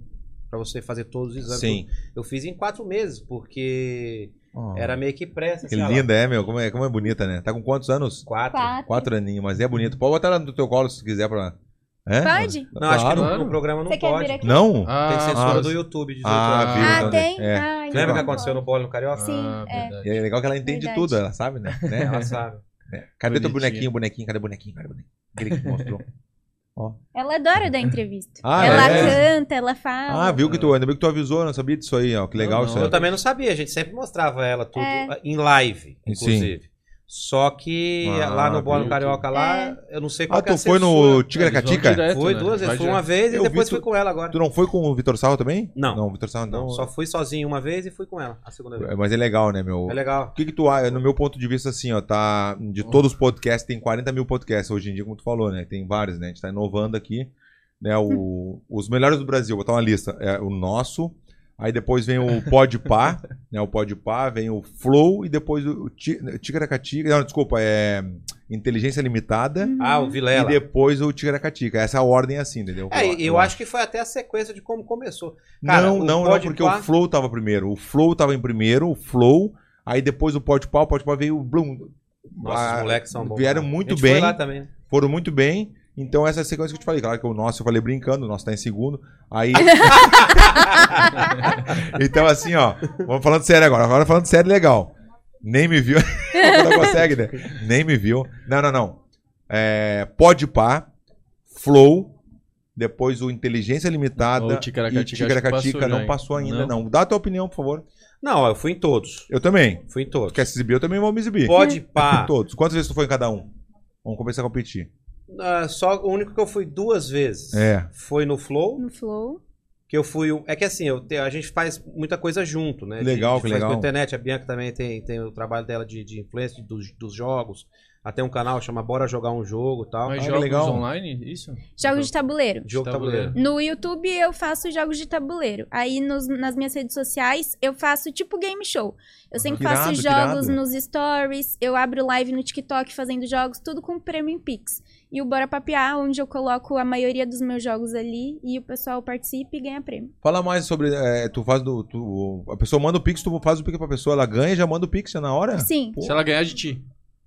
S3: pra você fazer todos os exames. Eu fiz em quatro meses, porque
S1: Oh,
S3: era meio que pressa.
S1: que
S3: assim, ó,
S1: linda, é, meu? Como é, como é bonita, né? Tá com quantos anos?
S3: Quatro.
S4: Quatro.
S1: Quatro aninhos, mas é bonito. Pode botar ela no teu colo se tu quiser pra. É?
S4: Pode?
S3: Não, acho que no-
S2: Claro.
S3: no, programa não
S4: Você quer
S3: pode.
S4: vir
S3: Tem
S4: aqui?
S1: Não?
S3: censura
S1: ah,
S3: do YouTube, 18
S1: ah,
S3: horas.
S1: viu,
S4: Ah,
S1: então,
S4: tem?
S1: é.
S4: Ai,
S3: Lembra o que
S4: não.
S3: aconteceu no bolo no Carioca? É,
S4: Sim,
S2: Ah,
S4: é.
S1: E é legal que ela entende
S4: Verdade.
S1: tudo, ela sabe, né? né?
S3: Ela sabe.
S1: Cadê teu bonequinho,
S2: Bonitinha.
S1: bonequinho? Cadê o bonequinho? Cadê o bonequinho? Aquele que mostrou.
S4: Ela adora dar entrevista.
S1: Ah,
S4: ela
S1: é?
S4: canta, ela fala.
S1: Ah, viu que tu, ainda bem que tu avisou, eu não sabia disso aí, ó. Que legal
S2: Não,
S1: isso
S2: não,
S1: aí.
S3: Eu também não sabia, a gente sempre mostrava ela tudo
S4: É.
S3: ah, em live,
S1: Sim.
S3: inclusive. Só que
S1: Ah,
S3: lá no Bolo
S2: viu?
S3: Carioca lá, eu não sei qual
S1: Ah,
S3: que é a
S1: tu foi no
S3: censura.
S1: Tigaracatica?
S3: Foi duas vezes, foi uma vez e
S1: Eu
S3: depois
S1: vi
S3: fui
S1: tu-
S3: com ela agora.
S1: Tu não foi com o Vitor Sarro também?
S3: Não.
S1: Não, o Vitor Sarro não.
S3: Não, só fui sozinho uma vez e fui com ela a segunda vez.
S1: É, Mas é legal, né, meu?
S3: É legal.
S1: O que que tu acha? No meu ponto de vista, assim, ó, tá... De todos os podcasts, tem 40 mil podcasts hoje em dia, como tu falou, né? Tem vários, né? A gente tá inovando aqui, né? O, os melhores do Brasil, vou botar uma lista. É o nosso, aí depois vem o Podpah, né? O Podpah, vem o Flow e depois o Ti- Ticaracatica... Não, desculpa, é... Inteligência Limitada...
S4: Uhum.
S3: Ah, o Vilela.
S1: E depois o Ticaracatica. Essa ordem é assim, entendeu?
S3: É, eu, acho que foi até a sequência de como começou. Cara,
S1: não,
S3: o
S1: não, não,
S3: Pode
S1: porque
S3: Pá-
S1: o Flow tava primeiro. O Flow tava em primeiro, o Flow. Aí depois o Pode Pau, o Pode Pau veio o Bloom.
S3: Nossa,
S1: Ah,
S3: os moleques são bons.
S1: vieram
S3: cara.
S1: muito
S3: a gente foi
S1: bem.
S3: lá também. né?
S1: Foram muito bem. Então essa é a sequência que eu te falei. Claro que o nosso eu falei brincando, o nosso tá em segundo. Aí. então assim, ó. Vamos falando sério agora. Agora falando sério legal. Nem me viu. não consegue, né? Nem me viu. Não, não, não. É, Pode Pá, Flow, depois o Inteligência Limitada.
S2: O Ticaracatica
S1: e
S2: acho que
S1: Ticaracatica
S2: passou já,
S1: não
S2: hein?
S1: passou ainda, não.
S2: Não.
S1: Dá a tua opinião, por favor.
S3: Não, eu fui em todos.
S1: Eu também.
S3: Fui em
S1: Tu
S3: todos.
S1: quer se exibir? Eu também vou me exibir.
S3: Pode pá.
S1: Todos. Quantas vezes tu foi em cada um? Vamos começar a competir.
S3: Ah, só o único que eu fui duas vezes
S1: É.
S3: foi no Flow,
S4: No flow.
S3: que eu fui. o- É que assim, eu te- a gente faz muita coisa junto, né?
S1: Legal,
S3: a gente
S1: que
S3: faz
S1: legal.
S3: pela internet, a Bianca também tem, tem o trabalho dela de, de influência dos, dos jogos. Até um canal chama Bora Jogar um Jogo e tal.
S1: Ah,
S2: Mas
S1: que
S2: jogos
S1: legal.
S2: online? Isso?
S4: Jogos de tabuleiro.
S3: Jogo
S2: tabuleiro.
S3: tabuleiro.
S4: No YouTube eu faço jogos de tabuleiro. Aí nos- nas minhas redes sociais eu faço tipo game show. Eu sempre
S1: Que irado,
S4: faço
S1: que
S4: jogos
S1: irado.
S4: nos stories, eu abro live no TikTok fazendo jogos, tudo com prêmio em Pix. E o Bora Papear, onde eu coloco a maioria dos meus jogos ali e o pessoal participa e ganha prêmio.
S1: Fala mais sobre. é, tu faz do. tu- a pessoa manda o Pix, tu faz o Pix pra pessoa, ela ganha e já manda o Pix é na hora?
S4: Sim.
S1: Pô.
S2: Se ela ganhar de ti.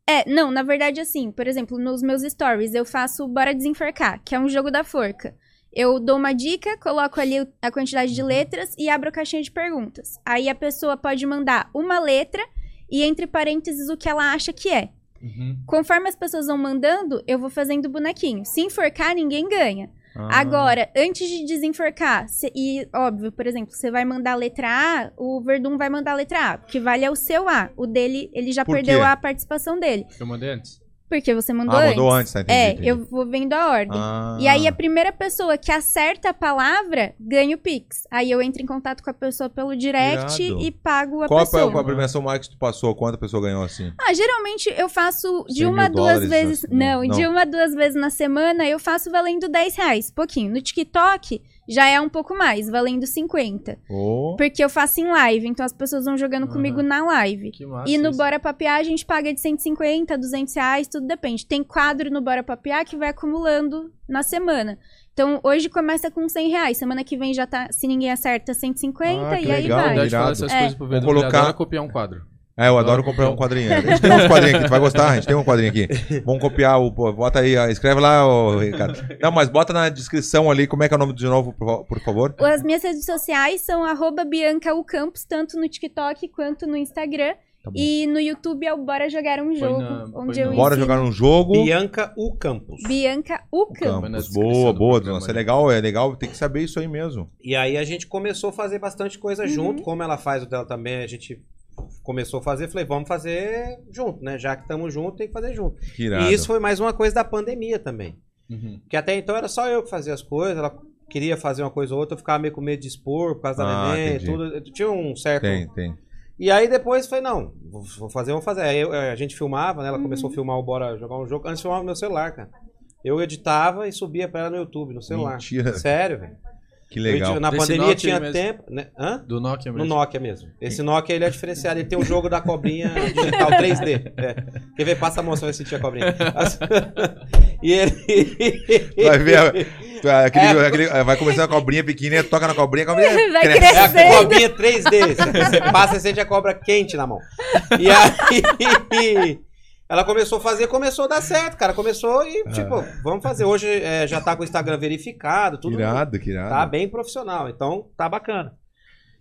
S4: É, não, na verdade, assim, por exemplo, nos meus stories eu faço o Bora Desenforcar, que é um jogo da forca. Eu dou uma dica, coloco ali o- a quantidade
S1: Uhum.
S4: de letras e abro a caixinha de perguntas. Aí a pessoa pode mandar uma letra e entre parênteses o que ela acha que é.
S2: Uhum.
S4: Conforme as pessoas vão mandando, eu vou fazendo bonequinho. Se enforcar, ninguém ganha.
S2: Ah,
S4: Agora, antes de desenforcar, cê- e óbvio, por exemplo, você vai mandar a letra A, o Verdun vai mandar a letra A, porque vale é o seu A. O dele, ele já
S1: Por
S4: perdeu
S1: quê?
S4: a participação dele.
S6: Eu mandei antes.
S4: Porque você mandou
S1: Ah,
S4: antes.
S1: mandou antes, tá? Entendi,
S4: É,
S1: entendi.
S4: eu vou vendo a ordem.
S1: Ah,
S4: E aí, é a primeira pessoa que acerta a palavra ganha o Pix. Aí eu entro em contato com a pessoa pelo direct
S1: Irado.
S4: e pago a
S1: qual é a,
S4: pessoa.
S1: qual a premiação mais que tu passou? Quanto a pessoa ganhou assim?
S4: Ah, geralmente eu faço
S1: 100
S4: de
S1: mil
S4: uma a duas
S1: dólares,
S4: vezes.
S1: acho que não,
S4: Não, de
S1: não.
S4: uma a duas vezes na semana eu faço valendo 10 reais, pouquinho. No TikTok já é um pouco mais, valendo 50.
S1: Oh.
S4: Porque eu faço em live, então as pessoas vão jogando
S6: Aham.
S4: comigo na live.
S6: Que massa.
S4: E no
S6: isso.
S4: Bora Papear a gente paga de 150, 200 reais, tudo depende. Tem quadro no Bora Papear que vai acumulando na semana. Então hoje começa com 100 reais, semana que vem já tá, se ninguém acerta, 150
S1: Ah, que
S4: e aí
S1: legal,
S6: Na
S4: vai.
S6: verdade, falar
S1: Irado.
S6: essas
S4: É.
S6: coisas pro Pedro,
S1: Vou
S6: ele
S1: colocar-
S6: adora copiar um quadro.
S1: É, eu adoro comprar um quadrinho. A gente tem uns quadrinhos aqui, tu vai gostar, a gente tem um quadrinho aqui. Vamos copiar o. pô, Bota aí, ó, escreve lá, ô, Ricardo. Não, mas bota na descrição ali como é que é o nome de novo, por, por favor.
S4: As minhas redes sociais são arroba Bianca U Campos, tanto no TikTok quanto no Instagram.
S1: Tá bom.
S4: e no YouTube é o Bora Jogar um Jogo,
S6: na- põe
S4: onde
S6: na-
S4: eu
S1: Bora
S4: ensino
S1: jogar um jogo.
S3: Então, Bianca U Campos.
S4: Bianca U Campos.
S6: Foi na
S1: Campos.
S6: descrição
S1: Boa,
S6: do
S1: boa,
S6: programa,
S1: nossa, é
S6: né?
S1: legal, é legal, tem que saber isso aí mesmo.
S3: E aí a gente começou a fazer bastante coisa
S1: Uhum.
S3: junto, como ela faz o dela também, a gente começou a fazer, falei, vamos fazer junto, né? Já que estamos juntos, tem que fazer junto.
S1: Que irado.
S3: E isso foi mais uma coisa da pandemia também.
S6: Uhum.
S3: Porque até então era só eu que fazia as coisas, ela queria fazer uma coisa ou outra, eu ficava meio com medo de expor por causa
S1: Ah,
S3: da neném,
S1: entendi.
S3: tudo. Eu Tinha um certo.
S1: Tem, tem.
S3: E aí depois falei, não, vou vou fazer, vou fazer. Aí eu- a gente filmava, né? Ela começou a filmar o Bora Jogar um Jogo. Antes filmava no meu celular, cara. Eu editava e subia pra ela no YouTube, no celular.
S1: Mentira.
S3: Sério, velho.
S1: Que
S3: Eu
S1: legal.
S3: editava- Na
S6: Desse
S3: pandemia
S6: Nokia
S3: tinha
S6: mesmo.
S3: tempo. Né? Hã?
S6: Do Nokia
S3: No
S6: mesmo.
S3: Nokia mesmo. Esse Nokia ele é diferenciado. Ele tem um jogo da cobrinha digital 3D. É. Quer ver? Passa a mão, você vai sentir a cobrinha. e ele.
S1: Vai ver, a- Ah, aquele-
S3: É.
S1: aquele- vai começar a cobrinha pequenininha, toca na cobrinha, a cobrinha
S4: Vai
S1: cresce.
S3: É
S4: crescer.
S3: a cobrinha 3D. Você passa e sente a cobra quente na mão. E aí. Ela começou a fazer, começou a dar certo, cara. Começou e,
S1: Ah.
S3: tipo, vamos fazer. Hoje é, já tá com o Instagram verificado,
S1: Que
S3: tudo.
S1: irado, que irado.
S3: Tá bem profissional, então tá bacana.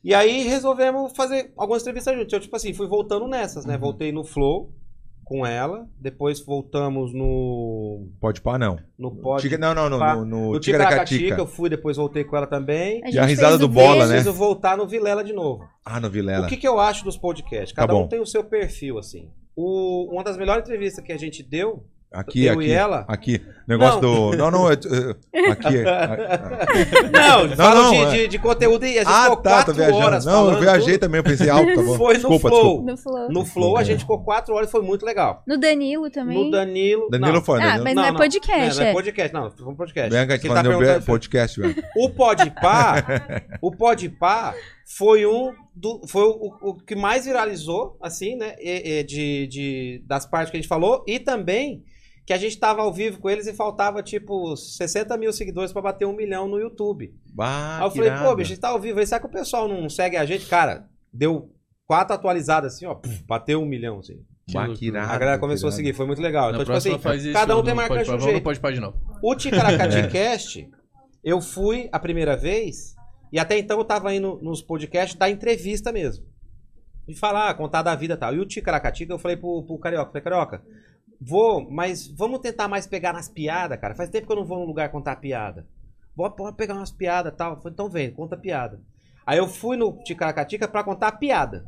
S3: E aí resolvemos fazer algumas entrevistas juntos. Eu, tipo assim, fui voltando nessas,
S1: Uhum.
S3: né? Voltei no Flow com ela, depois voltamos no.
S1: Pode pá, não.
S3: No pod.
S1: Tica- não, não, não,
S3: pá.
S1: no, no,
S3: No Ticaracatica,
S1: Ticaracatica.
S3: eu fui, depois voltei com ela também.
S1: E a risada do Bola, né?
S3: Preciso voltar no Vilela de novo.
S1: Ah, no Vilela.
S3: um O que, que eu acho dos podcasts?
S1: Tá
S3: Cada
S1: bom.
S3: um tem o seu perfil, assim. O, uma das melhores entrevistas que a gente deu,
S1: Aqui,
S3: eu
S1: aqui.
S3: e ela.
S1: Aqui. Negócio do. Não, não, é- é- aqui. é- a- a-
S3: Não,
S1: Não,
S3: falo
S1: não,
S3: de,
S1: é.
S3: de- de conteúdo e a gente
S1: Ah,
S3: ficou
S1: tá, tá
S3: quatro
S1: viajando.
S3: horas.
S1: Não, eu
S3: falando
S1: viajei
S3: tudo.
S1: também, eu pensei alto, tá bom.
S3: Foi no
S1: Desculpa,
S3: Flow.
S1: desculpa.
S4: No Flow.
S3: No Flow
S1: É.
S3: a gente ficou quatro horas, foi muito legal.
S4: No Danilo também.
S3: No Danilo.
S1: Danilo
S3: não.
S1: foi,
S4: Ah,
S1: Danilo.
S4: mas não, é podcast,
S3: Não, não
S4: é.
S3: é podcast, não, foi um podcast.
S1: Bianca, a
S3: Você
S1: gente tá
S3: tá
S1: no
S3: perguntando-
S1: podcast, velho.
S3: O Podpah, o Podpah foi um do, foi o, o que mais viralizou, assim, né, e- e de, de- das partes que a gente falou e também que a gente tava ao vivo com eles e faltava tipo 60 mil seguidores pra bater um milhão no YouTube.
S1: Bah,
S6: Ah,
S3: Aí eu
S1: que
S3: falei,
S1: irado.
S3: pô, bicho, a gente tá ao vivo aí, será que o pessoal não segue a gente? Cara, deu quatro atualizadas assim, ó, puf, bateu um milhão, assim.
S1: Bah, que irado,
S3: a galera começou a
S1: Ah, que
S3: seguir,
S1: irado.
S3: foi muito legal.
S6: Na
S3: Então, tipo
S6: próxima
S3: assim,
S6: faz isso.
S3: cada um
S6: no
S3: tem marcado
S6: Pode
S3: de
S6: Pá.
S3: um
S6: Vamos no
S3: jeito.
S6: Pode Pá de novo.
S3: O
S6: É.
S3: Ticaracaticast, eu fui a primeira vez, e até então eu tava indo nos podcasts da entrevista mesmo. E falar, contar da vida e tal. E o Ticaracatica, eu falei pro, pro Carioca, falei, Carioca, vou, mas vamos tentar mais pegar nas piadas, cara. Faz tempo que eu não vou num lugar contar piada. Bora, bora pegar umas piadas e tal. Eu Falei, então vem, conta piada. Aí eu fui no Ticaracatica pra contar piada.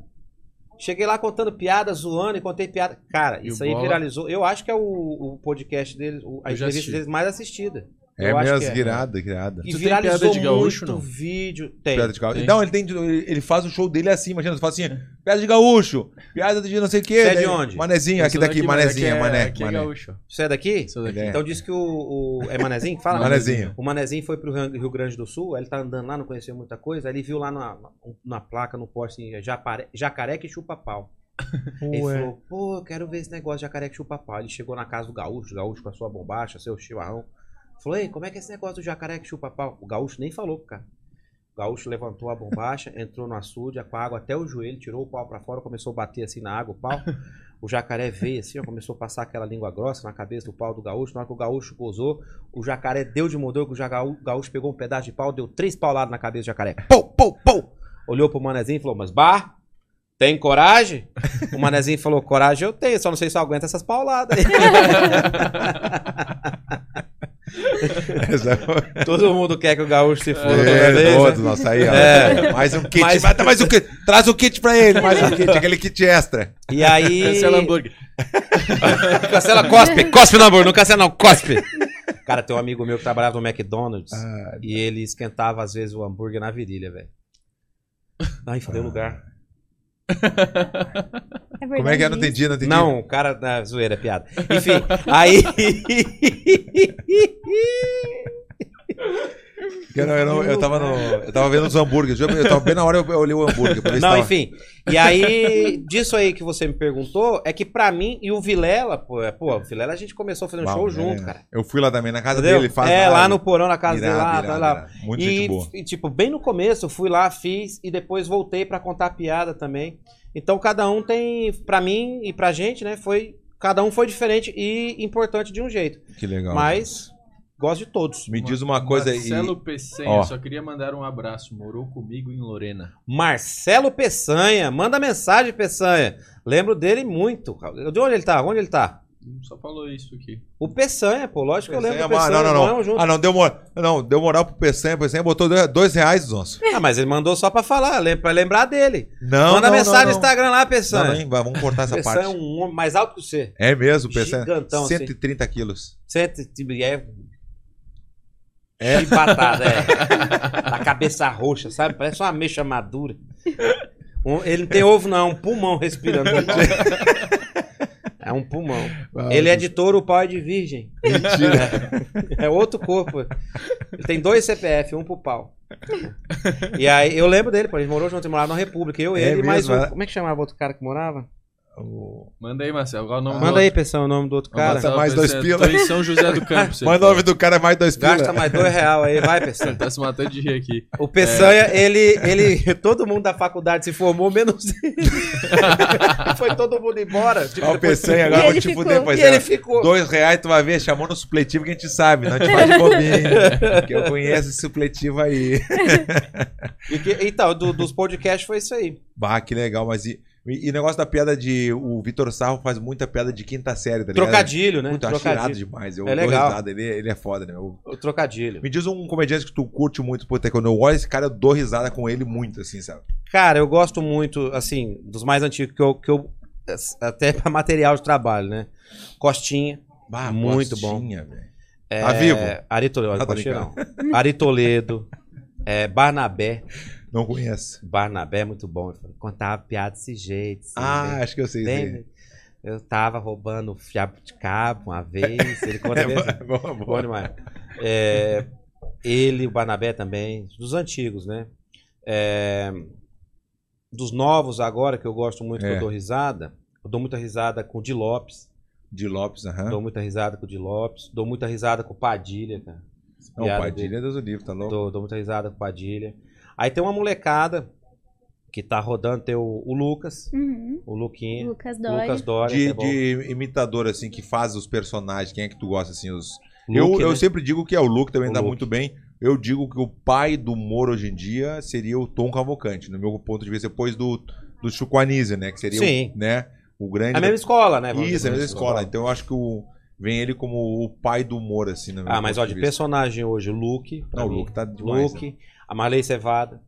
S3: Cheguei lá contando piada, zoando e contei piada. Cara,
S6: E o
S3: isso aí
S6: Bola?
S3: viralizou. Eu acho que é o, o podcast deles, o- a
S6: Eu
S3: entrevista
S6: já assisti.
S3: deles mais assistida.
S1: É
S3: Eu acho
S1: mesmo,
S3: que é.
S1: que irado, que irado.
S3: E
S6: Tu tem
S3: viralizou
S6: piada de gaúcho,
S3: muito
S6: não?
S3: vídeo. Tem. É.
S1: Piada de gaúcho.
S6: Tem.
S1: Não, ele tem. Ele faz o show dele assim, imagina, tu fala assim, piada de gaúcho, piada de não sei o quê.
S3: Você é de
S1: daí-
S3: onde?
S1: Manezinho, aqui
S6: Esse
S1: daqui,
S6: daqui, mas
S1: manezinha,
S6: aqui é-
S1: mané.
S6: Aqui é
S1: mané.
S6: gaúcho.
S3: Você é daqui?
S6: Isso daqui.
S1: Ele é.
S3: Então diz que o, o- É Manezinho que fala?
S1: Manezinho.
S3: O Manezinho foi pro Rio- Rio Grande do Sul, aí ele tá andando lá, não conhecia muita coisa, aí ele viu lá na, na placa, no poste, assim, japare- jacaré que chupa pau. Ele falou, pô, é. eu quero ver esse negócio de jacaré que chupa pau. Ele chegou na casa do gaúcho, o gaúcho com a sua bombacha, seu chimarrão. Falou, ei, como é que é esse negócio do jacaré que chupa pau? O gaúcho nem falou, pro cara. O gaúcho levantou a bombacha, entrou no açude, com a água até o joelho, tirou o pau pra fora, começou a bater assim na água o pau. O jacaré veio assim, ó, começou a passar aquela língua grossa na cabeça do pau do gaúcho. Na hora que o gaúcho gozou, o jacaré deu de motor, o jaga- o gaúcho pegou um pedaço de pau, deu três pauladas na cabeça do jacaré. Pou, pou, pou! Olhou pro manezinho e falou, mas bar, tem coragem? O manezinho falou, coragem eu tenho, só não sei se eu aguento essas pauladas. aí."
S1: Essa foi-
S3: Todo mundo quer que o gaúcho se foda. toda
S1: É,
S3: vez, né?
S1: todos, nossa, aí, ó.
S3: É.
S1: Mais um kit.
S3: Mas-
S1: vai dar mais um kit. Traz o kit pra ele, mais um kit, aquele kit extra.
S3: E
S1: é
S3: aí.
S2: Cancela hambúrguer.
S3: Cancela, cospe. Cospe no hambúrguer, não cancela não, cospe. Cara, tem um amigo meu que trabalhava no McDonald's
S1: Ah.
S3: e ele esquentava às vezes o hambúrguer na virilha, velho. Ai, fodeu o lugar.
S1: Como é que é? Não entendi, não entendi.
S3: Não, o cara da zoeira, é piada. Enfim, aí.
S1: Eu, não- eu, não- eu tava no, eu tava vendo os hambúrgueres. Eu tava bem na hora eu, eu olhei o hambúrguer. Pra ver se
S3: Não,
S1: tava...
S3: enfim. E aí, disso aí que você me perguntou, é que pra mim e o Vilela, pô, é- pô, o Vilela a gente começou a fazer um
S1: Bom,
S3: show
S1: né?
S3: junto, cara.
S1: Eu fui lá também, na casa
S3: Entendeu?
S1: dele. Faz
S3: é, lá no porão, na casa
S1: Irado,
S3: dele, lá,
S1: irado,
S3: tá lá.
S1: irado. Muito
S3: e,
S1: gente boa.
S3: e, tipo, bem no começo, eu fui lá, fiz e depois voltei pra contar piada também. Então cada um tem, pra mim e pra gente, né, foi cada um foi diferente e importante de um jeito.
S1: Que legal.
S3: Mas gosto de todos.
S1: Me diz uma coisa aí.
S2: Marcelo Peçanha,
S1: Ó.
S2: só queria mandar um abraço. Morou comigo em Lorena.
S3: Marcelo Peçanha, manda mensagem Peçanha. Lembro dele muito. De onde ele tá? Onde ele tá?
S2: Hum, Só falou isso aqui.
S3: O Peçanha, pô, lógico que eu lembro do
S1: Ah,
S3: Peçanha.
S1: não, não,
S3: vamos
S1: não.
S3: junto.
S1: Ah, não, deu moral. Não, deu moral pro Peçanha. O Peçanha botou dois- dois reais, Zonso.
S3: Ah, mas ele mandou só pra falar, lem- pra lembrar dele.
S1: Não,
S3: manda
S1: não,
S3: mensagem
S1: não,
S3: no
S1: não.
S3: Instagram lá,
S1: Não, não,
S3: Peçanha.
S1: hein, vai, vamos cortar essa
S3: Peçanha
S1: parte.
S3: é um homem mais alto que você.
S1: É mesmo, Peçanha.
S3: Gigantão, assim.
S1: 130 quilos.
S3: Senta, tipo, e é. É. Chibatada, é. A cabeça roxa, sabe? Parece uma ameixa madura. Um- ele não tem ovo, não, é um pulmão respirando. É um pulmão. Ele é de touro, o pau é de virgem. Mentira. É, é outro corpo. Ele tem dois CPF, um pro pau. E aí, eu lembro dele, pô. A gente morou junto, ele morava na República. Eu,
S1: É
S3: ele e mais um.
S1: mesmo, é?
S3: Como é que chamava o outro cara que morava?
S1: O-
S2: Manda aí, Marcelo. Qual o nome
S3: Manda aí, pessoal, o nome do outro cara.
S1: Marcelo. mais dois pila.
S2: Tô em São José do Campo. você
S1: Manda o nome do cara é mais dois pila.
S3: Gasta mais dois real aí, vai, pessoal.
S2: Tá se matando de rir aqui.
S3: O Peçanha,
S1: É.
S3: ele, ele. Todo mundo da faculdade se formou, menos ele. Foi todo mundo embora. Tipo,
S1: Ó, o Peçanha,
S4: E
S1: agora é. eu vou
S4: ele
S1: te
S4: ficou.
S1: fuder,
S3: e
S1: Peçanha.
S3: ele ficou.
S1: Dois reais, tu vai ver, chamou no supletivo que a gente sabe, não te faz de bobinho. que eu conheço esse supletivo aí.
S3: E que- então, do- dos podcasts foi isso aí.
S1: Bah, que legal, mas e, e o negócio da piada de. O Vitor Sarro faz muita piada de quinta série, tá ligado?
S3: Trocadilho, né?
S1: Muito achirado
S3: trocadilho.
S1: demais. Eu
S3: É
S1: dou
S3: legal.
S1: risada, ele, ele é foda, né? Eu-
S3: O trocadilho.
S1: me diz um comediante que tu curte muito, puta, quando eu olho esse cara, eu dou risada com ele muito, assim, sabe?
S3: Cara, eu gosto muito, assim, dos mais antigos que eu. Que eu até pra material de trabalho, né? Costinha.
S1: Bah,
S3: Muito
S1: Costinha, velho. Tá vivo?
S3: É, Ari Toledo.
S1: Ah, tá
S3: Costinha não. Ari Toledo. é, Barnabé.
S1: Não conheço.
S3: Barnabé é muito bom. ele Contava piada desse jeito. assim, né?
S1: Ah, acho que eu sei.
S3: Bem,
S1: sei.
S3: Eu tava roubando fiapo de cabo uma vez. Ele
S1: É
S3: conta mesmo.
S1: Boa, boa.
S3: Bom demais. É, ele, o Barnabé também, dos antigos, né? É, dos novos agora, que eu gosto muito, que
S1: É.
S3: eu dou risada. Eu dou muita risada com o Di Lopes.
S1: De Lopes, aham.
S3: Dou muita risada com o Di Lopes. Dou muita risada com o Padilha, cara.
S1: Não,
S3: Piada dele.
S1: Padilha, Deus do livro, tá louco?
S3: Dou, dou muita risada com o Padilha. Aí tem uma molecada que tá rodando, tem o, o Lucas,
S4: Uhum.
S3: o Luquinha,
S4: Lucas
S3: o
S4: Dória.
S3: Lucas Dória. que
S1: de,
S3: é bom.
S1: de imitador, assim, que faz os personagens, quem é que tu gosta, assim, os... eu,
S3: Luke,
S1: eu
S3: né?
S1: sempre digo que é o Luke, também
S3: O
S1: tá
S3: Luke.
S1: muito bem. Eu digo que o pai do humor hoje em dia seria o Tom Cavalcante, no meu ponto de vista, depois do, do Chico Anísio, né? Que seria,
S3: Sim.
S1: O, né, o grande...
S3: É a mesma escola, né? vamos
S1: Isso, é
S3: dizer
S1: a mesma
S3: assim,
S1: escola.
S3: vamos
S1: Então eu acho que o- vem ele como o pai do humor, assim, no meu
S3: Ah, mas
S1: ponto
S3: ó, de
S1: vista.
S3: personagem hoje, o Luke. pra
S1: Não, o
S3: mim.
S1: Luke tá demais,
S3: Luke, a Marley Cevada.
S1: né?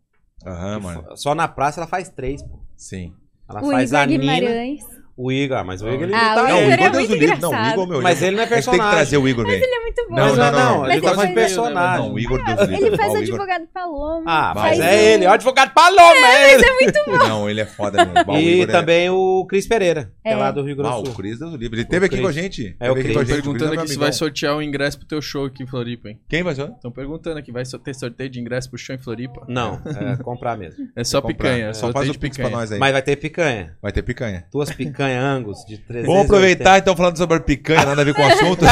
S1: Aham,
S3: que
S1: mano.
S3: fa- Só na praça ela faz três, pô.
S1: Sim.
S3: Ela
S4: O
S3: faz
S4: Igor
S3: a Nina,
S4: Guimarães.
S3: o Igor. Ah, mas o Igor ele
S4: Ah,
S3: não
S4: o
S3: tá.
S4: Igor
S3: aí.
S4: é muito
S1: Deus do livro. Não, o
S4: engraçado.
S1: Igor, meu,
S3: Mas ele não é
S1: a gente tem que
S3: personagem.
S1: trazer o Igor, velho.
S4: Muito bom.
S1: Não,
S3: mas
S1: não, não.
S3: ele
S4: Mas
S3: tá
S4: ele
S3: fazendo
S4: faz-
S3: personagem.
S1: Não, o Igor Deus do livro.
S4: é Ele faz
S1: Ó,
S4: o
S1: o Igor-
S4: advogado Paloma. um
S3: Ah, mas
S1: Faz
S3: é
S1: o-
S3: ele. Ó, advogado Paloma, é ele.
S1: Não, ele é foda mesmo. Bah, o
S3: E
S1: Igor é-
S3: também o Cris Pereira, que é
S4: É.
S3: lá do Rio
S1: Ah,
S3: Grande do
S1: o
S3: Sul.
S1: Cris Deus do livre. Ele teve aqui
S3: Cris.
S1: com a gente.
S3: É, o
S1: Teve aqui
S3: Cris.
S1: com a gente, o Cris é
S2: Perguntando
S1: meu
S2: aqui se vai
S1: amigão.
S2: sortear um ingresso pro teu show aqui em Floripa, hein?
S1: Quem vai sortear?
S2: Estão perguntando aqui, vai só ter sorteio de ingresso pro show em Floripa?
S3: Não, é comprar mesmo.
S2: É só
S1: Hum. Comprar.
S2: picanha,
S1: Só
S2: sorteio
S1: faz
S2: de
S1: o pix pra
S2: picanha.
S1: nós aí.
S3: Mas vai ter picanha.
S1: Vai ter picanha.
S3: Duas picanhas Angus de 300.
S1: Vamos aproveitar então falando sobre picanha, nada a ver com o assunto.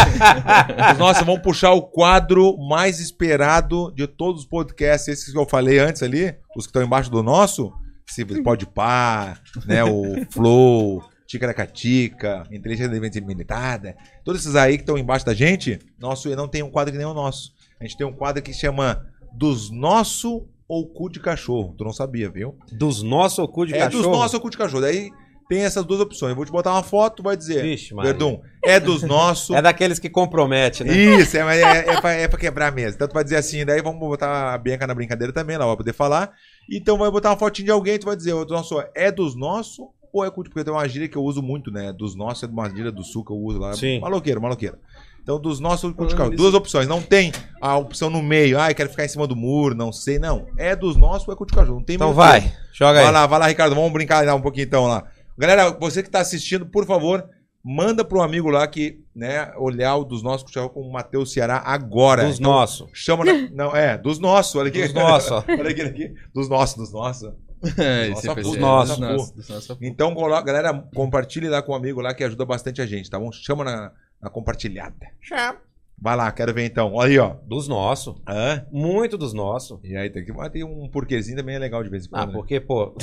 S1: Nossa, vamos puxar o quadro mais esperado de todos os podcasts, esses que eu falei antes ali, os que estão embaixo do nosso, se pode pá, né, o Flow, Ticaracatica, Inteligência Defensiva Militada, todos esses aí que estão embaixo da gente, nosso não tem um quadro que nem o nosso. A gente tem um quadro que chama dos nosso ou cu de cachorro. Tu não sabia, viu?
S3: Dos nossos ou cu de
S1: é
S3: cachorro?
S1: dos nossos ou cu de cachorro. Daí tem essas duas opções. Eu vou te botar uma foto, tu vai dizer,
S3: Vixe, Maria.
S1: Verdun, é dos nossos.
S3: É daqueles que compromete, né?
S1: Isso, é, mas é, é, pra, é pra quebrar mesmo. Então tu vai dizer assim, daí vamos botar a Bianca na brincadeira também, ela vai poder falar. Então vai botar uma fotinha de alguém, tu vai dizer, ô, nosso, é dos nossos ou é culto? Porque tem uma gíria que eu uso muito, né? Dos nossos é uma gíria do sul que eu uso lá.
S3: Sim.
S1: Maloqueiro, maloqueiro. Então dos nossos cultical. Duas opções. Não tem a opção no meio, ai, quero ficar em cima do muro, não sei, não. É dos nossos ou é cultical. Não tem
S3: Então
S1: meio
S3: vai,
S1: termo.
S3: joga
S1: Vai
S3: aí.
S1: lá, vai lá, Ricardo. Vamos brincar lá um pouquinho então lá. Galera, você que tá assistindo, por favor, manda pro amigo lá que, né, olhar o dos nossos cachorros com o Matheus Ceará agora.
S3: Dos
S1: Então,
S3: nossos.
S1: Chama na... Não, é, dos nossos, olha aqui.
S3: Dos nossos, ó.
S1: olha aqui, olha aqui. Dos nossos, dos nossos.
S2: É,
S1: Nossa,
S2: esse vai
S1: pô,
S2: ser-
S3: nossa,
S2: dos nossos, dos nossos, pô.
S1: Então, colo- galera, compartilhe lá com o amigo lá que ajuda bastante a gente, tá bom? Chama na, na compartilhada.
S7: Chama.
S1: Vai lá, quero ver então. Olha aí, ó.
S3: Dos nossos. Muito dos nossos.
S1: E aí tem que mas tem um porquezinho também é legal de vez em
S3: Ah,
S1: quando. né?
S3: porque, pô.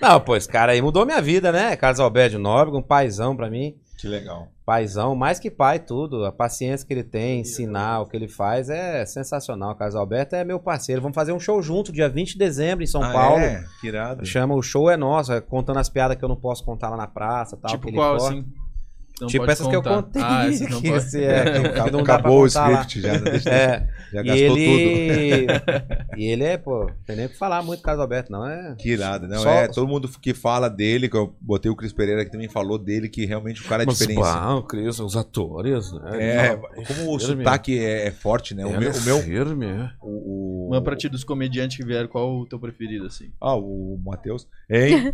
S3: Não, pô, esse cara aí mudou minha vida, né? Carlos Alberto de Nóbrega, um paizão pra mim.
S1: Que legal.
S3: Paizão, mais que pai, tudo. A paciência que ele tem, ensinar o que ele faz é sensacional. Carlos Alberto é meu parceiro. Vamos fazer um show junto, dia 20 de dezembro, em São
S1: Ah,
S3: Paulo.
S1: É? Que irado.
S3: Chama O Show é Nosso, é contando as piadas que eu não posso contar lá na praça
S1: Tá
S3: tal. que
S2: Tipo
S3: ele
S2: qual,
S3: corta.
S2: assim? Não
S3: tipo
S2: pode
S3: essas que eu
S2: contar.
S3: contei.
S2: Ah, essas não
S3: que
S2: pode.
S3: esse é, que não dá pra
S1: Acabou o
S3: contar lá.
S1: script já, né? Deixa-
S3: É,
S1: já
S3: e
S1: gastou tudo.
S3: ele... e ele é, pô, não tem nem pra falar muito do Carlos Alberto, não. É
S1: Que irado, não
S3: Só-
S1: é? Todo mundo que fala dele, que eu botei o Cris Pereira que também falou dele, que realmente o cara é diferente.
S8: Cris, os atores, né?
S1: É, como o
S8: Ele mesmo.
S1: sotaque é, é forte, né? O meu, o meu,
S8: Firme.
S3: é.
S1: o, o,
S2: Mas pra ti, dos comediantes que vieram, qual o teu preferido, assim?
S1: Ah, o Matheus, hein?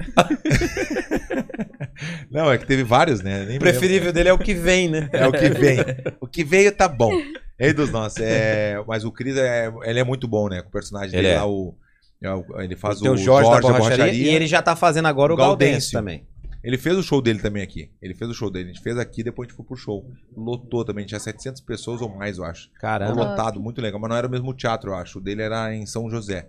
S1: não, é que teve vários, né? Nem
S3: O preferível dele é o que vem, né?
S1: lembro. É o que vem. O que veio tá bom. Ei dos nossos, é, mas o Cris é, ele é muito bom, né? Com o personagem
S3: Ele
S1: dele
S3: é.
S1: lá, o, é o- ele faz
S3: Tem
S1: o
S3: o Jorge, da
S1: da
S3: borracharia,
S1: Borracharia.
S3: e ele já tá fazendo agora o
S1: Gaudêncio.
S3: Gaudense também.
S1: Ele fez o show dele também aqui. Ele fez o show dele. A gente fez aqui, depois a gente foi pro show. Lotou também. Tinha 700 pessoas ou mais, eu acho. Tava
S3: Caramba.
S1: lotado, muito legal. Mas não era o mesmo teatro, eu acho. O dele era em São José.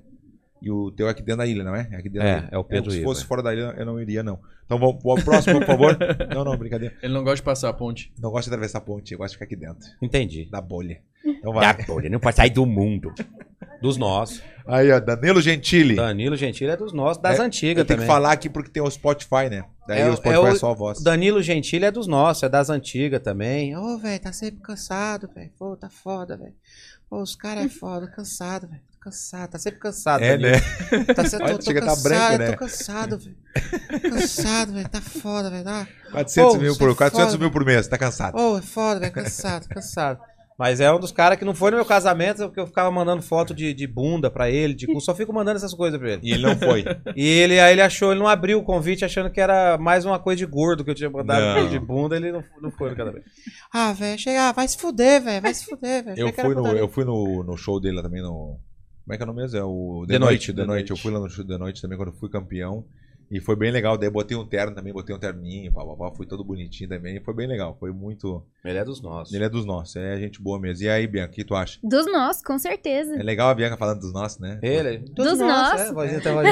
S1: E o teu é aqui dentro da ilha, não é? É aqui dentro
S3: É,
S1: da ilha.
S3: é o Pedro
S1: Se
S3: Ivo,
S1: fosse
S3: é.
S1: fora da ilha, eu não iria, não. Então vamos pro próximo, por favor. Não, não, brincadeira.
S2: Ele não gosta de passar a ponte.
S1: Não gosto de atravessar a ponte, eu gosto de ficar aqui dentro.
S3: é. Entendi.
S1: Da bolha. Então
S3: Da
S1: vai.
S3: bolha, não pode sair do mundo. Dos nossos.
S1: Aí, ó, Danilo Gentili.
S3: Danilo Gentili é dos nossos, das
S1: É,
S3: antigas
S1: Eu tenho
S3: também.
S1: que falar aqui porque tem o Spotify, né? Daí
S3: É,
S1: o Spotify
S3: é
S1: é,
S3: o-
S1: só a voz.
S3: O Danilo Gentili é dos nossos, é das antigas também. Ô, velho, tá sempre cansado, velho. Pô, tá foda, velho. Pô, os caras é foda, cansado, velho. Tô Cansado, tá sempre cansado.
S1: É,
S3: Danilo.
S1: né?
S3: Tá sempre, tô, tô
S1: Chega a tá
S3: cansado,
S1: branco, né?
S3: tô cansado, velho. Cansado, velho. Tá foda, velho. Tá...
S1: 400
S3: Pô,
S1: mil
S3: você é
S1: por, 400
S3: foda.
S1: mil por mês, tá cansado.
S3: Ô, é foda, velho. Cansado, cansado. Mas é um dos caras que não foi no meu casamento, porque eu ficava mandando foto de, de bunda pra ele, de cu. Só fico mandando essas coisas pra ele.
S1: E ele não foi.
S3: E ele, aí ele achou, ele não abriu o convite achando que era mais uma coisa de gordo que eu tinha mandado
S1: Não.
S3: pra ele de bunda, ele não, não foi no casamento. Ah, velho, chega, ah, vai se fuder, velho, vai se fuder, velho.
S1: Eu
S3: Achei que era
S1: fui, no,
S3: putaria.
S1: eu fui no, no show dele lá também no. Como é que é o nome mesmo? É o
S3: The
S1: The
S3: Noite,
S1: Noite. The
S3: The
S1: Noite. Eu fui lá no show The Noite também quando eu fui campeão. E foi bem legal. Daí botei um terno também, botei um terninho, pá, pá, pá, fui todo bonitinho também. Foi bem legal. Foi muito.
S3: Ele é dos nossos.
S1: Ele é dos nossos, é gente boa mesmo. E aí, Bianca, o que tu acha?
S4: Dos nós, com certeza.
S1: É legal a Bianca falando dos nossos, né?
S3: Ele?
S4: Dos nossos.
S3: É, vozinha até vozinha.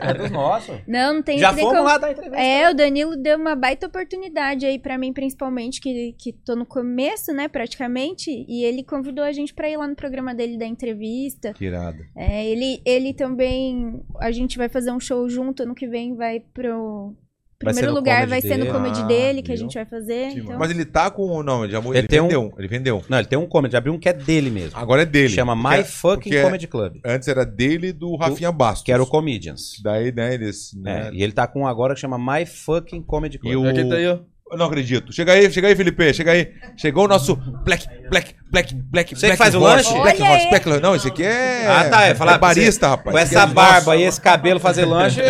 S3: é dos nossos.
S4: Não, não tem
S3: Já
S4: não tem
S3: fomos
S4: como-
S3: lá da entrevista.
S4: É, o Danilo deu uma baita oportunidade aí pra mim, principalmente, que, que tô no começo, né, praticamente. E ele convidou a gente pra ir lá no programa dele da entrevista.
S1: Que irado.
S4: É, ele, ele também. A gente vai fazer um show junto ano que vem, vai pro.
S3: Vai ser
S4: Primeiro
S3: no
S4: lugar
S3: comedy
S4: vai ser
S3: dele.
S4: no comedy
S1: Ah,
S4: dele que a
S1: viu?
S4: gente vai
S3: É,
S4: fazer.
S2: Que
S4: então-
S1: Mas ele tá com. Não, ele já ele,
S3: Ele tem um-
S1: vendeu. Ele vendeu.
S3: Não, ele tem um comedy, abriu um que é dele mesmo.
S1: Agora é dele.
S3: Chama
S1: Porque
S3: My Fucking
S1: porque- é-
S3: Comedy Club,
S1: Antes era dele e do Rafinha Bastos.
S3: que era o Comedians.
S1: Daí, né, eles.
S3: É,
S1: Né?
S3: e ele tá com um agora que chama My Fucking Comedy Club.
S1: E o-
S2: É aquele daí, ó.
S1: Eu não acredito. Chega aí, chega aí, Felipe. Chega aí. Chegou o nosso Black, Black, Black, Black.
S3: Você que
S1: Black
S3: faz o
S1: Horse,
S3: lanche?
S1: Black
S4: Olha
S1: Horse,
S4: aí.
S1: Black Horse. Não, esse aqui é.
S3: Ah, tá, é falar pra
S1: barista, rapaz.
S3: Com
S1: Esse
S3: essa
S1: aqui é nosso.
S3: barba e esse cabelo fazer lanche.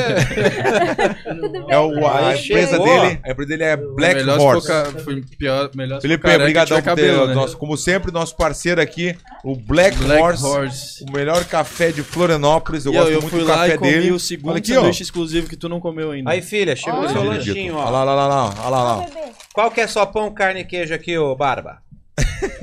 S4: Tudo bem,
S1: É o, a,
S3: Aí
S1: empresa
S3: chegou.
S1: dele, a empresa dele é Black
S2: melhor se for
S1: Horse.
S2: ca- Foi pior, melhor se for
S1: Felipe,
S2: careca,
S1: obrigadão
S2: tiver
S1: por ter,
S2: cabelo, né?
S1: nosso, como sempre, nosso parceiro aqui, o Black,
S2: Black
S1: Horse,
S2: Horse.
S1: o melhor café de Florianópolis. Eu
S2: E
S1: gosto
S2: eu
S1: muito
S2: fui
S1: do
S2: lá
S1: café
S2: e comi
S1: dele.
S2: o segundo
S1: Olha aqui, ó.
S2: sanduíche exclusivo que tu não comeu ainda.
S3: Aí, filha, chegou o seu
S1: Não acredito.
S3: lanchinho,
S1: Olha
S3: ó.
S1: lá, olha lá, olha lá, olha lá, olha lá.
S4: bebê.
S3: Qual que é só pão, carne e queijo aqui, ô Barba?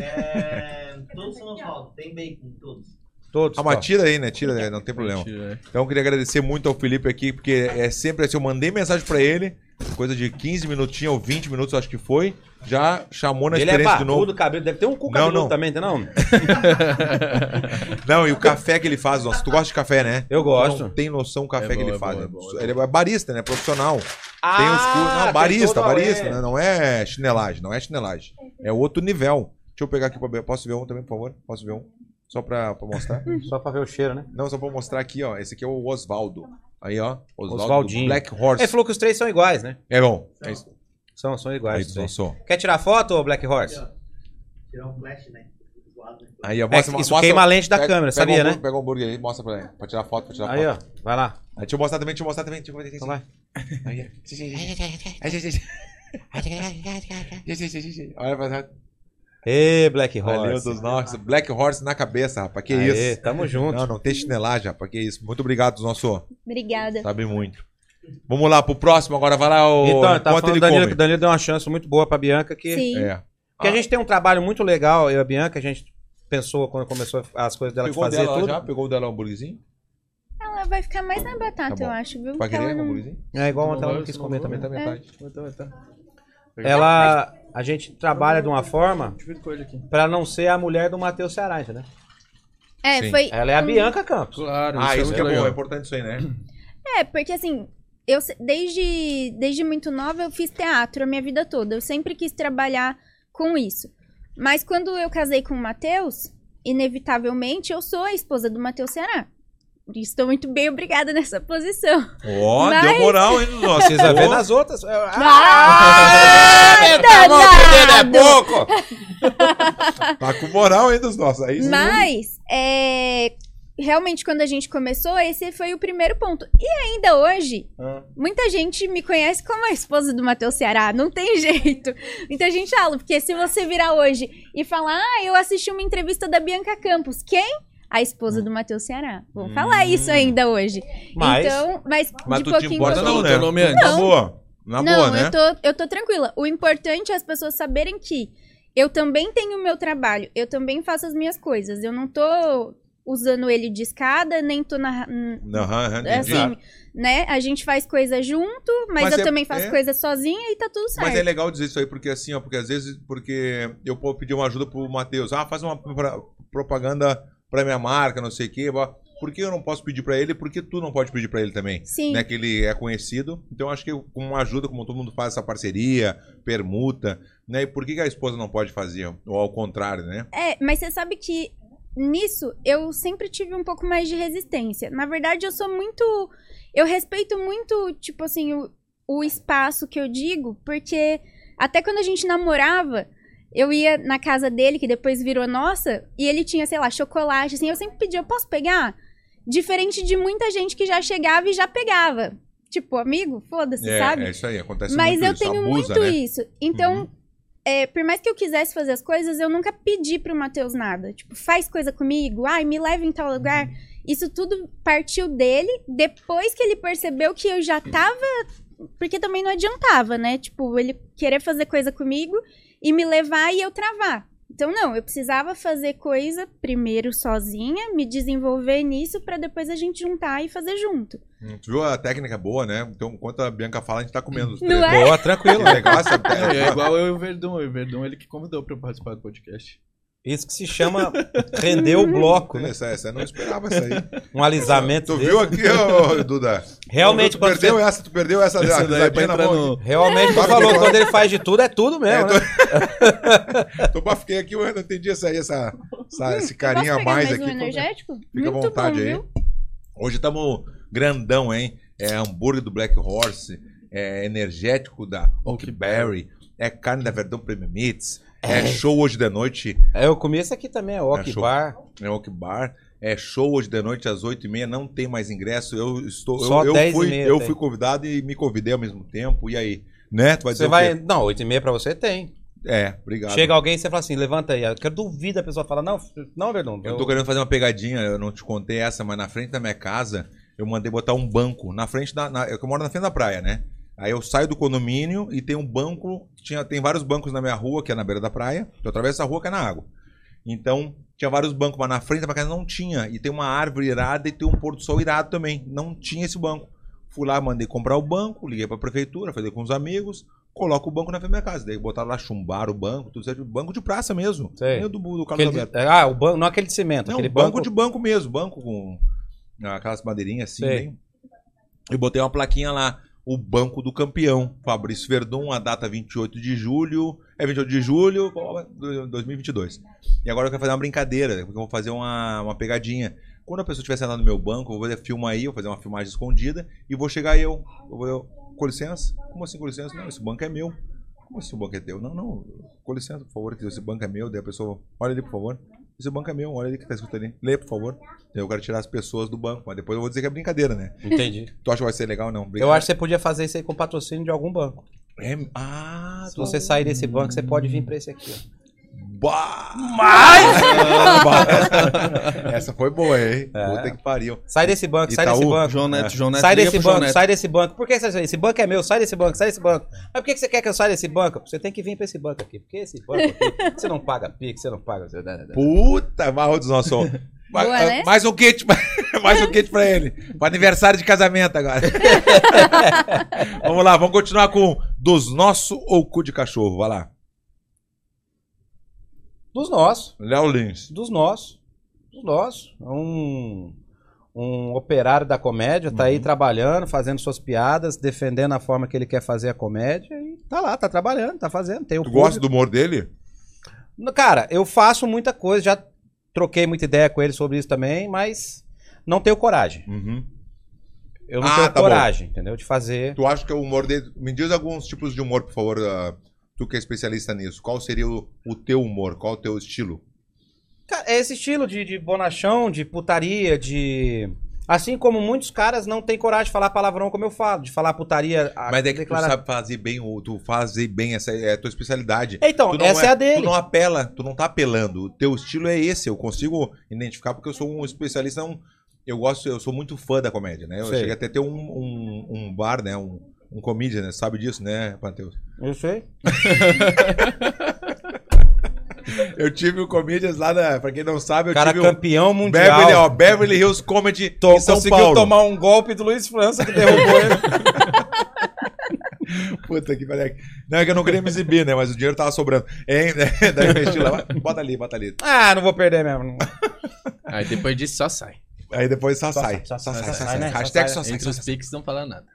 S9: É, todos são Oswaldo, tem bacon, todos.
S3: Todos.
S1: Ah, mas
S3: ó.
S1: tira aí, né? Tira, né? não tem problema.
S2: Mentira, é.
S1: Então eu queria agradecer muito ao Felipe aqui, porque é sempre assim, eu mandei mensagem pra ele, coisa de 15 minutinhos ou 20 minutos, acho que foi. Já chamou na
S3: Ele é
S1: experiência de novo.
S3: barbudo, cabelo. Deve ter um cu
S1: Não,
S3: cabeludo
S1: não.
S3: também, não?
S1: Não, e o café que ele faz, nossa, tu gosta de café, né?
S3: Eu gosto.
S1: Não tem noção do café
S2: É
S1: que
S2: bom,
S1: ele
S2: é
S1: faz.
S2: bom,
S1: né?
S2: é bom, é
S1: ele é barista, né? Profissional.
S3: Ah,
S1: tem uns cursos. Não,
S3: tem
S1: barista,
S3: toda a
S1: barista,
S3: lei.
S1: né? Não é chinelagem, não é chinelagem. É outro nível. Deixa eu pegar aqui pra ver. Posso ver um também, por favor? Posso ver um? Só pra, pra mostrar?
S3: Só pra ver o cheiro, né?
S1: Não, só pra mostrar aqui, ó. Esse aqui é o Osvaldo. Aí, ó. Osvaldo do
S3: Osvaldinho.
S1: Black Horse.
S3: Ele falou que os três são iguais, né?
S1: É bom. É isso.
S3: São, são
S1: Aí,
S3: iguais. os
S1: tu
S3: três.
S1: lançou.
S3: Quer tirar foto, ô Black Horse?
S10: Aqui, ó. Tirar um flash, né? Zoado, né?
S1: Aí, ó.
S3: É,
S1: Mostra,
S3: isso
S1: mostra-
S3: queima a lente da
S1: pega-
S3: câmera,
S1: pega o
S3: sabia,
S1: hambúrguer-
S3: né?
S1: Pega o hambúrguer aí, mostra pra ele. Pra tirar foto, pra tirar
S3: Aí,
S1: foto.
S3: ó. Vai lá.
S1: Aí, deixa eu mostrar também, deixa eu mostrar também. Deixa eu mostrar,
S3: Então vai.
S1: Aí, ó. Sim, sim, sim, sim. Aí, sim, sim, sim. Sim, sim, sim, sim, sim. Olha pra trás.
S3: Ê, Black Horse.
S1: Valeu dos nossos. Black Horse na cabeça, rapaz. Que
S3: Aê,
S1: isso.
S3: Tamo junto.
S1: Não, não tem chinelagem, rapaz. Que isso. Muito obrigado, nosso.
S4: Obrigada.
S1: Sabe muito. Vamos lá pro próximo agora. Vai lá, o.
S3: Então, eu tava
S1: enquanto
S3: falando
S1: ele
S3: do Danilo,
S1: come.
S3: que o Danilo deu uma chance muito boa pra Bianca, que,
S4: Sim.
S1: É.
S3: que
S1: Ah.
S3: a gente tem um trabalho muito legal, eu e a Bianca, a gente pensou quando começou as coisas dela de
S1: Pegou o
S3: fazer
S1: dela
S3: tudo.
S1: já? Pegou o
S3: um
S1: dela o hambúrguerzinho?
S4: Ela vai ficar mais na batata,
S1: Tá bom.
S4: eu acho,
S1: Vai
S4: viu? Porque
S1: querer
S4: ela
S1: o
S4: não...
S1: hambúrguerzinho?
S3: É igual
S2: Não
S3: ontem ela
S2: vai,
S3: não quis
S2: não
S3: comer
S2: vai,
S3: também.
S1: Metade, metade.
S2: Então, tá.
S3: Ela, a gente trabalha de uma forma
S2: Divido com ele aqui.
S3: pra não ser a mulher do Matheus Ceará, entendeu?
S4: É,
S1: Sim.
S4: foi.
S3: Ela é a Bianca Campos.
S2: Claro,
S1: Ah, isso que é
S2: muito
S1: bom. É
S2: legal.
S1: importante isso aí, né?
S4: É, porque assim, eu se- desde, desde muito nova eu fiz teatro a minha vida toda. Eu sempre quis trabalhar com isso. Mas quando eu casei com o Matheus, inevitavelmente eu sou a esposa do Matheus Ceará. Estou muito bem obrigada nessa posição.
S1: Ó,
S4: Mas-
S1: deu moral, hein, Dudu?
S3: Precisa ver
S1: Pô.
S3: nas outras. Ah,
S4: Ah, danado!
S1: é Tá com moral, hein, dos nossos. Aí sim.
S4: Mas, é, realmente, quando a gente começou, esse foi o primeiro ponto. E ainda hoje,
S1: Ah.
S4: muita gente me conhece como a esposa do Matheus Ceará. Não tem jeito. Muita gente fala, porque se você virar hoje e falar, ah, eu assisti uma entrevista da Bianca Campos, quem? A esposa do Matheus Ceará. Vão falar isso ainda hoje.
S3: Mas-
S4: então, mas,
S1: Hum. Mas
S4: de
S1: tu te
S4: pouquinho em
S1: importa
S4: pouquinho-
S1: não, né?
S2: Teu nome antes.
S1: Na boa. Na
S4: não,
S1: boa, né?
S4: eu, tô, eu tô tranquila. O importante é as pessoas saberem que eu também tenho o meu trabalho, eu também faço as minhas coisas. Eu não tô usando ele de escada, nem tô na. hum,
S1: Aham, aham, entendi.
S4: Assim, né? A gente faz coisa junto, mas,
S1: Mas
S4: eu
S1: é-
S4: também faço
S1: é.
S4: coisa sozinha e tá tudo certo.
S1: Mas é legal dizer isso aí, porque assim, ó, porque às vezes, porque eu vou pedir uma ajuda pro Matheus. Ah, faz uma pra- propaganda pra minha marca, não sei o quê. blá. Por que eu não posso pedir pra ele? Por que tu não pode pedir pra ele também?
S4: Sim.
S1: né, que ele é conhecido. Então acho que com uma ajuda, como todo mundo faz essa parceria, permuta, né? E por que que a esposa não pode fazer? Ou ao contrário, né?
S4: É, mas você sabe que nisso eu sempre tive um pouco mais de resistência. Na verdade, eu sou muito. Eu respeito muito, tipo assim, o, o espaço que eu digo, porque até quando a gente namorava. Eu ia na casa dele, que depois virou nossa, e ele tinha, sei lá, chocolate, assim. Eu sempre pedia, eu posso pegar? Diferente de muita gente que já chegava e já pegava. Tipo, amigo, foda-se,
S1: É,
S4: sabe?
S1: é isso aí, acontece
S4: Mas
S1: muito
S4: eu
S1: isso,
S4: tenho
S1: abusa,
S4: muito
S1: né?
S4: isso. Então, é, por mais que eu quisesse fazer as coisas, eu nunca pedi pro Matheus nada. Tipo, faz coisa comigo, ai, me leva em tal
S1: Uhum.
S4: lugar. Isso tudo partiu dele, depois que ele percebeu que eu já tava. Porque também não adiantava, né? Tipo, ele querer fazer coisa comigo e me levar e eu travar. Então, não, eu precisava fazer coisa primeiro sozinha, me desenvolver nisso pra depois a gente juntar e fazer junto.
S1: Hum, Tu viu a técnica boa, né? Então, enquanto a Bianca fala, a gente tá comendo. os
S4: Não
S1: três.
S4: é?
S3: Boa, tranquilo.
S1: Que negócio,
S2: Não, e é
S1: é,
S2: igual eu e o Verdão. Eu e o Verdão, ele que convidou pra eu participar do podcast.
S3: Isso que se chama render o bloco, né?
S1: Essa, essa eu não esperava essa aí.
S3: Um alisamento.
S1: Tu
S3: desse.
S1: viu aqui, ô, Duda?
S3: Realmente,
S1: tu
S3: quando
S1: perdeu
S3: você-
S1: essa, tu perdeu essa
S2: Esse
S1: essa
S2: daí pra
S1: piadinha na
S2: entrar
S1: mão.
S2: no...
S3: Realmente, tu
S1: Sabe
S3: falou,
S1: aquele
S3: quando ele faz de tudo, é tudo
S1: É,
S3: mesmo,
S1: tô-
S3: né?
S1: Tô pra fiquei aqui, eu não entendi essa, aí, essa, essa- esse carinho
S4: Posso
S1: a
S4: pegar
S1: mais,
S4: mais um
S1: aqui. Como-
S4: energético?
S1: Fica à
S4: Muito
S1: vontade
S4: bom,
S1: aí.
S4: viu?
S1: Hoje estamos grandão, hein? É hambúrguer do Black Horse, é energético da Oakberry, é carne da Verdão Premium Meats, é show hoje de noite,
S3: É, eu comi esse aqui também, é o
S1: É
S3: Ock
S1: show.
S3: Bar.
S1: é Oak Bar, é show hoje de noite às 8h30, não tem mais ingresso, eu estou,
S3: Só
S1: eu, eu,
S3: 10 e
S1: fui,
S3: meia
S1: eu
S3: tem.
S1: fui convidado e me convidei ao mesmo tempo, e aí? Né? Tu vai dizer
S3: Você vai.
S1: o quê?
S3: Não, 8 e meia pra você tem.
S1: É, obrigado.
S3: Chega alguém e você fala assim, levanta aí. Eu quero duvida a pessoa fala, não, não, Verdão.
S1: Eu tô querendo fazer uma pegadinha, eu não te contei essa, mas na frente da minha casa, eu mandei botar um banco. Na frente da. na- eu moro na frente da praia, né? Aí eu saio do condomínio e tem um banco. Tinha, tem vários bancos na minha rua, que é na beira da praia. Eu atravesso a rua, cai na água. Então, tinha vários bancos, mas na frente da minha casa não tinha. E tem uma árvore irada e tem um pôr do sol irado também. Não tinha esse banco. Fui lá, mandei comprar o banco, liguei pra prefeitura, falei com os amigos, coloca o banco na frente da minha casa. Daí botaram lá, chumbar o banco, tudo certo. Banco de praça mesmo.
S3: Sei.
S1: Nem o do, do Carlos
S3: Aquele
S1: Alberto.
S3: de- ah, o banco, não aquele de cimento,
S1: Não,
S3: aquele
S1: banco,
S3: banco.
S1: de banco mesmo, banco com aquelas madeirinhas assim.
S3: Sei.
S1: bem. Eu botei uma plaquinha lá, o Banco do Campeão, Fabrício Verdun, a data 28 de julho, é 28 de julho de 2022. E agora eu quero fazer uma brincadeira, né? porque eu vou fazer uma, uma pegadinha. Quando a pessoa estiver sentada no meu banco, eu vou fazer filma aí, eu vou fazer uma filmagem escondida e vou chegar eu. Eu vou, eu, com licença? Como assim com licença? Não, esse banco é meu. Como assim o banco é teu? Não, não, com licença, por favor, que esse banco é meu. Daí a pessoa, olha ali, por favor. Esse banco é meu, olha ali que tá escrito ali. Lê, por favor. Daí Então, Eu quero tirar as pessoas do banco, mas depois eu vou dizer que é brincadeira, né?
S3: Entendi.
S1: Tu acha que vai ser legal ou não?
S3: Eu acho que você podia fazer isso aí com patrocínio de algum banco.
S1: É... Ah,
S3: Se você sair desse banco, você pode vir pra esse aqui. ó.
S1: Mas... Essa foi boa, hein?
S3: É.
S1: Puta que pariu.
S3: Sai desse banco, sai desse
S1: Itaú,
S3: banco.
S2: João Neto,
S1: É.
S2: João Neto.
S3: Sai
S2: liga
S3: desse
S2: pro João
S3: banco,
S2: Neto.
S3: sai desse banco. Por que você, esse banco é meu? Sai desse banco, sai desse banco. Mas por que que você quer que eu saia desse banco? Você tem que vir pra esse banco aqui. Porque esse banco aqui, você não paga PIX, você não paga.
S1: Puta, marro dos nossos. Ma-
S4: Boa,
S1: ah,
S4: né?
S1: Mais um kit, mais um kit pra ele. Pro aniversário de casamento agora. vamos lá, vamos continuar com dos nosso ou cu de cachorro. Vai lá.
S3: Dos nossos.
S1: Léo Lins.
S3: dos nossos. Dos nossos. É Um, um operário da comédia, tá
S1: Uhum.
S3: aí trabalhando, fazendo suas piadas, defendendo a forma que ele quer fazer a comédia e tá lá, tá trabalhando, tá fazendo. Tem o
S1: Tu gosta do humor dele?
S3: do... Cara, eu faço muita coisa, já troquei muita ideia com ele sobre isso também, mas não tenho coragem.
S1: Uhum.
S3: Eu não
S1: Ah,
S3: tenho
S1: tá
S3: coragem, entendeu? De fazer.
S1: Tu acha que o humor dele. Me diz alguns tipos de humor, por favor. ah, tu que é especialista nisso. Qual seria o, o teu humor? Qual o teu estilo?
S3: Cara, É esse estilo de, de bonachão, de putaria, de. Assim como muitos caras não têm coragem de falar palavrão como eu falo, de falar putaria. a-
S1: Mas é que
S3: Ah, declara-
S1: tu sabe fazer bem, o- tu fazer bem, essa é a tua especialidade.
S3: Então,
S1: Tu não
S3: essa é, a dele.
S1: Tu não apela, tu não tá apelando. O teu estilo é esse, eu consigo identificar porque eu sou um especialista, um- eu gosto, eu sou muito fã da comédia, né? Eu
S3: Sei.
S1: cheguei até a ter um, um, um bar, né? Um, um comédia, né? Sabe disso, né, Matheus?
S3: Eu sei.
S1: Eu tive o Comedians lá, na, pra quem não sabe, eu
S3: Cara,
S1: tive o
S3: campeão mundial.
S1: Beverly, ó, Beverly Hills Comedy em São
S3: conseguiu
S1: Paulo.
S3: tomar um golpe do Luiz França que derrubou ele.
S1: Puta que pariu. Não, é que eu não queria me exibir, né? Mas o dinheiro tava sobrando. Hein? Daí eu investi lá, bota ali, bota ali.
S3: ah, não vou perder mesmo.
S11: Aí depois disso só sai.
S1: Aí depois só,
S3: Só
S1: sai.
S3: sai, só sai,
S1: só
S3: só
S1: sai.
S3: sai, né?
S1: Hashtag
S3: Só
S1: só sai.
S11: Entre
S1: Só
S11: os
S1: sai.
S11: piques não fala nada.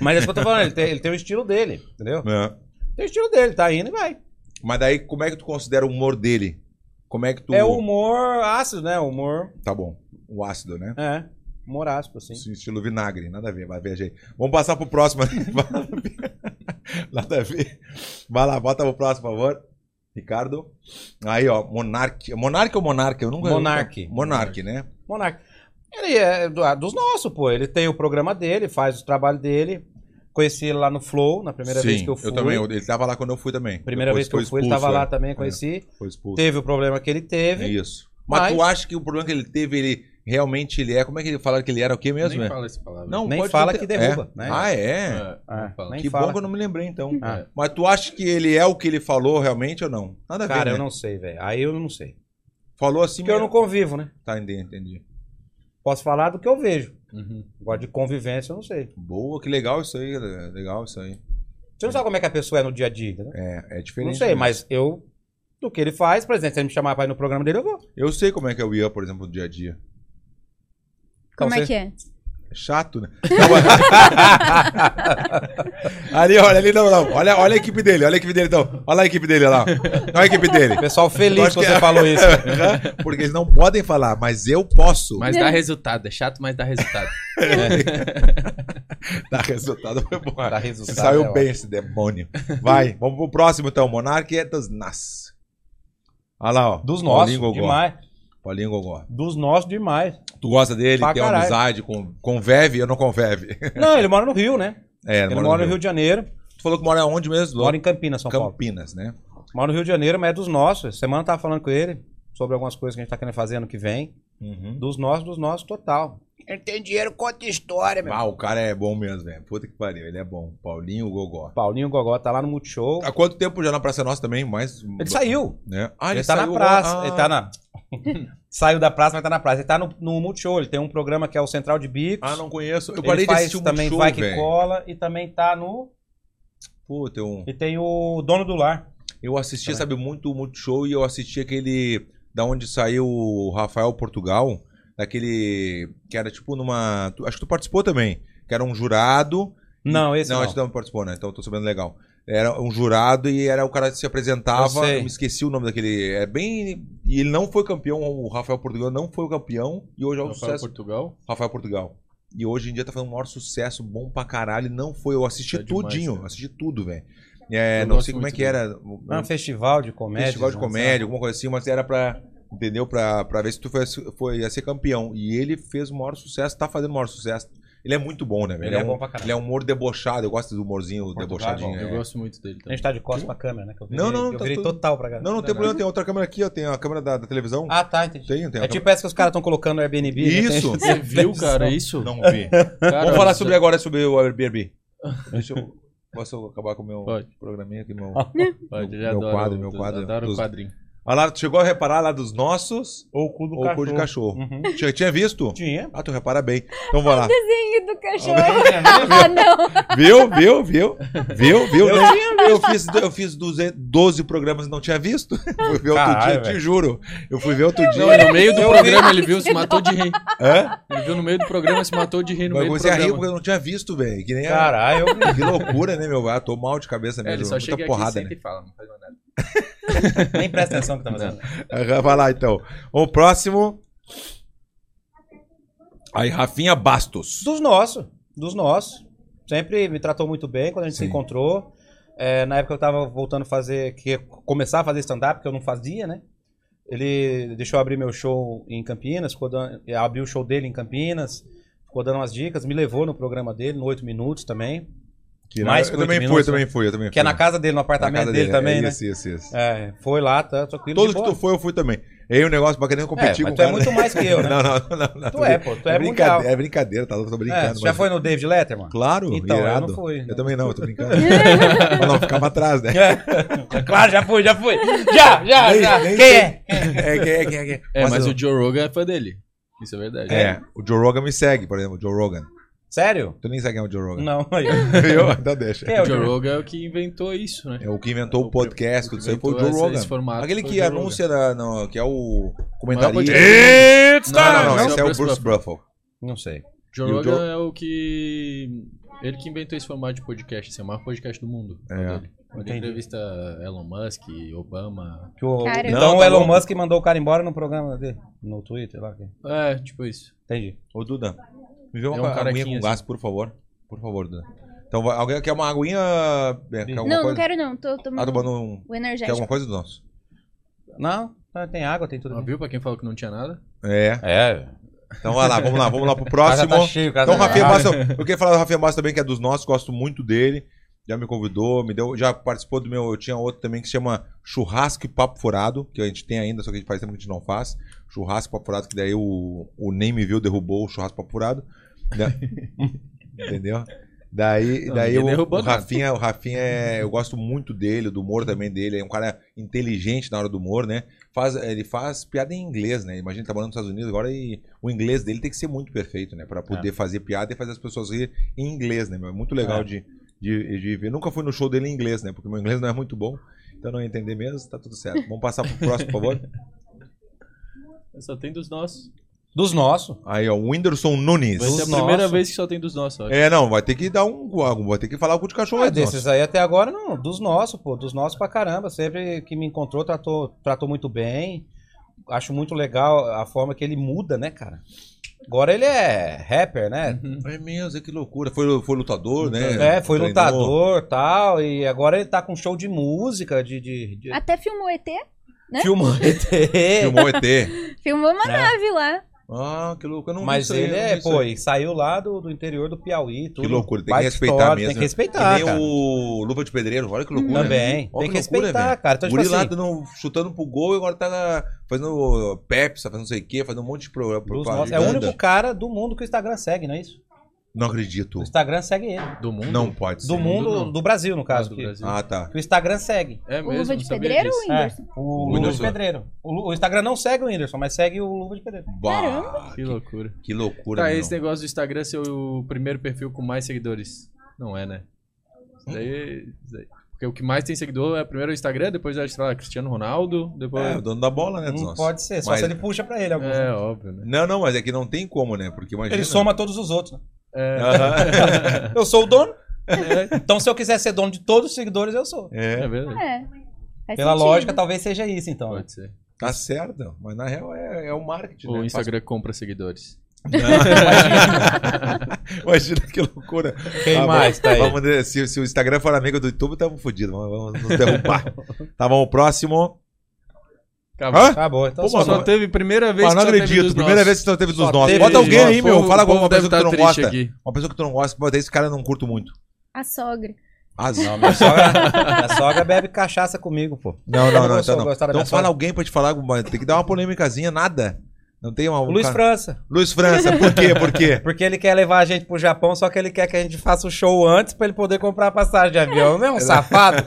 S3: Mas é isso que eu tô falando, ele tem, ele tem o estilo dele, entendeu?
S1: É.
S3: Tem o estilo dele, tá indo e vai.
S1: Mas daí, como é que tu considera o humor dele? Como é que tu.
S3: É o humor ácido, né? O humor.
S1: Tá bom. O ácido, né?
S3: É. Humor ácido, assim.
S1: Esse Estilo vinagre, nada a ver, vai viajei. Vamos passar pro próximo. nada a ver. Vai lá, bota pro próximo, por favor. Ricardo. Aí, ó, Monark. Monark ou Monarca? Eu nunca
S3: Monarque.
S1: Monarque, né?
S3: Monarca. Ele é do- ah, dos nossos, pô. Ele tem o programa dele, faz o trabalho dele. Conheci ele lá no Flow, na primeira
S1: Sim,
S3: vez que eu fui.
S1: também. Ele tava lá quando eu fui também.
S3: Primeira
S1: Depois
S3: vez que eu
S1: foi
S3: fui, ele
S1: expulso,
S3: tava
S1: é.
S3: lá também, conheci.
S1: Foi expulso.
S3: Teve o problema que ele
S1: É
S3: teve.
S1: isso. Mas,
S3: Mas-
S1: tu acha que o problema que ele teve, ele realmente ele é. Como é que ele falaram que ele era o quê mesmo?
S11: Nem
S1: é?
S11: fala essa palavra.
S3: Nem
S1: pode
S3: fala
S1: ter-
S3: que derruba,
S1: É.
S3: né?
S1: Ah, é?
S11: É,
S3: Ah,
S11: não fala.
S3: nem
S1: Que
S3: fala.
S1: bom que eu não me lembrei, então.
S3: Ah.
S1: Mas tu acha que ele é o que ele falou realmente ou não? Nada a ver.
S3: Cara, eu
S1: né?
S3: não sei, velho. Aí eu não sei.
S1: Falou assim,
S3: Porque eu não convivo, né?
S1: Tá, entendi, entendi.
S3: Posso falar do que eu vejo.
S11: Uhum.
S3: Agora de convivência, eu não sei.
S1: Boa, que legal isso aí, le- legal isso aí.
S3: Você não sabe como é que a pessoa é no dia a dia, entendeu?
S1: É, é diferente.
S3: Não sei,
S1: mesmo.
S3: mas eu. Do que ele faz, por exemplo, se ele me chamar pra ir no programa dele, eu vou.
S1: Eu sei como é que é o Ian, por exemplo, no dia a dia.
S4: Como
S3: Então,
S4: é que é?
S1: É chato, né? Não, mas- ali, olha, ali não, não. Olha, olha a equipe dele, olha a equipe dele então. Olha a equipe dele, olha lá. Olha a equipe dele.
S3: Pessoal
S1: Eu
S3: feliz
S1: acho
S3: que
S1: que
S3: você
S1: é.
S3: falou isso.
S1: Porque eles não podem falar, mas eu posso.
S11: Mas dá resultado, é chato, mas dá resultado.
S1: Dá resultado, foi bom.
S3: Dá resultado.
S1: Saiu
S3: é
S1: bem esse demônio. Vai, vamos pro próximo então. Monarque é dos Nas. Olha lá, ó.
S3: ótimo. Dos
S1: Paulinho
S3: nossos,
S1: Gogó.
S3: demais.
S1: Paulinho Gogó.
S3: Dos nossos, demais.
S1: Tu gosta dele?
S3: Pra
S1: tem uma
S3: caralho.
S1: amizade com, com Veve ou não com Veve?
S3: Não, ele mora no Rio, né?
S1: É,
S3: Ele É. mora no Rio de Janeiro.
S1: Tu falou que mora onde mesmo?
S3: Mora em Campinas, São Paulo.
S1: Campinas, né?
S3: Mora no Rio de Janeiro, mas é dos nossos. Semana eu tava falando com ele sobre algumas coisas que a gente tá querendo fazer ano que vem.
S1: Uhum.
S3: Dos nossos, dos nossos, total.
S5: Ele tem dinheiro, conta história, meu.
S1: Ah, o cara é bom mesmo, velho. Puta que pariu, ele é bom. Paulinho Gogó.
S3: Paulinho Gogó tá lá no Multishow.
S1: Há quanto tempo já na Praça Nossa também? Mais... um
S3: Ele saiu.
S1: Né? Ah,
S3: ele, tá na
S1: saiu-
S3: praça.
S1: Ah,
S3: Ele tá na. Saiu da praça, mas tá na praça. Ele tá no, no Multishow, ele tem um programa que é o Central de Bicos.
S1: Ah, não conheço. Eu
S3: Ele
S1: parei de
S3: faz
S1: assistir o
S3: também
S1: Multishow,
S3: Vai Que
S1: velho.
S3: Cola e também tá no...
S1: Pô, tem um...
S3: E tem o Dono do Lar.
S1: Eu assistia, sabe, muito o Multishow e eu assisti aquele. Da onde saiu o Rafael Portugal, daquele. Que era tipo numa. tu- Acho que tu participou também. Que era um jurado.
S3: Não, esse
S1: não,
S3: não.
S1: esse não participou, né? Então eu tô sabendo legal. Era um jurado e era o cara que se apresentava.
S3: Eu
S1: Eu,
S3: sei.
S1: me esqueci o nome daquele. É bem. E ele não foi campeão, o Rafael Portugal não foi o campeão. E hoje é um
S11: Rafael
S1: sucesso.
S11: Portugal.
S1: Rafael Portugal. E hoje em dia tá fazendo o maior sucesso, bom pra caralho. Não foi. Eu assisti
S11: Tá demais,
S1: tudinho.
S11: né?
S1: Assisti tudo, velho. É,
S11: Eu
S1: não
S11: gosto
S1: sei como é
S11: muito Ah,
S1: que
S11: dele.
S1: era. o-
S3: É um festival de comédia.
S1: festival de
S3: né,
S1: comédia, alguma coisa assim, mas era pra. Entendeu? Pra, pra ver se tu foi, foi a ser campeão. E ele fez o maior sucesso, tá fazendo o maior sucesso. Ele é muito bom, né? velho?
S3: Ele é
S1: um,
S3: bom pra caralho.
S1: Ele é um humor debochado, eu gosto do humorzinho
S3: Portugal
S1: debochadinho.
S3: é
S1: né?
S11: Eu gosto muito dele
S3: A gente
S11: também.
S3: tá de costas pra câmera, né? que eu
S1: Não, não,
S3: Eu
S1: tá
S3: virei
S1: tudo-
S3: total pra galera.
S1: Não, não tem problema, tem outra câmera aqui, ó. Tem a câmera da, da televisão.
S3: Ah, tá, entendi.
S1: tem, tem. a
S3: É tipo essa que os caras estão colocando no Airbnb. né? É.
S1: Isso.
S3: Tem-
S11: Você viu, cara, isso?
S1: câmera- Não vi.
S11: Cara,
S1: Vamos falar
S11: você-
S1: sobre agora sobre o Airbnb. Deixa eu. Posso acabar com o meu
S11: Pode.
S1: programinha aqui, meu.
S11: Pode, ele
S1: Meu
S11: adora
S1: quadro,
S11: o-
S1: meu quadro.
S11: Adoro
S1: Dos-
S11: o quadrinho.
S1: Ah, lá, tu chegou a reparar lá dos nossos
S3: Ou o cu do
S1: ou cor de cachorro?
S3: Uhum.
S1: Tinha, tinha visto?
S3: Tinha.
S1: Ah, tu repara bem. Então vamos lá.
S4: Desenho do cachorro. Ah, não.
S1: Viu, viu, viu? Viu, viu? Eu, eu fiz, eu fiz 200 12 programas e não tinha visto. Fui ver outro
S3: Caralho,
S1: dia, te
S3: velho.
S1: juro. Eu fui ver outro dia.
S11: Não, e no meio do
S3: Eu
S11: programa ele viu, se matou de rir.
S1: Hã?
S11: Ele viu no meio do programa, se matou de rir no
S1: Mas é eu
S11: meio do
S1: comecei a rir
S11: programa.
S1: porque eu não tinha visto, velho. Que nem a-
S3: Caralho.
S1: Que loucura, né, meu? Ah, tô mal de cabeça
S11: É,
S1: mesmo.
S11: ele só
S1: Muita
S11: chega
S1: porrada,
S11: aqui
S1: né?
S11: e senta e fala, não faz mais nada.
S3: Nem presta atenção que tá fazendo.
S1: né? Aham, Vai lá, então. O próximo. Aí, Rafinha Bastos.
S3: Dos nossos. Dos nossos. Sempre me tratou muito bem quando a gente
S1: Sim.
S3: se encontrou. É, na época eu tava voltando a fazer, que ia começar a fazer stand-up, que eu não fazia, né? Ele deixou eu abrir meu show em Campinas, ficou dando, abriu o show dele em Campinas, ficou dando umas dicas, me levou no programa dele, no 8 Minutos também,
S1: Que
S3: Mais
S1: eu
S3: oito
S1: também fui, eu
S3: minutos,
S1: também fui, eu também fui.
S3: que é na casa dele, no
S1: Na
S3: apartamento
S1: casa
S3: dele, também,
S1: é
S3: né?
S1: Isso, isso, isso.
S3: É, foi lá, tá, tranquilo.
S1: Todos
S3: de
S1: que
S3: boa.
S1: tu foi, eu fui também. E aí o negócio pra querer
S3: É,
S1: competir com
S3: mas
S1: o
S3: tu é
S1: cara.
S3: muito mais que eu, né?
S1: Não, não, não, não.
S3: Tu é, pô, tu é
S1: brincadeira,
S3: mundial.
S1: É brincadeira, tá louco, tô
S3: É,
S1: brincando.
S3: você já
S1: mas-
S3: foi no David Letterman?
S1: Claro,
S3: Então, eu não
S1: irado.
S3: fui, né?
S1: Eu também não, eu tô brincando. mas não, ficava atrás, né?
S3: É claro, já fui, já fui. Já, já,
S1: Nem-
S3: já.
S1: nem
S3: Quem é?
S1: É, que- é, que- é, que-
S11: É, mas,
S1: eu-
S11: o Joe Rogan é fã dele. Isso é verdade.
S1: É, o Joe Rogan me segue, por exemplo, o Joe Rogan.
S3: Sério?
S1: Tu nem sabe quem é o Joe Rogan.
S3: Não, aí.
S1: Eu, então deixa.
S3: Quem é
S11: O
S3: o
S11: Joe
S3: Joe?
S11: Rogan é o que inventou isso, né?
S1: É o que inventou o,
S11: O
S1: podcast, tudo É, isso aí foi o
S11: Inventou é
S1: Joe
S11: esse-
S1: Rogan.
S11: esse formato
S1: Aquele
S11: foi
S1: que
S11: o Joe
S1: anuncia, na- no- que é o
S11: Maior
S1: comentarista.
S11: podcast.
S1: Não, não, não,
S11: Não,
S1: esse é o Bruce Bruffle.
S3: Não sei.
S11: Joe
S1: E o
S11: Rogan
S1: Joe-
S11: é o que. Ele que inventou esse formato de podcast, assim, é o maior podcast do mundo.
S1: É.
S11: dele. Ele
S3: Entendi.
S11: entrevista Elon Musk, Obama.
S3: Que o-
S4: Cara, eu-
S3: então
S1: Não,
S3: o
S1: tá
S3: Elon
S1: louco.
S3: Musk mandou o cara embora no programa dele. No Twitter lá. que-
S11: É, tipo isso.
S3: Entendi.
S1: Ô, Duda, me vê
S11: É um
S1: uma aguinha
S11: caraquinha,
S1: com gás, por favor. Por favor, Duda. Então, vai- alguém quer uma aguinha? é, Quer alguma
S4: Não, não
S1: coisa?
S4: quero não. Tô
S1: Ah,
S4: tomando
S1: tomando um...
S4: o
S1: Quer
S4: energético.
S1: alguma coisa do nosso?
S3: Não, tá- tem água, tem tudo.
S11: Não viu pra quem falou que não tinha nada?
S1: É.
S3: É,
S1: Então, vai lá, vamos lá, vamos lá pro
S3: próximo.
S1: próximo.
S3: Tá cheio, casa
S1: Então, o
S11: é
S3: tá
S1: Rafinha
S3: errada.
S1: Massa, eu queria falar do Rafinha Massa também, que é dos nossos, gosto muito dele. Já me convidou, me deu, já participou do meu. Eu tinha outro também que chama Churrasco e Papo Furado, que a gente tem ainda, só que a gente faz tempo que a gente não faz. Churrasco e Papo Furado, que daí o, o Nem Me Viu derrubou o Churrasco e Papo Furado. Da- Entendeu? Daí,
S11: Não,
S1: daí
S11: ninguém
S1: o,
S11: derrubou
S1: o
S11: nada.
S1: Rafinha, o Rafinha é, eu gosto muito dele, do humor também dele. É um cara inteligente na hora do humor, né? Faz, ele faz piada em inglês, né? Imagina, ele tá morando nos Estados Unidos agora e o inglês dele tem que ser muito perfeito, né? Pra poder fazer piada e fazer as pessoas rirem em inglês, né? meu? É muito legal
S3: É.
S1: de, de, de ver. Nunca fui no show dele em inglês, né? Porque meu inglês não é muito bom. Então não ia entender mesmo, tá tudo certo. Vamos passar pro próximo, por favor.
S11: Só tem dos nossos.
S3: Dos nossos.
S1: Aí, ó, o Whindersson Nunes.
S11: Vai
S3: Dos
S11: ser a primeira
S3: nossos.
S11: vez que só tem dos nossos, eu acho.
S1: É, não, vai ter que dar um. Vai ter que falar com o de cachorro
S3: Ah,
S1: antes,
S3: desses aí até agora, não. Dos nossos, pô. Dos nossos pra caramba. Sempre que me encontrou, tratou, tratou muito bem. Acho muito legal a forma que ele muda, né, cara? Agora ele é rapper, né?
S11: Uhum.
S1: É mesmo, que loucura. Foi, foi lutador, né?
S3: É, foi
S1: Treinou.
S3: lutador e tal. E agora ele tá com show de música, de. de, de...
S4: Até filmou ET? É, né?
S3: Filmou ET.
S1: Filmou ET.
S4: Filmou uma
S3: É.
S4: nave lá.
S1: Ah, que louco. Eu não vi
S3: Mas
S1: isso aí,
S3: ele
S1: eu não vi
S3: é,
S1: isso
S3: pô,
S1: aí.
S3: e saiu lá do, do interior do Piauí. Tudo,
S1: Que loucura, tem que
S3: Baita
S1: respeitar mesmo,
S3: Tem que
S1: né?
S3: respeitar,
S1: que nem
S3: Tá, cara.
S1: o Luva de Pedreiro, olha que loucura.
S3: Também.
S1: Ó,
S3: tem
S1: que loucura,
S3: que respeitar,
S1: velho.
S3: cara. Então,
S1: O
S3: tipo
S1: Guri lá
S3: assim,
S1: dando- um, chutando pro gol e agora tá na- fazendo Pepsi, fazendo não sei o quê, fazendo um monte de programa.
S3: dos nossos- é o único cara do mundo que o Instagram segue, não é isso?
S1: Não acredito.
S3: O Instagram segue ele.
S11: Do mundo?
S1: Não pode ser.
S3: Do mundo,
S11: não.
S3: do Brasil, no caso.
S11: Ah, do
S3: que-
S11: Brasil.
S1: Ah, tá.
S3: que O Instagram segue. É,
S11: É
S4: O
S11: mesmo,
S4: Luva de
S11: não sabia
S4: Pedreiro ou
S11: disso.
S4: o Whindersson?
S3: O,
S1: O
S3: Luva de
S1: Whindersson.
S3: Pedreiro. O, Lu- o Instagram não segue o Whindersson, mas segue o Luva de Pedreiro.
S1: Bah,
S11: Que
S1: que,
S11: loucura.
S1: que loucura.
S11: Tá,
S1: meu
S11: esse
S1: irmão.
S11: negócio do Instagram ser o primeiro perfil com mais seguidores. Não é, né?
S1: Hum?
S11: Isso daí, isso daí. Porque o que mais tem seguidor é primeiro o Instagram, depois é, sei lá, Cristiano Ronaldo, depois...
S1: É, o dono da bola, né, dos
S3: Não
S1: nossos.
S3: pode ser, só
S1: Mas-
S3: se ele puxa pra ele alguns.
S11: É, óbvio, né?
S1: Não, não, mas é que não tem como, né? Porque imagina.
S3: Ele soma todos os outros. né?
S1: Aham.
S3: Eu sou o dono,
S11: É,
S3: então se eu quiser ser dono de todos os seguidores, eu sou.
S1: É,
S11: é verdade.
S4: É. Faz
S3: Pela
S4: sentido.
S3: lógica, talvez seja isso, então. né?
S11: Pode ser.
S1: tá certo. Mas na real é, é o marketing.
S11: Ou
S1: né?
S11: o Instagram compra seguidores.
S1: Não. Imagina que loucura.
S3: Quem
S1: Ah,
S3: mais tá aí?
S1: Vamos, ver, se, se o Instagram for amigo do YouTube, tamo fodido. Vamos, vamos nos derrubar. tá bom, o próximo.
S11: Acabou.
S1: Hã?
S3: Acabou, então
S1: Pô,
S3: só-
S1: mano,
S11: Só teve primeira Tá vez
S1: Mas não
S11: que só teve
S1: acredito.
S11: dos
S1: Primeira
S11: nossos.
S1: vez que tu teve dos
S3: Só
S1: nossos.
S3: teve-
S1: Bota alguém aí,
S11: O
S1: meu.
S11: povo-
S1: Fala
S11: o povo
S1: com uma
S11: deve
S1: pessoa que tu
S11: tá
S1: não
S11: triste
S1: gosta.
S11: aqui.
S1: Uma pessoa que tu não gosta, pô, esse cara eu não curto muito.
S4: A sogra.
S1: As...
S3: Não, minha sogra, minha sogra bebe cachaça comigo, pô.
S1: Não, não, não.
S3: Eu
S1: Então, não.
S3: gostar da
S1: então
S3: minha
S1: fala
S3: sogra.
S1: alguém pra te falar. mas Tem que dar uma polêmicazinha, nada. Não tem uma. um
S3: O Luiz
S1: cara-
S3: França.
S1: Luiz França, por quê? Por quê?
S3: Porque ele quer levar a gente pro Japão, só que ele quer que a gente faça o show antes pra ele poder comprar a passagem de avião. Não é um safado?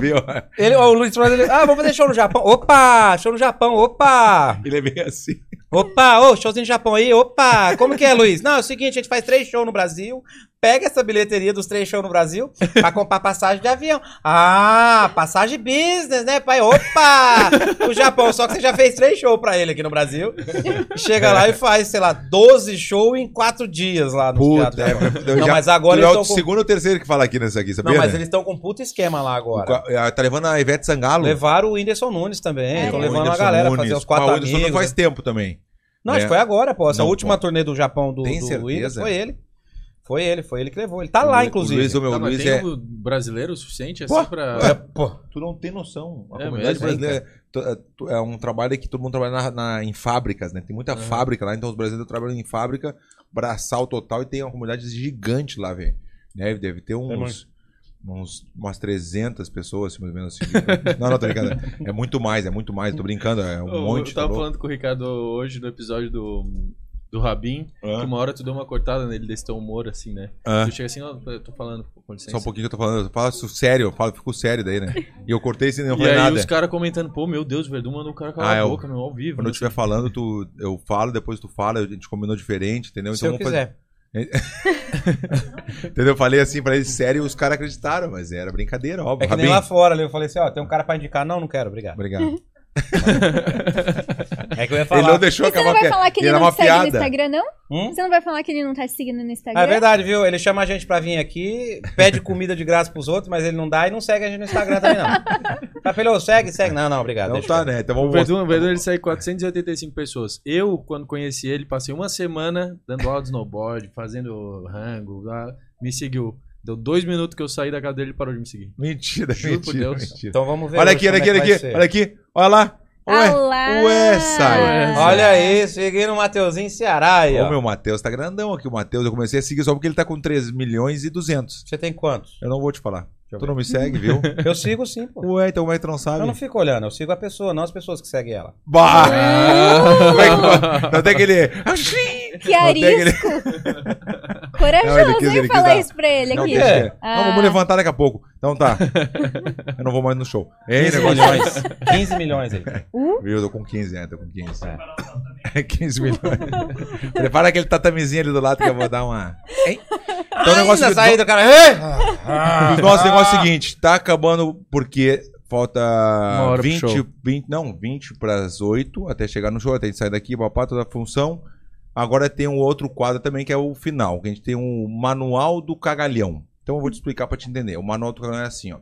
S1: Viu?
S3: Ele, ó, o Luiz França, ele, ah, vou fazer show no Japão. Opa, show no Japão, opa.
S1: Ele é meio assim.
S3: Opa, ô, showzinho no Japão aí, opa. Como que é, Luiz? Não, é o seguinte, a gente faz três shows no Brasil, pega essa bilheteria dos três shows no Brasil pra comprar passagem de avião. Ah, passagem business, né, pai? Opa, o Japão, só que você já fez três shows pra ele aqui no Brasil. Chega lá e faz, sei lá, 12 shows em quatro dias lá no
S1: Puta, é, eu
S3: Não,
S1: já-
S3: mas agora
S1: tu é
S3: eles
S1: o
S3: estão com...
S1: segundo ou terceiro que fala aqui nessa aqui, sabia?
S3: Não, mas
S1: né?
S3: eles estão com um puto esquema lá
S1: O
S3: agora.
S1: ca- ah, Tá levando a Ivete Sangalo.
S3: Levaram o Whindersson Nunes também. Estão
S1: É, O
S3: É, levando
S1: Whindersson
S3: a galera a
S1: Nunes.
S3: fazer os quatro
S1: Mas o Whindersson
S3: amigos.
S1: não faz tempo também.
S3: Não, acho
S1: né?
S3: que foi agora, pô. Essa
S1: Não,
S3: última
S1: pô.
S3: turnê do Japão do,
S1: Tem
S3: do
S1: certeza?
S3: Whindersson foi ele. Foi ele, foi ele que levou. Ele tá
S1: O-
S3: lá,
S1: O
S3: inclusive.
S1: Luiz, o meu
S11: Tá, mas
S1: Luiz
S11: tem
S1: é...
S11: um brasileiro o suficiente assim
S1: Pô,
S11: pra...
S3: Pô,
S1: Tu não tem noção. A
S11: É mesmo,
S1: comunidade brasileira tu- é, tu- é um trabalho que todo mundo trabalha na- na- em fábricas, né? Tem muita
S11: Aham.
S1: fábrica lá, então os brasileiros trabalham em fábrica, braçal total, e tem uma comunidade gigante lá, velho. Né? Deve ter uns, uns- umas 300 pessoas, mais ou menos. Assim, não, não, tô brincando. É muito mais, é muito mais, tô brincando. É um
S11: Eu-
S1: monte.
S11: Eu
S1: tá
S11: tava
S1: louco?
S11: falando com o Ricardo hoje no episódio do, do Rabin, que
S1: Hã?
S11: uma hora tu deu uma cortada nele desse teu humor, assim, né?
S1: Hã?
S11: Tu chega assim, ó, eu tô falando, pô, com licença.
S1: Só um pouquinho que eu tô falando. Eu falo sério, eu falo, fico sério daí, né? E eu cortei sem nem
S11: E
S1: falar
S11: aí
S1: nada.
S11: os caras comentando, pô, meu Deus, o Verdun mandou o cara calar
S1: Ah, é
S11: a
S1: o-
S11: boca, meu, ao vivo. né?
S1: Quando eu
S11: não sei
S1: estiver falando, tu, eu falo, depois tu fala, a gente combinou diferente, entendeu?
S3: se eu
S1: Então vamos fazer-
S3: quiser.
S1: Entendeu? Eu falei assim pra eles, sério, e os caras acreditaram, mas era brincadeira, óbvio.
S3: É que nem
S1: Rabin,
S3: lá fora ali. Eu falei assim, ó, tem um cara pra indicar. Não, não quero, obrigado.
S1: Obrigado.
S3: É que eu ia
S1: Ele não
S3: falar.
S1: deixou
S4: E você não
S1: acabar
S4: vai
S1: a
S4: falar que ele
S1: Era
S4: não
S1: uma
S4: te segue no
S1: piada.
S4: Instagram, não?
S3: Hum?
S4: Você não vai falar que ele não tá te seguindo no Instagram?
S3: Ah, é verdade, viu? Ele chama a gente pra vir aqui, pede comida de graça pros outros, mas ele não dá e não segue a gente no Instagram também, não. Tá, falei, ô, segue, segue. Não, não, obrigado.
S1: Então
S3: deixa
S1: tá,
S3: eu ver.
S1: né? Então
S11: O
S1: vamos mostrar.
S11: Verdun, o Verdun, ele saiu 485 pessoas. Eu, quando conheci ele, passei uma semana dando aula de snowboard, fazendo rango, lá, me seguiu. Deu dois minutos que eu saí da casa dele e parou de me seguir.
S1: Mentira,
S11: Juro por
S1: mentira,
S11: Deus.
S1: mentira.
S3: Então vamos ver.
S1: Olha
S3: hoje
S1: aqui, olha aqui,
S3: como é
S1: olha
S3: que vai
S1: aqui,
S3: ser.
S1: olha aqui. Olha lá.
S4: Ah
S1: Ué,
S4: lá.
S1: ué, sai.
S3: Olha aí, cheguei no Mateuzinho Ceará aí, ó.
S1: o meu Matheus tá grandão aqui, o Matheus. Eu comecei a seguir só porque ele tá com 3 milhões e 200.
S3: Você tem quantos?
S1: Eu não vou te falar. Tu não me segue, viu?
S3: Eu sigo sim, pô.
S1: Ué, então como é que tu não sabe?
S3: Eu não fico olhando, eu sigo a pessoa, não as pessoas que seguem ela.
S1: Bah! Como é que- Não tem aquele...
S4: Que
S1: Não tem
S4: arisco.
S1: aquele... Não, ele
S4: Corajoso,
S1: quis, ele
S4: hein?
S1: quis
S4: Falar
S1: dar-
S4: isso pra ele
S1: Não,
S4: aqui.
S1: deixa que é.
S4: Ah.
S1: Não, vamos levantar daqui a pouco. Então tá. eu não vou mais no show. Ei,
S3: 15
S1: negócio.
S3: milhões. 15 milhões
S1: Então,
S3: aí.
S1: Viu? Eu tô com 15, né? Tô com 15. É. 15 milhões. Prepara aquele tatamezinho ali do lado que eu vou dar uma. Hein? Então o negócio que-
S3: do cara. "Ei!" Ah,
S1: do nosso negócio é o seguinte: tá acabando porque falta
S11: hora pro
S1: 20,
S11: show.
S1: 20, não, 20 pras 8 até chegar no show, até a gente sair daqui, papá, toda a função. Agora tem um outro quadro também que é o final, que a gente tem um manual do cagalhão. Então eu vou te explicar pra te entender. O manual do cagalhão é assim, ó.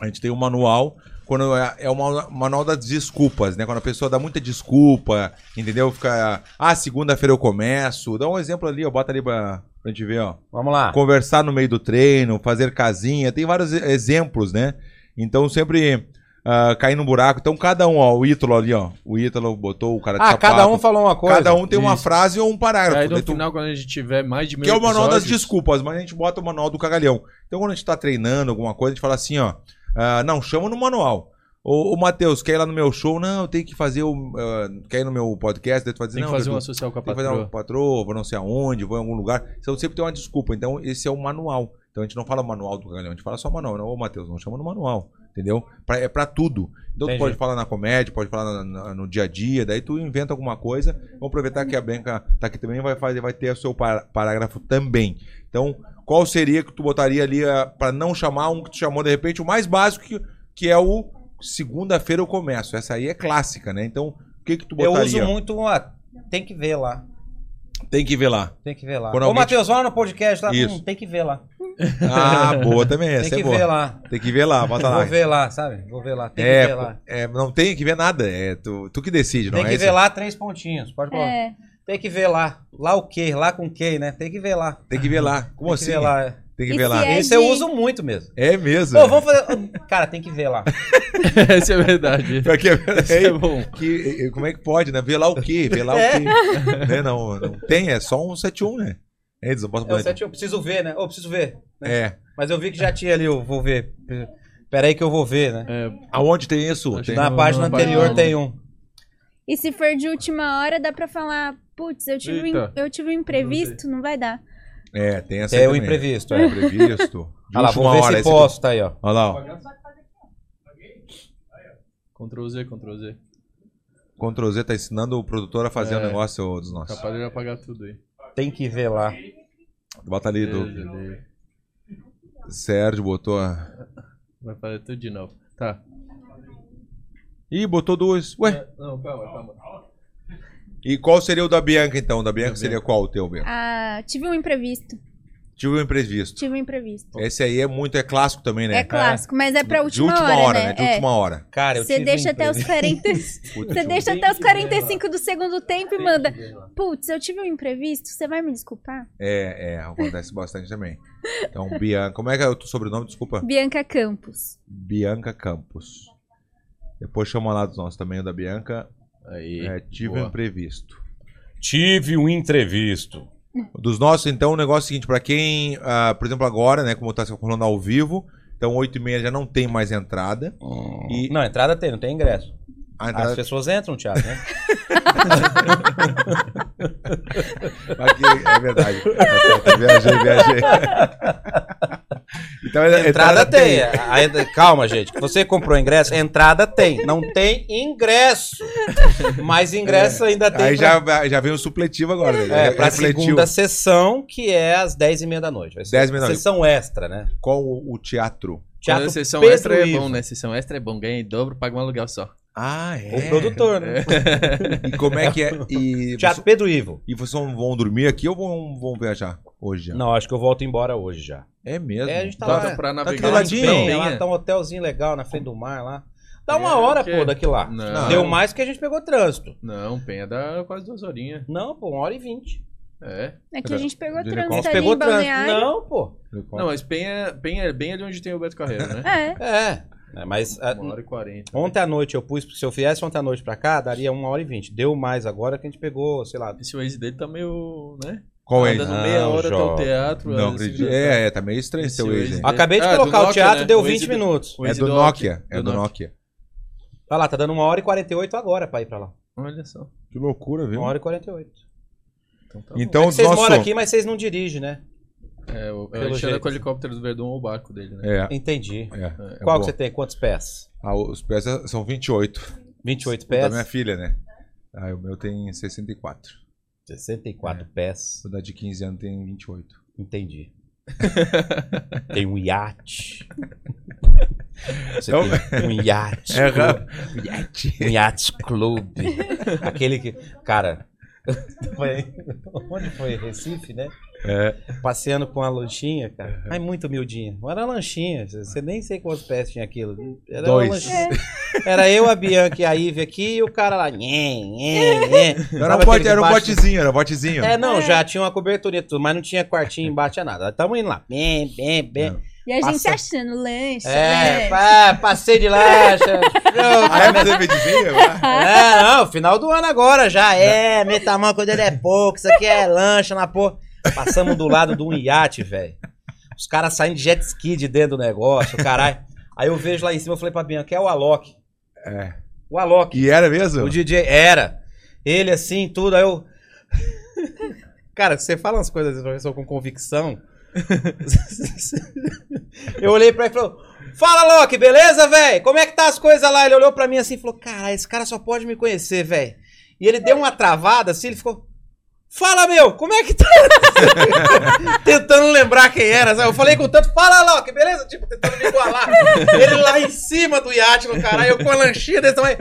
S1: A gente tem um manual, quando é, é o ma- manual das desculpas, né? Quando a pessoa dá muita desculpa, entendeu? Fica, ah, segunda-feira eu começo. Dá um exemplo ali, ó, bota ali pra, pra gente ver, ó
S3: Vamos lá.
S1: Ah. conversar no meio do treino, fazer casinha, tem vários e- exemplos, né? Então sempre ah, cair no buraco. Então cada um, ó, o Ítalo ali, ó, o Ítalo botou o cara de
S3: Ah,
S1: sapato.
S3: cada um falou uma coisa.
S1: Cada um tem uma
S11: Isso.
S1: frase ou um parágrafo.
S11: Aí no
S1: né? Tu-
S11: final, quando a gente tiver mais de mil
S1: que é o manual das
S11: episódios-
S1: desculpas, mas a gente bota o manual do cagalhão. Então, quando a gente tá treinando alguma coisa, a gente fala assim, ó. ah, não, chama no manual. Ô, Ô, ô Matheus, quer ir lá no meu show? Não, eu tenho que fazer o. ah, quer ir no meu podcast? Daí tu vai dizer,
S2: Tem que
S1: não,
S11: um
S2: fazer
S1: Dudu,
S2: uma social com a
S1: né, tem que fazer uma
S2: patroa.
S1: patroa, vou não sei aonde, vou em algum lugar. Então sempre tem uma desculpa. Então, esse é o manual. Então a gente não fala manual do Cagalhão, a gente fala só manual. Não, ô Matheus, não chama no manual. Entendeu? Pra- é pra tudo. Então tu pode falar na comédia, pode falar na- na- no dia a dia, daí tu inventa alguma coisa. Vamos aproveitar que a Bianca tá aqui também, vai fazer, vai ter o seu par- parágrafo também. Então, qual seria que tu botaria ali ah, pra não chamar um que tu chamou de repente o mais básico que, que é o segunda-feira eu começo. Essa aí é clássica, né? Então, o que que tu
S3: Eu
S1: botaria?
S3: uso um- muito uma. Tem que ver lá.
S1: Tem que ver lá.
S3: Tem que ver lá.
S1: Quando
S3: Ô,
S1: alguém
S3: Matheus, vai lá no podcast lá.
S1: Isso.
S3: Hum, tem que ver lá.
S1: Ah, boa também. Essa
S3: tem que
S1: é boa.
S3: ver lá.
S1: Tem que ver lá, bota lá.
S3: Vou ver lá, sabe? Vou ver lá. Tem
S1: É,
S3: que ver lá.
S1: é, não tem que ver nada. É tu, tu que decide, não
S3: Tem
S1: é
S3: que
S1: isso?
S3: ver lá três pontinhos. Pode colocar.
S4: É.
S3: Tem que ver lá. Lá o quê? Lá com quem, né? Tem que ver lá.
S1: Tem que ver lá. Como
S3: tem
S1: assim?
S3: Que ver lá. é.
S1: Tem
S4: E
S1: que ver lá.
S4: se É
S3: Esse eu
S4: de-
S3: uso muito mesmo.
S1: É mesmo.
S3: Pô, vamos fazer. Cara, tem que ver lá.
S1: um-
S2: Essa é verdade.
S1: Pior que é-
S2: Isso é bom.
S1: que- eh, como é que pode, né? Ver lá o quê? Ver lá
S3: É.
S1: o quê? Né? Não, não tem, é só um 71, né? É, eles não podem
S3: É o
S1: botar-
S3: sete, eu preciso ver, né? Ô, preciso ver.
S1: É.
S3: Mas eu vi que já tinha ali, eu vou ver. Pera aí que eu vou ver, né?
S11: É,
S1: Aonde tem isso?
S2: Acho
S1: Tem- um
S2: que
S3: Na
S2: no-
S3: página
S2: na
S3: anterior
S2: página.
S3: tem um.
S4: E se for de última hora, dá pra falar, putz, eu tive, um,
S2: Eita.
S4: im- eu tive um imprevisto, não vai dar.
S1: É, tem essa aí
S3: Tem o
S1: também.
S3: imprevisto,
S1: É
S3: é.
S1: imprevisto. De
S3: Olha lá,
S1: última
S3: vou ver
S1: hora,
S3: se
S1: esse-
S3: posso, tá aí, ó.
S1: Olha lá, ó.
S2: Ctrl Z, Ctrl Z.
S1: Ctrl Z tá ensinando o produtor a fazer o
S2: É.
S1: negócio ô, dos nossos.
S2: Capaz de apagar tudo aí.
S3: Tem que ver lá.
S1: Bota ali do Sérgio, botou. a-
S2: Vai fazer tudo de novo. Tá.
S1: Ih, botou duas. Ué,
S2: Não, calma, calma.
S1: E qual seria o da Bianca, então? Da Bianca seria qual o teu, Bianca?
S4: Ah, tive um imprevisto.
S1: Tive um imprevisto.
S4: Tive um imprevisto.
S1: Esse aí é muito, é clássico também, né?
S4: É clássico, mas é pra
S1: de
S4: última,
S1: última hora, né? De
S4: É.
S1: última hora.
S3: Cara, eu
S4: Você
S3: tive
S4: deixa
S3: um
S4: até os
S3: imprevisto.
S4: 40. Você deixa até os 45 do segundo tempo e manda. Putz, eu tive um imprevisto, você vai me desculpar?
S1: É, é, acontece bastante também. Então, Bianca. Como é que é o teu sobrenome? Desculpa.
S4: Bianca Campos.
S1: Bianca Campos. Depois chama lá dos nossos também, o da Bianca.
S12: Aí.
S1: É, tive
S12: boa.
S1: um imprevisto.
S12: Tive um entrevisto.
S1: Dos nossos, então, o negócio é o seguinte: pra quem, ah, por exemplo, agora, né? Como tá se rolando ao vivo, então 8h30 já não tem mais entrada. E
S3: Não, entrada tem, não tem ingresso.
S1: a
S3: As
S1: entrada.
S3: pessoas entram no teatro, né?
S1: Aqui, é verdade. Tá certo, eu viajei, viajei. Então,
S3: Entrada, tem. A entra- Calma, gente. Você comprou ingresso? Entrada tem. Não tem ingresso. Mas ingresso ainda é, tem.
S1: É. Aí
S3: pra-
S1: já, já vem o supletivo agora. né?
S3: É, pra
S1: Refletiu.
S3: segunda sessão, que é às 10h30 da noite. Vai ser
S1: 10h30 da noite.
S3: Sessão extra, né?
S1: Qual o, o teatro?
S2: Quando
S3: Teatro
S2: a sessão
S3: Pedro
S2: extra é
S3: Ivo.
S2: bom, né? Sessão extra é bom. Ganha em dobro, paga um aluguel só.
S1: Ah, é.
S3: O produtor, né?
S1: E como é que é? E,
S3: Teatro
S1: vocês-
S3: Pedro Ivo.
S1: e vocês vão vão dormir aqui ou vão, vão viajar hoje? já?
S3: Não, acho que eu volto embora hoje já.
S1: É mesmo?
S3: É, a gente tá
S2: Tá,
S3: lá.
S2: pra
S1: tá
S2: navegar.
S1: tudo ladinho.
S2: bem,
S3: Bem, lá
S2: né?
S3: tá um hotelzinho legal na frente do mar lá. Dá uma
S2: É,
S3: hora,
S2: que-
S3: pô, daqui lá.
S2: Não.
S3: Deu um mais que a gente pegou trânsito.
S2: Não, Penha dá quase duas horinhas.
S3: Não, pô, uma hora e vinte.
S2: É.
S4: É que a gente pegou
S1: Ele
S3: A gente
S4: trânsito tá ali
S3: pegou
S4: em
S3: trânsito.
S4: Balneário.
S3: Não, pô.
S2: Não, mas Penha, Penha é bem ali onde tem o Beto Carreiro, né?
S4: É.
S3: É. É, mas a-
S2: Uma hora e quarenta.
S3: ontem à noite eu pus, se eu viesse ontem à noite pra cá, daria uma hora e vinte. Deu mais agora que a gente pegou, sei lá.
S2: Esse Waze dele tá meio, né?
S1: Qual é?
S2: Andando
S3: Não,
S2: meia hora até o
S3: jovem.
S2: teatro.
S1: Não
S2: às
S1: acredito.
S2: vezes-
S1: É, é, tá meio estranho esse teu
S2: Esse
S1: Waze.
S2: Waze.
S1: aí.
S3: Acabei de
S2: Ah, do
S3: colocar o
S2: Nokia,
S3: teatro,
S2: né?
S3: deu
S2: O Waze
S3: 20
S2: do-
S3: minutos.
S2: o
S1: É
S2: Waze
S1: do Nokia. É
S2: do
S1: do Nokia.
S3: Vai lá, tá dando uma hora e 48 agora pra ir pra lá.
S2: Olha só.
S1: Que loucura, viu?
S3: Uma hora e 48.
S2: Então tá
S1: Então,
S3: é que
S1: os
S3: vocês
S1: nosso...
S3: moram aqui, mas vocês não dirigem, né?
S2: bom. É, o,
S3: Pelo
S2: ele chega
S3: jeito.
S2: com o helicóptero do Verdun ou o barco dele, né?
S1: É.
S3: Entendi.
S1: é, é
S3: Qual
S1: boa.
S3: que você tem? Quantos pés?
S1: Ah, os pés são 28.
S3: 28
S1: O da
S3: pés?
S1: minha filha, né? Ah, o meu tem 64.
S3: 64
S1: É.
S3: pés.
S1: O da de 15 anos tem 28.
S3: Entendi. tem um iate. Você
S1: Então- É
S3: tem um iate.
S1: Tipo,
S3: Um iate clube. Aquele que. Cara. Foi, onde foi? Recife, né?
S1: É.
S3: Passeando com a lanchinha, cara. Ai, muito humildinha. Não era lanchinha. Você nem sei quantos pés tinha aquilo. Era uma
S1: Dois.
S4: é.
S3: lanchinha. Era eu, a Bianca e a Ive aqui e o cara lá. Nhê, nhê, nhê.
S1: Era um,
S3: Tava aquele
S1: bote, era um
S3: debaixo-
S1: botezinho, era um botezinho.
S3: É, não, já tinha uma cobertura e tudo, mas não tinha quartinho embaixo, tinha nada. Tamo indo lá. Bem, bem, bem.
S4: E a gente
S3: Passa-
S4: achando lanche.
S3: É,
S4: lanche.
S3: pá, passei de lancha. show,
S1: Ah, é pra ter bebezinho? Ah.
S3: É, não, final do ano agora já. É, meu tamanho quando ele é pouco, isso aqui é lancha na porra. Passamos do lado de um iate, velho. Os caras saindo de jet ski de dentro do negócio, caralho. Aí eu vejo lá em cima, eu falei pra Bianca, é o Alok. O Alok.
S1: E era mesmo?
S3: O DJ era. Ele assim, tudo, aí eu. Cara, você fala umas coisas, professor, com convicção. eu olhei pra ele e falou: Fala, Loki, beleza, velho? Como é que tá as coisas lá? Ele olhou pra mim assim e falou: Cara, esse cara só pode me conhecer, velho. E ele deu uma travada assim, ele ficou. Fala, meu, como é que tá? tentando lembrar quem era, sabe? Eu falei com tanto, fala, Loki, beleza? Tipo, tentando me igualar. Ele lá em cima do iate, no caralho, eu com a lanchinha desse tamanho.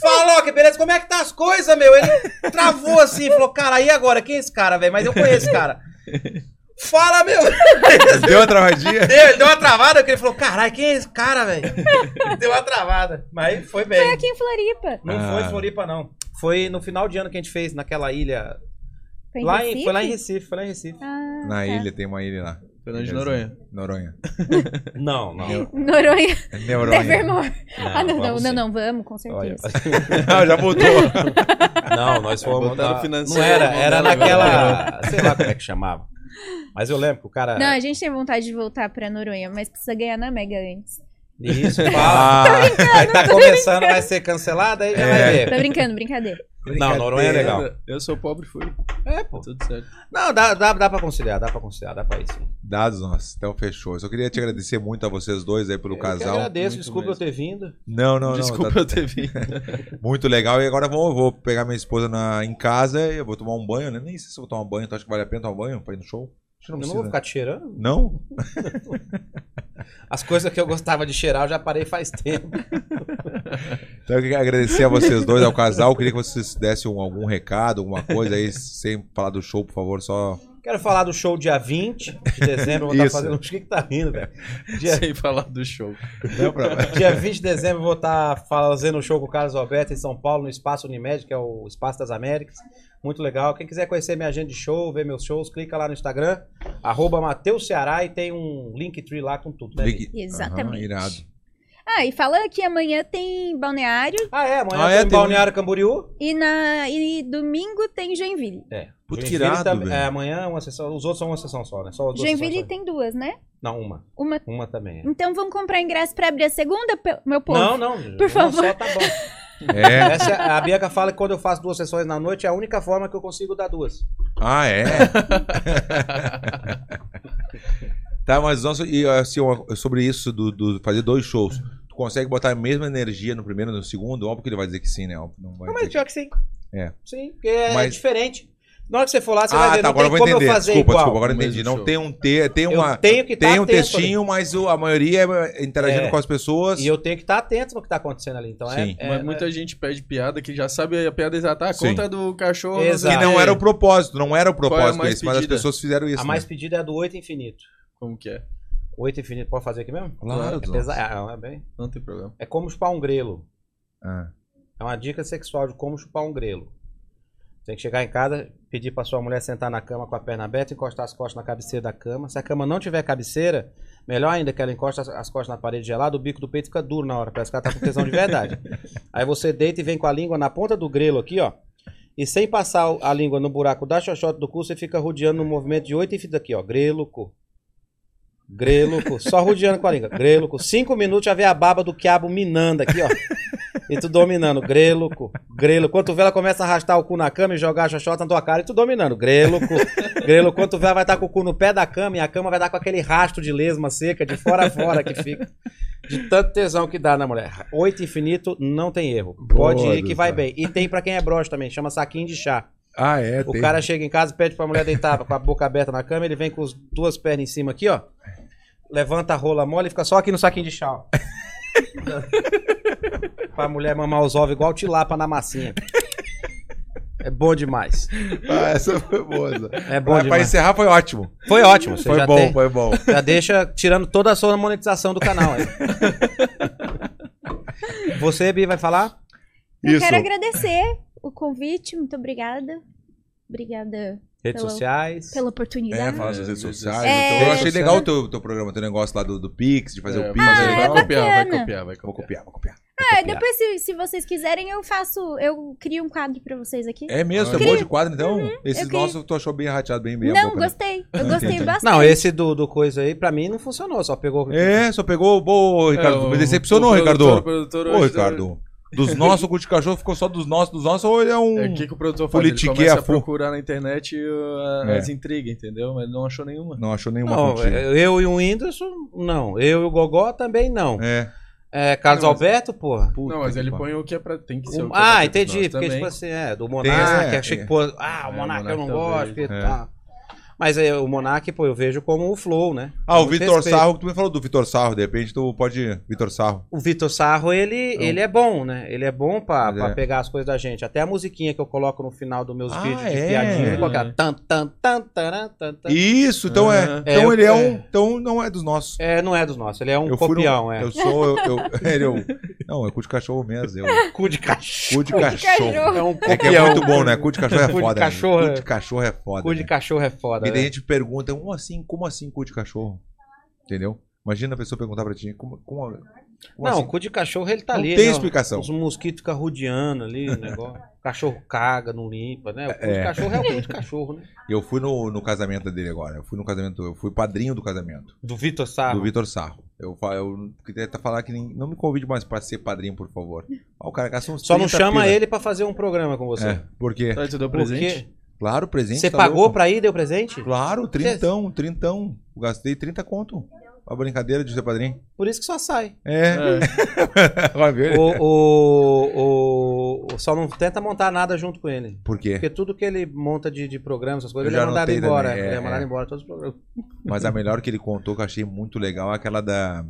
S3: Fala, Loki, beleza? Como é que tá as coisas, meu? Ele travou assim, falou, cara, e agora? Quem é esse cara, velho? Mas eu conheço esse cara. Fala, meu!
S1: Deu uma travadinha?
S3: Deu, ele deu uma travada, porque ele falou, caralho, quem é esse cara, velho? Deu uma travada. Mas foi bem.
S4: Foi aqui em Floripa.
S3: Não
S1: Ah.
S3: foi em Floripa, não. Foi no final de ano que a gente fez, naquela ilha.
S4: Foi em
S3: lá
S4: Recife?
S3: Em, foi lá em Recife, foi lá em Recife.
S4: Ah,
S1: Na
S4: tá.
S1: ilha, tem uma ilha lá.
S2: Fernando de Noronha.
S1: Noronha.
S3: Não, não.
S4: Noronha,
S1: É Neuronha.
S4: Nevermore. Ah, não, não,
S3: vamos
S4: não,
S3: sim.
S4: não, vamos, com
S3: Olha,
S4: certeza.
S1: ah, já voltou.
S3: Não, nós fomos.
S2: Botaram
S3: Na... Não
S2: financeiro,
S3: era,
S2: botaram
S3: era
S2: agora.
S3: naquela. Sei lá como é que chamava. Mas eu lembro que o cara.
S4: Não, a gente tem vontade de voltar pra Noronha, mas precisa ganhar na Mega antes.
S3: Isso, fala. aí tá começando, vai ser cancelado, aí já vai ver.
S4: Tô brincando, brincadeira.
S3: Não, Noronha é legal.
S2: Eu sou pobre, fui. Tá
S3: É, pô.
S2: Tudo certo.
S3: Não, dá, dá, dá pra conciliar, dá pra conciliar, dá pra isso.
S1: Dados nossos, então fechou. Eu só queria te agradecer muito a vocês dois aí pelo
S3: Eu
S1: casal.
S3: que agradeço,
S2: muito
S3: desculpa
S2: mesmo.
S3: eu ter vindo.
S1: Não, não, não.
S2: Desculpa
S1: tá
S2: eu ter vindo.
S1: muito legal. E agora vou, vou pegar minha esposa na, em casa e eu vou tomar um banho, né? Nem sei se eu vou tomar um banho. Tu acha que vale a pena tomar um banho pra ir no show? Acho que
S3: Eu
S1: não
S3: não
S1: precisa.
S3: vou ficar te cheirando.
S1: Não?
S3: As coisas que eu gostava de cheirar, eu já parei faz tempo.
S1: Então eu queria agradecer a vocês dois, ao casal. Eu queria que vocês dessem um- algum recado, alguma coisa aí, sem falar do show, por favor, só.
S3: Quero falar do show dia 20 de dezembro. eu Vou estar
S1: Isso.
S3: fazendo. O que, que tá rindo, velho? Dia,
S2: Sem falar do show.
S1: Não, pra...
S3: dia 20 de dezembro eu vou estar fazendo um show com o Carlos Alberto em São Paulo, no Espaço Unimed, que é o Espaço das Américas. Muito legal. Quem quiser conhecer minha agenda de show, ver meus shows, clica lá no Instagram, arroba Mateus Ceará e tem um Linktree lá com tudo, né? Lick?
S1: Ligue-
S4: Exatamente.
S1: Aham, irado.
S4: Ah, e fala que amanhã tem balneário
S3: Ah, é? Amanhã
S1: Ah, é,
S3: tem
S1: tem
S3: em Balneário Camboriú.
S4: e, na, e domingo tem Joinville.
S3: É.
S1: Puta, que
S3: Joinville
S1: irado,
S3: também-
S1: velho.
S3: É, amanhã uma sessão. Os outros são uma sessão só, né? Só os
S4: Joinville tem duas, né?
S3: Não, uma.
S4: Uma.
S3: Uma também. é.
S4: Então vamos comprar ingresso pra abrir a segunda, pe- meu povo?
S3: Não, não. Por
S4: favor.
S3: Só tá bom.
S1: É.
S3: Essa, a Bianca fala que quando eu faço duas sessões na noite, é a única forma que eu consigo dar duas.
S1: Ah, é? tá, mas nossa, e assim, uma- sobre isso do, do fazer dois shows, tu consegue botar a mesma energia no primeiro e no segundo? Óbvio que ele vai dizer que sim, né? Óbvio, Não vai
S3: Não, mas
S1: dizer
S3: pior que sim.
S1: É.
S3: Sim, porque é
S1: Mas-
S3: diferente. Na hora que você for lá,
S1: que...
S3: você vai
S1: Ah,
S3: ver.
S1: tá,
S3: não
S1: agora eu
S3: tem
S1: vou
S3: como
S1: entender.
S3: eu fazer
S1: desculpa,
S3: igual.
S1: desculpa, agora eu
S2: no mesmo
S1: entendi. Não
S2: show.
S1: tem um te, tem
S3: Eu
S1: uma
S3: tenho que estar
S1: tem um
S3: atento ali.
S1: textinho, mas o- a maioria é interagindo
S3: É.
S1: com as pessoas.
S3: E eu tenho que estar atento no que tá acontecendo ali. Então é-
S1: Sim.
S3: é.
S2: Mas muita gente pede piada que já sabe a piada exata. Ah,
S1: Sim.
S2: conta do cachorro. não sei
S1: Que
S3: Exato.
S2: o quê.
S1: não era o propósito, não era o
S2: é a
S1: propósito
S2: mais
S1: esse, mas as
S2: pedida?
S1: pessoas fizeram isso. né?
S3: A mais pedida é a do 8 infinito.
S2: Como que é?
S3: Oito infinito, pode fazer aqui mesmo?
S1: Claro,
S3: é, pesa- ah, é, bem...
S2: Não tem problema.
S3: é como chupar um grelo.
S1: né? Ah.
S3: É uma dica sexual de como chupar um grelo. Tem que chegar em casa, pedir pra sua mulher sentar na cama com a perna aberta, encostar as costas na cabeceira da cama. Se a cama não tiver cabeceira, melhor ainda que ela encosta as, as costas na parede gelada, o bico do peito fica duro na hora, parece que ela tá com tesão de verdade. Aí você deita e vem com a língua na ponta do grelo aqui, ó. E sem passar o- a língua no buraco da xoxota do cu, você fica rodeando no movimento de oito e aqui, ó. Grelo, cu. Grelo, cu. Só rodeando com a língua. Grelo, cu. Cinco minutos já vê a baba do quiabo minando aqui, ó. E tu dominando, greluco, grelo. Quando tu vê, ela começa a arrastar o cu na cama e jogar a xoxota na tua cara e tu dominando, greluco, grelo. Quando tu vê, ela vai estar com o cu no pé da cama e a cama vai dar com aquele rastro de lesma seca de fora a fora que fica. De tanto tesão que dá na mulher. Oito infinito, não tem erro. Pode
S1: Boa,
S3: ir que
S1: Deus
S3: vai
S1: sabe.
S3: bem. E tem pra quem é broche também, chama saquinho de chá.
S1: Ah, é,
S3: O
S1: tem.
S3: cara chega em casa, pede pra mulher deitar com a boca aberta na cama, ele vem com as duas pernas em cima aqui, ó. Levanta a rola mole e fica só aqui no saquinho de chá, ó. pra mulher mamar os ovos igual tilapa na massinha. É bom demais.
S1: Ah, essa foi boa. essa.
S3: É bom
S1: Pra, pra
S3: demais.
S1: encerrar foi ótimo.
S3: Foi ótimo. Você
S1: Foi
S3: já
S1: bom,
S3: tem-
S1: foi bom.
S3: já deixa tirando toda a sua monetização do canal. Aí. Você, Bi, vai falar?
S4: Eu
S1: Isso.
S4: quero agradecer o convite, muito obrigada. Obrigada
S3: Redes
S4: Pelo-
S3: sociais.
S4: pela
S1: É,
S4: oportunidade.
S1: falar das redes sociais.
S4: É,
S1: então, eu achei
S2: redes
S1: legal o
S2: sociais.
S1: teu, teu programa, teu negócio lá do, do Pix, de fazer
S2: É,
S1: o Pix.
S2: fazer-
S1: né?
S4: é
S2: vai copiar, vai
S4: bacana.
S2: copiar,
S1: Vou
S2: vai copiar.
S1: copiar, vou copiar.
S4: É, depois, se, se vocês quiserem, eu faço. Eu crio um quadro pra vocês aqui.
S1: É mesmo, tu é
S4: Cri-
S1: boa de quadro, então? Esses
S4: eu queria-
S1: nossos tu achou bem rateado, bem bem. a
S4: Não,
S1: boca, né?
S4: gostei. Eu gostei bastante.
S3: Não, esse do, do coisa aí, pra mim, não funcionou. Só pegou.
S1: É, só pegou. Boa, Ricardo.
S2: É,
S1: me
S2: o-
S1: decepcionou,
S2: o
S1: Ricardo.
S2: produtor, o produtor
S1: Ô,
S2: hoje-
S1: Ricardo. Dos nossos, o cu de cachorro ficou só dos nossos, dos nossos, ou ele é um.
S11: É o que, que o produtor faz? Ele
S1: Politiquei
S11: começa
S1: a
S11: a
S1: fu-
S11: procurar na internet uh,
S1: É.
S11: as intrigas, entendeu? Mas ele não achou nenhuma.
S1: Não achou nenhuma
S3: Não, é-
S1: contigo.
S3: eu e o Whindersson, não. Eu e o Gogó também não.
S1: É.
S3: É, Carlos
S11: Não, mas-
S3: Alberto, porra.
S11: não, mas ele põe o que é pra. Tem que ser o que é pra
S3: ah,
S11: ter
S3: entendi.
S11: nós
S3: Porque,
S11: também.
S3: tipo assim, é, do
S1: Tem,
S3: Monark,
S1: é,
S3: achei
S1: é.
S3: que, pô, ah,
S11: É,
S3: o Monark eu não
S11: Monark
S3: gosto,
S11: talvez,
S3: porque
S1: é.
S3: tá. Mas é, o Monark, pô, eu vejo como o Flow, né?
S1: Ah, o
S3: Muito
S1: Vitor
S3: respeito.
S1: Sarro, tu me falou do Vitor Sarro, de repente tu pode. Vitor Sarro.
S3: O Vitor Sarro, ele, ele é bom, né? Ele é bom
S1: Então.
S3: pra,
S1: Ele
S3: pra
S1: é.
S3: pegar as coisas da gente. Até a musiquinha que eu coloco no final dos meus
S1: Ah,
S3: vídeos de
S1: é?
S3: piadinha, eu coloco
S11: É.
S3: aquela tan, tan, tan, taran, tan, tan.
S1: Isso, então é.
S11: Aham.
S1: Então
S3: É, eu-
S1: ele é um.
S3: é.
S1: Então não é dos nossos.
S3: É, não é dos nossos, ele é um
S1: eu fui
S3: copião,
S1: no-
S3: é.
S1: Eu sou. Eu, eu- ele é um- não, é cu de cachorro mesmo. Eu,
S3: Cu de cachorro.
S1: cu de cachorro.
S4: cachorro.
S3: É um
S1: É que é
S3: copião.
S1: muito bom, né? Cu de cachorro é
S3: Cu de
S1: foda. né?
S3: cachorro
S1: Cu
S3: é-
S1: de cachorro é foda.
S3: Cu de
S1: né?
S3: cachorro é foda,
S1: E daí a
S3: né?
S1: gente pergunta, como assim, como assim cu de cachorro? Entendeu? Imagina a pessoa perguntar pra ti, como, como, como
S3: Não,
S1: assim?
S3: cu de cachorro ele tá
S1: Não
S3: ali.
S1: tem
S3: né?
S1: explicação.
S3: Os mosquitos ficam rodeando ali, o negócio. O cachorro caga, não limpa, né? O cu
S1: É.
S3: de cachorro é o cu de cachorro, né?
S1: Eu fui no, no casamento dele agora. Eu fui no casamento, eu fui padrinho do casamento.
S3: Do Vitor Sarro.
S1: Do Vitor Sarro. Eu, fa- eu queria até falar que nem- não me convide mais pra ser padrinho, por favor. Ó, o cara gastou uns
S3: Só não
S1: 30
S3: chama
S1: pila.
S3: ele pra fazer um programa com você.
S1: É, porque,
S11: Tá, tu deu
S3: Por
S11: presente?
S3: quê?
S1: claro, presente.
S3: Você
S1: tá
S3: pagou
S1: louco.
S3: pra ir, deu presente?
S1: Claro, trintão, trintão. Eu Gastei 30 conto. A brincadeira de ser padrinho.
S3: Por isso que só sai.
S1: É.
S11: É.
S1: Vai ver.
S3: O, o- o- o- só não tenta montar nada junto com ele.
S1: Por quê?
S3: Porque tudo que ele monta de, de programa, essas coisas,
S1: Eu
S3: ele é
S1: já
S3: mandado
S1: anotei
S3: embora.
S1: também, é,
S3: ele é mandado
S1: é.
S3: embora todos os programas.
S1: Mas a melhor que ele contou, que eu achei muito legal, é aquela da.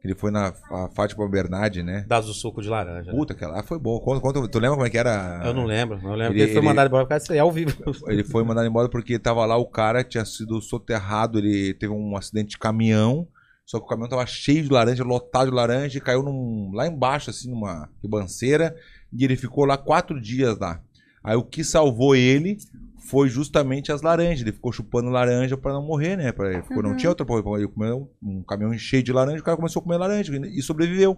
S1: que Ele foi na a Fátima Bernardi, né?
S3: Das do suco de laranja. né?
S1: Puta, aquela lá foi boa. Conta, conta, tu lembra como é que era?
S3: Eu não lembro, não lembro.
S1: Ele-
S3: Ele, ele foi
S1: ele-
S3: mandado embora por causa disso aí, ao vivo.
S1: Ele foi mandado embora porque tava lá o cara que tinha sido soterrado, ele teve um acidente de caminhão, só que o caminhão tava cheio de laranja, lotado de laranja, e caiu num, lá embaixo, assim, numa ribanceira, e ele ficou lá quatro dias lá. Aí o que salvou ele foi justamente as laranjas. Ele ficou chupando laranja pra não morrer, né? Pra, ele ficou, Não tinha outra coisa. Ele comeu um caminhão cheio de laranja, o cara começou a comer laranja e sobreviveu.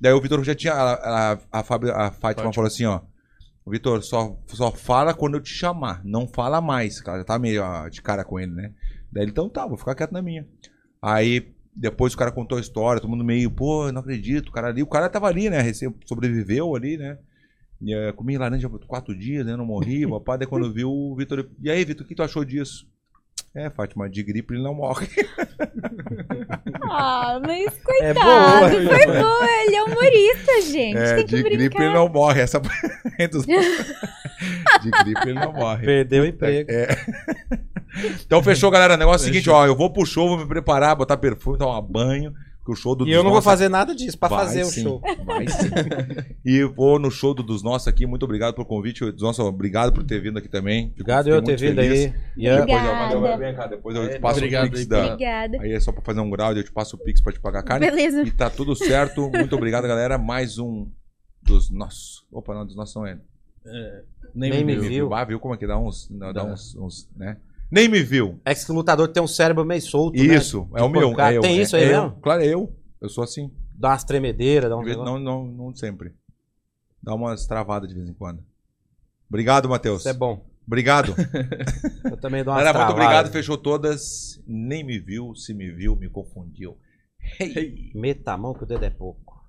S1: Daí o Vitor já tinha. A, a, a, Fábio- a Fátima falou assim: ó. Vitor, só, só fala quando eu te chamar. Não fala mais. Cara, já tá meio ó, de cara com ele, né? Daí ele, então tá, vou ficar quieto na minha. Aí depois o cara contou a história, todo mundo meio, pô, eu não acredito, o cara ali. O cara tava ali, né? recém- Sobreviveu ali, né? E, eh, comi laranja por quatro dias, né? Não morri, papá. Daí quando viu o Vitor. E aí, Vitor, o que tu achou disso? É, Fátima, de gripe ele não morre.
S4: Ah, mas
S3: É
S4: coitado.
S11: né?
S3: boa.
S4: Foi boa, ele é humorista, gente. Tem que
S1: É, de gripe né?
S4: brincar.
S1: ele não morre. Essa... de gripe ele não morre.
S3: Perdeu o emprego.
S1: Então fechou, galera. O negócio é o seguinte, ó, eu vou pro show, vou me preparar, botar perfume, tomar um banho, que o show do
S3: E eu não vou
S1: Nossa-
S3: fazer nada disso pra
S1: Vai
S3: fazer o
S1: sim,
S3: show.
S1: Vai sim. e vou no show do, dos nossos aqui. Muito obrigado pelo convite. Dos nossos, obrigado por ter vindo aqui também. Fico-
S3: Obrigado
S1: fiquei
S3: eu ter
S1: muito
S3: vindo
S1: feliz.
S3: aí. Ian.
S1: Depois é, eu,
S4: Obrigada.
S1: Gabriel, vem cá, depois eu
S11: É,
S1: passo
S11: obrigado
S1: o Pix
S11: aí,
S1: da...
S4: Obrigada.
S1: Aí é só pra fazer um grau, eu te passo o Pix pra te pagar a carne.
S4: Beleza.
S1: E tá tudo certo. Muito obrigado, galera. Mais um dos nossos. Opa, não, dos nossos não é.
S11: Nem,
S3: Nem
S11: me
S3: me
S11: viu.
S3: viu.
S1: Ah, viu como é que dá uns. não,
S11: Dá.
S1: Dá uns, uns, né? Nem me viu.
S3: É que o lutador tem um cérebro meio solto, né?
S1: Isso, é o meu.
S3: pancada.
S1: é eu,
S3: Tem
S1: é-
S3: isso aí
S1: é eu.
S3: mesmo?
S1: Claro, é eu. Eu sou assim.
S3: né? Dá umas tremedeiras, dá um
S1: De vez-
S3: negócio.
S1: Não, não, não sempre. Dá umas travadas de vez em quando. Obrigado, Matheus.
S3: Isso é bom.
S1: Obrigado.
S3: Eu também dou um umas
S1: Galera, muito
S3: travadas.
S1: obrigado. Fechou todas. Nem me viu. Se me viu, me confundiu.
S3: Meta a mão que o dedo é pouco.